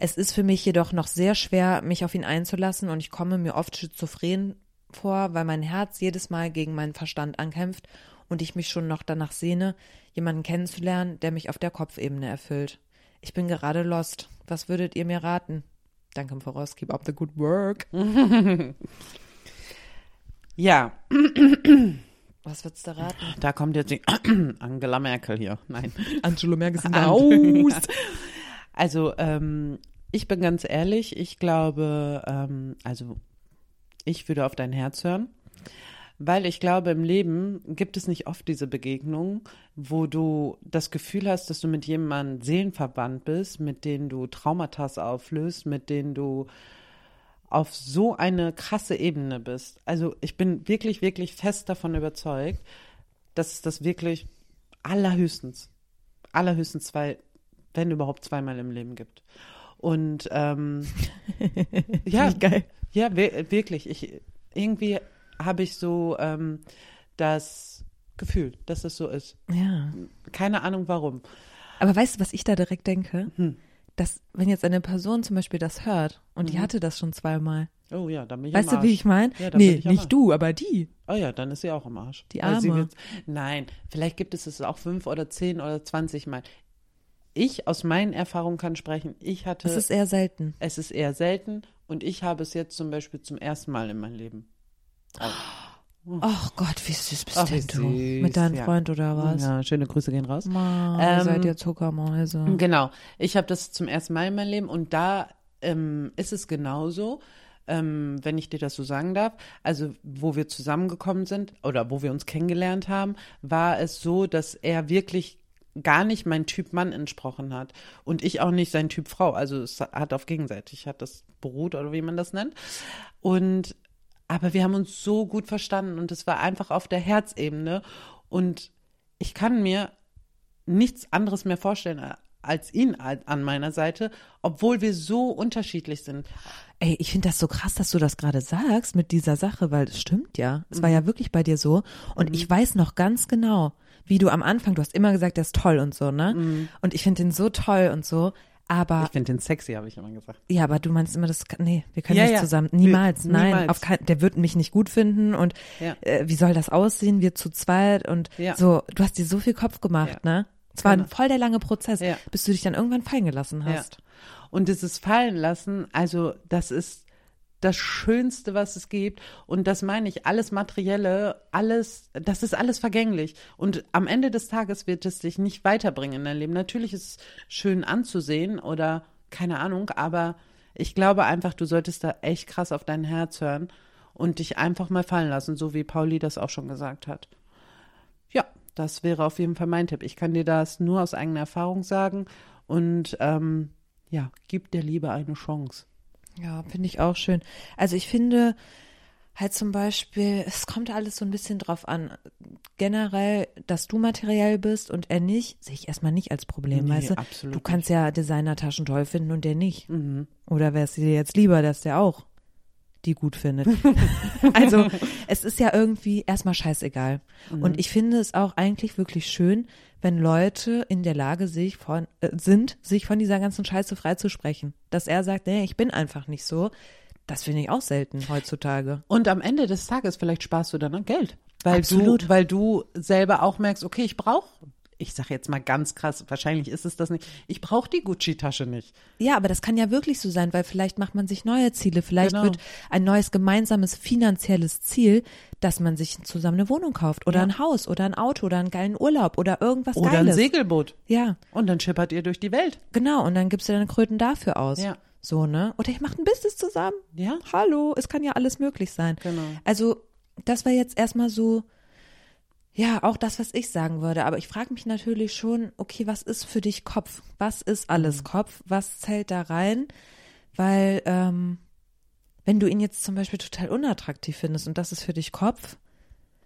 Speaker 1: Es ist für mich jedoch noch sehr schwer, mich auf ihn einzulassen und ich komme mir oft schizophren vor, weil mein Herz jedes Mal gegen meinen Verstand ankämpft und ich mich schon noch danach sehne, jemanden kennenzulernen, der mich auf der Kopfebene erfüllt. Ich bin gerade lost. Was würdet ihr mir raten? Danke im Voraus, keep up the good work.
Speaker 2: Ja,
Speaker 1: Was würdest du raten?
Speaker 2: da kommt jetzt die Angela Merkel hier. Nein.
Speaker 1: Angelo Merkel sind
Speaker 2: Aus. Also, ähm, ich bin ganz ehrlich, ich glaube, ähm, also ich würde auf dein Herz hören, weil ich glaube, im Leben gibt es nicht oft diese Begegnungen, wo du das Gefühl hast, dass du mit jemandem seelenverwandt bist, mit dem du Traumata auflöst, mit dem du auf so eine krasse Ebene bist. Also ich bin wirklich, wirklich fest davon überzeugt, dass es das wirklich allerhöchstens, allerhöchstens zwei, wenn überhaupt zweimal im Leben gibt. Und ähm, ja,
Speaker 1: geil.
Speaker 2: ja, wir- wirklich. Ich, irgendwie habe ich so ähm, das Gefühl, dass es so ist.
Speaker 1: Ja.
Speaker 2: Keine Ahnung warum.
Speaker 1: Aber weißt du, was ich da direkt denke? Dass, wenn jetzt eine Person zum Beispiel das hört und die hatte das schon zweimal,
Speaker 2: Oh ja, dann bin ich
Speaker 1: weißt
Speaker 2: am
Speaker 1: du, wie
Speaker 2: Arsch.
Speaker 1: ich meine?
Speaker 2: Ja, dann bin
Speaker 1: nee,
Speaker 2: ich am Arsch.
Speaker 1: nicht du, aber die.
Speaker 2: Oh ja, dann ist sie auch am Arsch.
Speaker 1: Die
Speaker 2: Weil sie
Speaker 1: Arme.
Speaker 2: wird- nein, vielleicht gibt es es auch fünf oder zehn oder zwanzig Mal. Ich aus meinen Erfahrungen kann sprechen. Ich hatte,
Speaker 1: Das ist eher selten.
Speaker 2: es ist eher selten und ich habe es jetzt zum Beispiel zum ersten Mal in meinem Leben.
Speaker 1: Ach Gott, wie süß bist
Speaker 2: Hm. Ach, wie
Speaker 1: denn du?
Speaker 2: süß,
Speaker 1: Mit deinem
Speaker 2: ja.
Speaker 1: Freund oder was?
Speaker 2: Ja, schöne Grüße gehen raus.
Speaker 1: Mann,
Speaker 2: Ähm,
Speaker 1: ihr seid ihr Zuckermäuse.
Speaker 2: Genau. Ich habe das zum ersten Mal in meinem Leben und da ähm, ist es genauso, ähm, wenn ich dir das so sagen darf. Also, wo wir zusammengekommen sind oder wo wir uns kennengelernt haben, war es so, dass er wirklich gar nicht mein Typ Mann entsprochen hat und ich auch nicht sein Typ Frau. Also es hat auf gegenseitig, hat das beruht oder wie man das nennt. Und aber wir haben uns so gut verstanden und es war einfach auf der Herzebene und ich kann mir nichts anderes mehr vorstellen a- als ihn a- an meiner Seite, obwohl wir so unterschiedlich sind.
Speaker 1: Ey, ich finde das so krass, dass du das gerade sagst mit dieser Sache, weil es stimmt ja. Es
Speaker 2: Mhm.
Speaker 1: war ja wirklich bei dir so. Und ich weiß noch ganz genau, wie du am Anfang, du hast immer gesagt, der ist toll und so, ne?
Speaker 2: Mhm.
Speaker 1: Und ich finde den so toll und so. Aber
Speaker 2: Ich finde den sexy, habe ich immer gesagt.
Speaker 1: Ja, aber du meinst immer, das kann, nee, wir können
Speaker 2: Ja,
Speaker 1: nicht
Speaker 2: ja.
Speaker 1: zusammen.
Speaker 2: Nee,
Speaker 1: Niemals, nein.
Speaker 2: niemals.
Speaker 1: Auf kein, der wird mich nicht gut finden und
Speaker 2: Ja.
Speaker 1: äh, wie soll das aussehen? Wir zu zweit und
Speaker 2: Ja. Genau.
Speaker 1: so, du hast dir so viel Kopf gemacht, ne? Es war ein voll der lange Prozess,
Speaker 2: Ja.
Speaker 1: bis du dich dann irgendwann fallen gelassen
Speaker 2: Ja.
Speaker 1: hast.
Speaker 2: Und dieses Fallen lassen, also das ist das Schönste, was es gibt. Und das meine ich, alles Materielle, alles, das ist alles vergänglich. Und am Ende des Tages wird es dich nicht weiterbringen in dein Leben. Natürlich ist es schön anzusehen oder keine Ahnung, aber ich glaube einfach, du solltest da echt krass auf dein Herz hören und dich einfach mal fallen lassen, so wie Pauli das auch schon gesagt hat. Ja, das wäre auf jeden Fall mein Tipp. Ich kann dir das nur aus eigener Erfahrung sagen. Und ähm, ja, gib der Liebe eine Chance.
Speaker 1: Ja, finde ich auch schön. Also ich finde halt zum Beispiel, es kommt alles so ein bisschen drauf an. Generell, dass du materiell bist und er nicht, sehe ich erstmal nicht als Problem,
Speaker 2: Nee,
Speaker 1: weißt du?
Speaker 2: absolut Mhm.
Speaker 1: du kannst ja Designertaschen toll finden und der nicht. Oder wäre es dir jetzt lieber, dass der auch die gut findet. also es ist ja irgendwie erstmal scheißegal. Und ich finde es auch eigentlich wirklich schön, wenn Leute in der Lage sich von, äh, sind, sich von dieser ganzen Scheiße freizusprechen. Dass er sagt, nee, ich bin einfach nicht so. Das finde ich auch selten heutzutage.
Speaker 2: Und am Ende des Tages, vielleicht sparst du dann auch Geld. Weil
Speaker 1: Absolut.
Speaker 2: du, weil du selber auch merkst, okay, ich brauche, ich sage jetzt mal ganz krass, wahrscheinlich ist es das nicht, ich brauche die Gucci-Tasche nicht.
Speaker 1: Ja, aber das kann ja wirklich so sein, weil vielleicht macht man sich neue Ziele, vielleicht
Speaker 2: Genau.
Speaker 1: wird ein neues gemeinsames finanzielles Ziel, dass man sich zusammen eine Wohnung kauft oder ein Haus oder ein Auto oder einen geilen Urlaub oder irgendwas
Speaker 2: Oder
Speaker 1: Geiles.
Speaker 2: ein Segelboot.
Speaker 1: Ja,
Speaker 2: Und dann schippert ihr durch die Welt.
Speaker 1: genau. Und dann gibst du deine Kröten dafür aus.
Speaker 2: Ja.
Speaker 1: So, ne? Oder ihr macht ein Business zusammen.
Speaker 2: Ja.
Speaker 1: Hallo, es kann ja alles möglich sein.
Speaker 2: Genau.
Speaker 1: Also, das war jetzt erstmal so, ja, auch das, was ich sagen würde. Aber ich frage mich natürlich schon, okay, was ist für dich Kopf? Was ist
Speaker 2: Mhm.
Speaker 1: alles Kopf? Was zählt da rein? Weil, ähm, wenn du ihn jetzt zum Beispiel total unattraktiv findest und das ist für dich Kopf,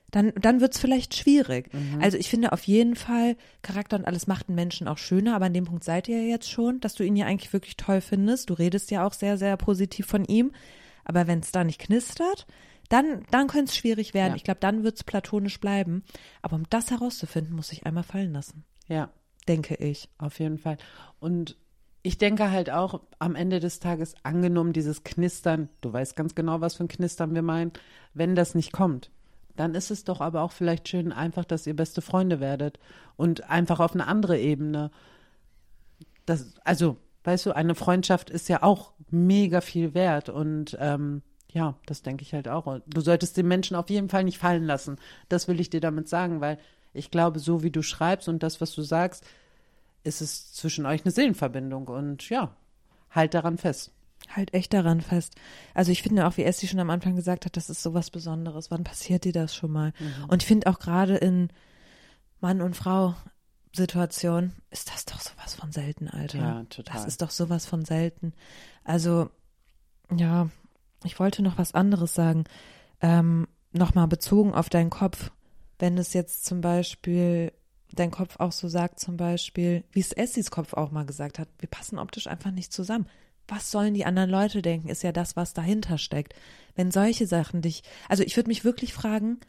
Speaker 1: dann, dann wird's vielleicht schwierig. Also ich finde auf jeden Fall, Charakter und alles macht einen Menschen auch schöner, aber an dem Punkt seid ihr ja jetzt schon, dass du ihn ja eigentlich wirklich toll findest. Du redest ja auch sehr, sehr positiv von ihm. Aber wenn's da nicht knistert, dann, dann könnte es schwierig werden.
Speaker 2: Ja.
Speaker 1: Ich glaube, dann wird's platonisch bleiben. Aber um das herauszufinden, muss ich einmal fallen lassen,
Speaker 2: Ja,
Speaker 1: denke ich.
Speaker 2: auf jeden Fall. Und ich denke halt auch, am Ende des Tages, angenommen dieses Knistern, du weißt ganz genau, was für ein Knistern wir meinen, wenn das nicht kommt, dann ist es doch aber auch vielleicht schön einfach, dass ihr beste Freunde werdet und einfach auf eine andere Ebene. Das, also, weißt du, eine Freundschaft ist ja auch mega viel wert und ähm, ja, das denke ich halt auch. Und Du solltest den Menschen auf jeden Fall nicht fallen lassen. Das will ich dir damit sagen, weil ich glaube, so wie du schreibst und das, was du sagst, ist es zwischen euch eine Seelenverbindung und ja, halt daran fest.
Speaker 1: Halt echt daran fest. Also ich finde auch, wie Essie schon am Anfang gesagt hat, das ist sowas Besonderes. Wann passiert dir das schon mal?
Speaker 2: Mhm.
Speaker 1: Und ich finde auch gerade in Mann und Frau Situation ist das doch sowas von selten, Alter.
Speaker 2: Ja, total.
Speaker 1: Das ist doch sowas von selten. Also ja, ich wollte noch was anderes sagen. Ähm, Nochmal bezogen auf deinen Kopf. Wenn es jetzt zum Beispiel dein Kopf auch so sagt, zum Beispiel, wie es Essis Kopf auch mal gesagt hat, wir passen optisch einfach nicht zusammen. Was sollen die anderen Leute denken, ist ja das, was dahinter steckt. Wenn solche Sachen dich. Also ich würde mich wirklich fragen,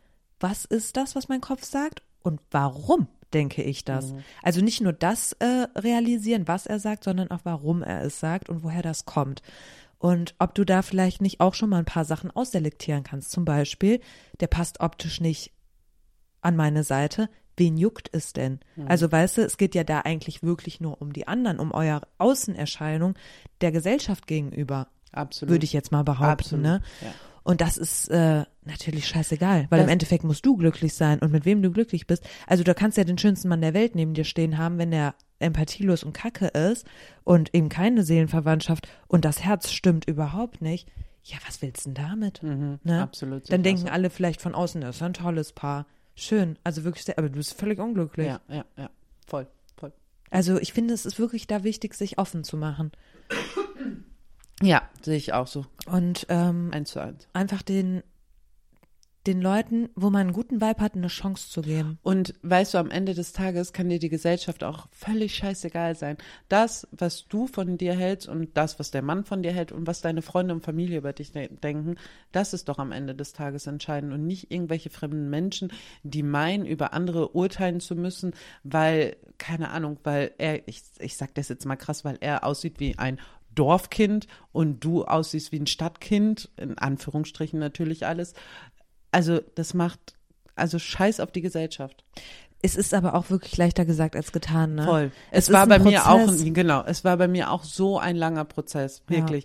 Speaker 1: was ist das, was mein Kopf sagt und warum denke ich das? Also nicht nur das äh, realisieren, was er sagt, sondern auch warum er es sagt und woher das kommt. Und ob du da vielleicht nicht auch schon mal ein paar Sachen ausselektieren kannst. Zum Beispiel, der passt optisch nicht an meine Seite, wen juckt es denn? Also weißt du, es geht ja da eigentlich wirklich nur um die anderen, um eure Außenerscheinung der Gesellschaft gegenüber,
Speaker 2: Absolut.
Speaker 1: würde ich jetzt mal behaupten.
Speaker 2: Absolut,
Speaker 1: Ne?
Speaker 2: ja.
Speaker 1: Und das ist äh, natürlich scheißegal, weil im
Speaker 2: Das-
Speaker 1: Endeffekt musst du glücklich sein und mit wem du glücklich bist. Also da kannst du ja den schönsten Mann der Welt neben dir stehen haben, wenn der empathielos und kacke ist und eben keine Seelenverwandtschaft und das Herz stimmt überhaupt nicht. Ja, was willst du denn damit? ne?
Speaker 2: Mhm, absolut, sehe
Speaker 1: Dann
Speaker 2: ich auch
Speaker 1: denken
Speaker 2: so.
Speaker 1: alle vielleicht von außen, das ist ein tolles Paar. Schön, also wirklich sehr, aber du bist völlig unglücklich.
Speaker 2: Ja, ja, ja. Voll, voll.
Speaker 1: Also ich finde, es ist wirklich da wichtig, sich offen zu machen
Speaker 2: Ja, sehe ich auch so.
Speaker 1: und ähm,
Speaker 2: Eins zu eins.
Speaker 1: einfach den, den Leuten, wo man einen guten Vibe hat, eine Chance zu geben.
Speaker 2: Und weißt du, am Ende des Tages kann dir die Gesellschaft auch völlig scheißegal sein. Das, was du von dir hältst und das, was der Mann von dir hält und was deine Freunde und Familie über dich de denken, das ist doch am Ende des Tages entscheidend und nicht irgendwelche fremden Menschen, die meinen, über andere urteilen zu müssen, weil, keine Ahnung, weil er, ich, ich sag das jetzt mal krass, weil er aussieht wie ein Dorfkind und du aussiehst wie ein Stadtkind, in Anführungsstrichen natürlich alles. Also, das macht, also scheiß auf die Gesellschaft.
Speaker 1: Es ist aber auch wirklich leichter gesagt als getan, ne?
Speaker 2: Voll. Es,
Speaker 1: ist
Speaker 2: war
Speaker 1: ein
Speaker 2: bei mir auch,
Speaker 1: Prozess.
Speaker 2: ein, genau, es war bei mir auch so ein langer Prozess, wirklich.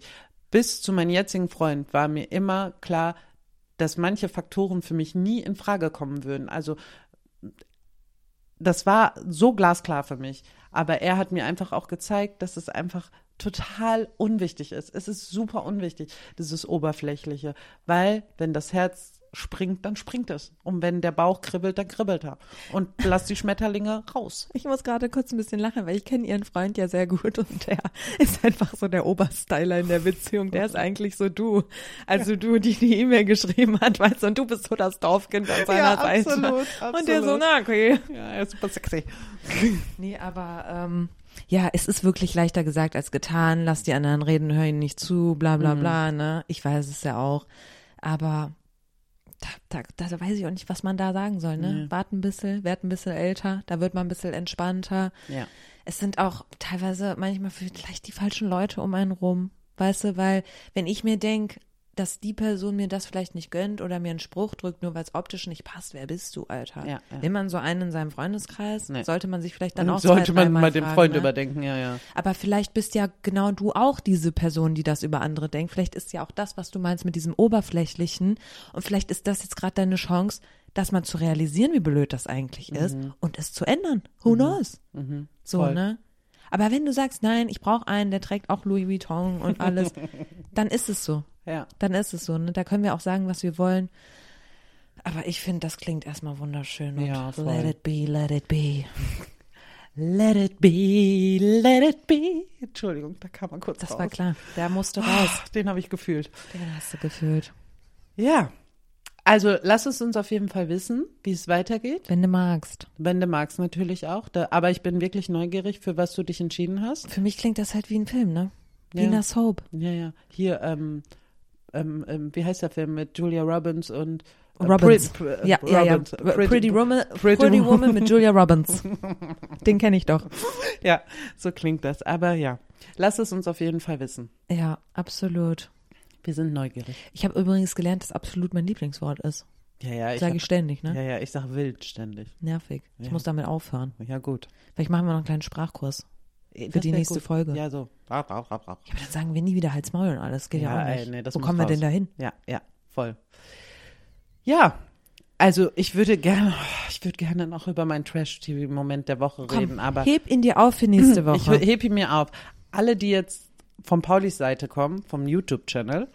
Speaker 2: Bis zu meinem jetzigen Freund war mir immer klar, dass manche Faktoren für mich nie in Frage kommen würden. Also das war so glasklar für mich. Aber er hat mir einfach auch gezeigt, dass es einfach total unwichtig ist. Es ist super unwichtig, dieses Oberflächliche. Weil, wenn das Herz springt, dann springt es. Und wenn der Bauch kribbelt, dann kribbelt er. Und lass die Schmetterlinge raus.
Speaker 1: Ich muss gerade kurz ein bisschen lachen, weil ich kenne ihren Freund ja sehr gut und der ist einfach so der Oberstyler in der Beziehung. Der ist eigentlich so du. Also du, die die E-Mail geschrieben hat, weißt du, und du bist so das Dorfkind an seiner Seite.
Speaker 2: absolut,
Speaker 1: Und der so,
Speaker 2: absolut.
Speaker 1: na okay.
Speaker 2: Ja, er ist super sexy.
Speaker 1: Nee, aber ähm, ja, es ist wirklich leichter gesagt als getan. Lass die anderen reden, hör ihnen nicht zu, bla bla bla, ne? Ich weiß es ja auch. Aber da, da, da weiß ich auch nicht, was man da sagen soll, ne? Wart ein bisschen, werd ein bisschen älter, da wird man ein bisschen entspannter.
Speaker 2: Ja.
Speaker 1: Es sind auch teilweise manchmal vielleicht die falschen Leute um einen rum, weißt du, weil wenn ich mir denk, dass die Person mir das vielleicht nicht gönnt oder mir einen Spruch drückt, nur weil es optisch nicht passt, wer bist du, Alter?
Speaker 2: Ja, ja.
Speaker 1: Will man so einen in seinem Freundeskreis,
Speaker 2: Nee.
Speaker 1: sollte man sich vielleicht dann auch
Speaker 2: sollte
Speaker 1: zwei,
Speaker 2: man
Speaker 1: dreimal
Speaker 2: mal den
Speaker 1: fragen,
Speaker 2: Freund
Speaker 1: ne?
Speaker 2: überdenken, ja, ja.
Speaker 1: Aber vielleicht bist ja genau du auch diese Person, die das über andere denkt. Vielleicht ist ja auch das, was du meinst mit diesem Oberflächlichen. Und vielleicht ist das jetzt gerade deine Chance, das mal zu realisieren, wie blöd das eigentlich ist und es zu ändern. Who knows? so,
Speaker 2: Mhm. voll.
Speaker 1: ne? Aber wenn du sagst, nein, ich brauche einen, der trägt auch Louis Vuitton und alles, dann ist es so.
Speaker 2: Ja.
Speaker 1: Dann ist es so, ne? Da können wir auch sagen, was wir wollen. Aber ich finde, das klingt erstmal wunderschön. Und
Speaker 2: Ja, voll.
Speaker 1: let it be, let it be. Let it be, let it be.
Speaker 2: Entschuldigung, da kam man kurz
Speaker 1: Das
Speaker 2: raus. Ah,
Speaker 1: war klar. Der musste raus.
Speaker 2: Den habe ich gefühlt.
Speaker 1: Den hast du gefühlt.
Speaker 2: Ja. Also lass es uns auf jeden Fall wissen, wie es weitergeht.
Speaker 1: Wenn du magst.
Speaker 2: Wenn du magst, natürlich auch. Da, aber ich bin wirklich neugierig, für was du dich entschieden hast.
Speaker 1: Für mich klingt das halt wie ein Film, ne? Wie
Speaker 2: Ja.
Speaker 1: in der Soap.
Speaker 2: Ja, ja. Hier, ähm, ähm, ähm, wie heißt der Film mit Julia Robbins und äh,
Speaker 1: Robbins.
Speaker 2: Pri- Pri-
Speaker 1: ja,
Speaker 2: äh,
Speaker 1: ja, ja.
Speaker 2: Robbins.
Speaker 1: Pretty, Pretty, Woman,
Speaker 2: Pretty
Speaker 1: Pretty, Woman mit Julia Robbins. Den kenne ich doch.
Speaker 2: Ja, so klingt das. Aber ja, lass es uns auf jeden Fall wissen.
Speaker 1: Ja, absolut.
Speaker 2: Wir sind neugierig.
Speaker 1: Ich habe übrigens gelernt, dass absolut mein Lieblingswort ist.
Speaker 2: Ja, ja. Ich
Speaker 1: Sage ich
Speaker 2: hab-
Speaker 1: ständig, ne?
Speaker 2: ja, ja, ich sag wild ständig.
Speaker 1: Nervig. Ich muss damit aufhören.
Speaker 2: Ja, gut.
Speaker 1: Vielleicht machen wir noch einen kleinen Sprachkurs.
Speaker 2: Für
Speaker 1: die nächste Folge.
Speaker 2: Ja, so. Rap, rap, rap, rap.
Speaker 1: Ja, aber dann sagen wir nie wieder Hals, Maul und alles. Geht ja, auch
Speaker 2: ey,
Speaker 1: nicht.
Speaker 2: äh, nee, das
Speaker 1: Wo
Speaker 2: muss
Speaker 1: kommen wir
Speaker 2: raus.
Speaker 1: denn da hin?
Speaker 2: Ja, ja, voll. Ja, also ich würde gerne, ich würde gerne noch über meinen Trash-TV-Moment der Woche reden, aber
Speaker 1: heb ihn dir auf für nächste
Speaker 2: ich
Speaker 1: Woche.
Speaker 2: hebe ihn mir auf. Alle, die jetzt von Paulis Seite kommen, vom YouTube-Channel,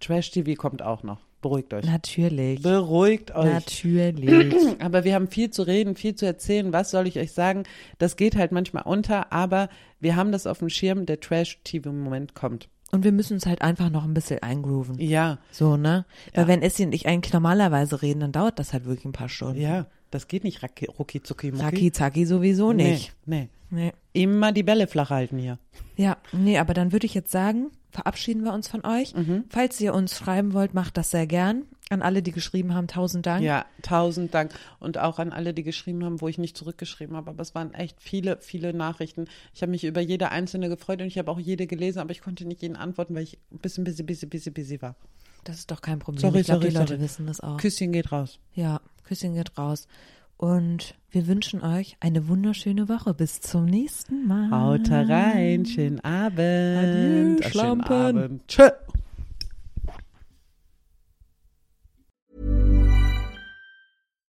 Speaker 2: Trash-TV kommt auch noch. Beruhigt euch.
Speaker 1: Natürlich.
Speaker 2: Beruhigt euch.
Speaker 1: Natürlich.
Speaker 2: Aber wir haben viel zu reden, viel zu erzählen. Was soll ich euch sagen? Das geht halt manchmal unter, aber wir haben das auf dem Schirm. Der Trash-TV-Moment kommt.
Speaker 1: Und wir müssen uns halt einfach noch ein bisschen eingrooven.
Speaker 2: Ja,
Speaker 1: So, ne? Weil wenn Essi und ich eigentlich normalerweise reden, dann dauert das halt wirklich ein paar Stunden.
Speaker 2: ja. Das geht nicht racki- rucki zucki mucki.
Speaker 1: Zacki, zacki sowieso nicht.
Speaker 2: Nee,
Speaker 1: Nee.
Speaker 2: nee. Immer die Bälle flach halten hier.
Speaker 1: Ja, nee, aber dann würde ich jetzt sagen, verabschieden wir uns von euch.
Speaker 2: Mhm.
Speaker 1: Falls ihr uns schreiben wollt, macht das sehr gern. An alle, die geschrieben haben, tausend Dank.
Speaker 2: Ja, tausend Dank. Und auch an alle, die geschrieben haben, wo ich nicht zurückgeschrieben habe. Aber es waren echt viele, viele Nachrichten. Ich habe mich über jede einzelne gefreut und ich habe auch jede gelesen, aber ich konnte nicht jeden antworten, weil ich ein bisschen busy, busy, busy, busy war.
Speaker 1: Das ist doch kein Problem.
Speaker 2: Sorry,
Speaker 1: ich glaube,
Speaker 2: sorry,
Speaker 1: die Leute
Speaker 2: sorry.
Speaker 1: wissen das auch.
Speaker 2: Küsschen geht raus.
Speaker 1: ja, Küsschen geht raus. Und wir wünschen euch eine wunderschöne Woche. Bis zum nächsten Mal.
Speaker 2: Haut rein, schönen Abend.
Speaker 1: Ah.
Speaker 2: Äh,
Speaker 1: Adieu, Schlampen.
Speaker 2: Schönen Abend. Tschö.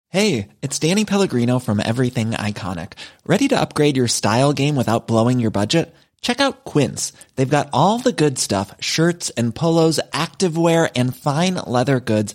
Speaker 3: Hey, it's Danny Pellegrino from Everything Iconic. Ready to upgrade your style game without blowing your budget? Check out Quince. They've got all the good stuff, shirts and polos, activewear and fine leather goods,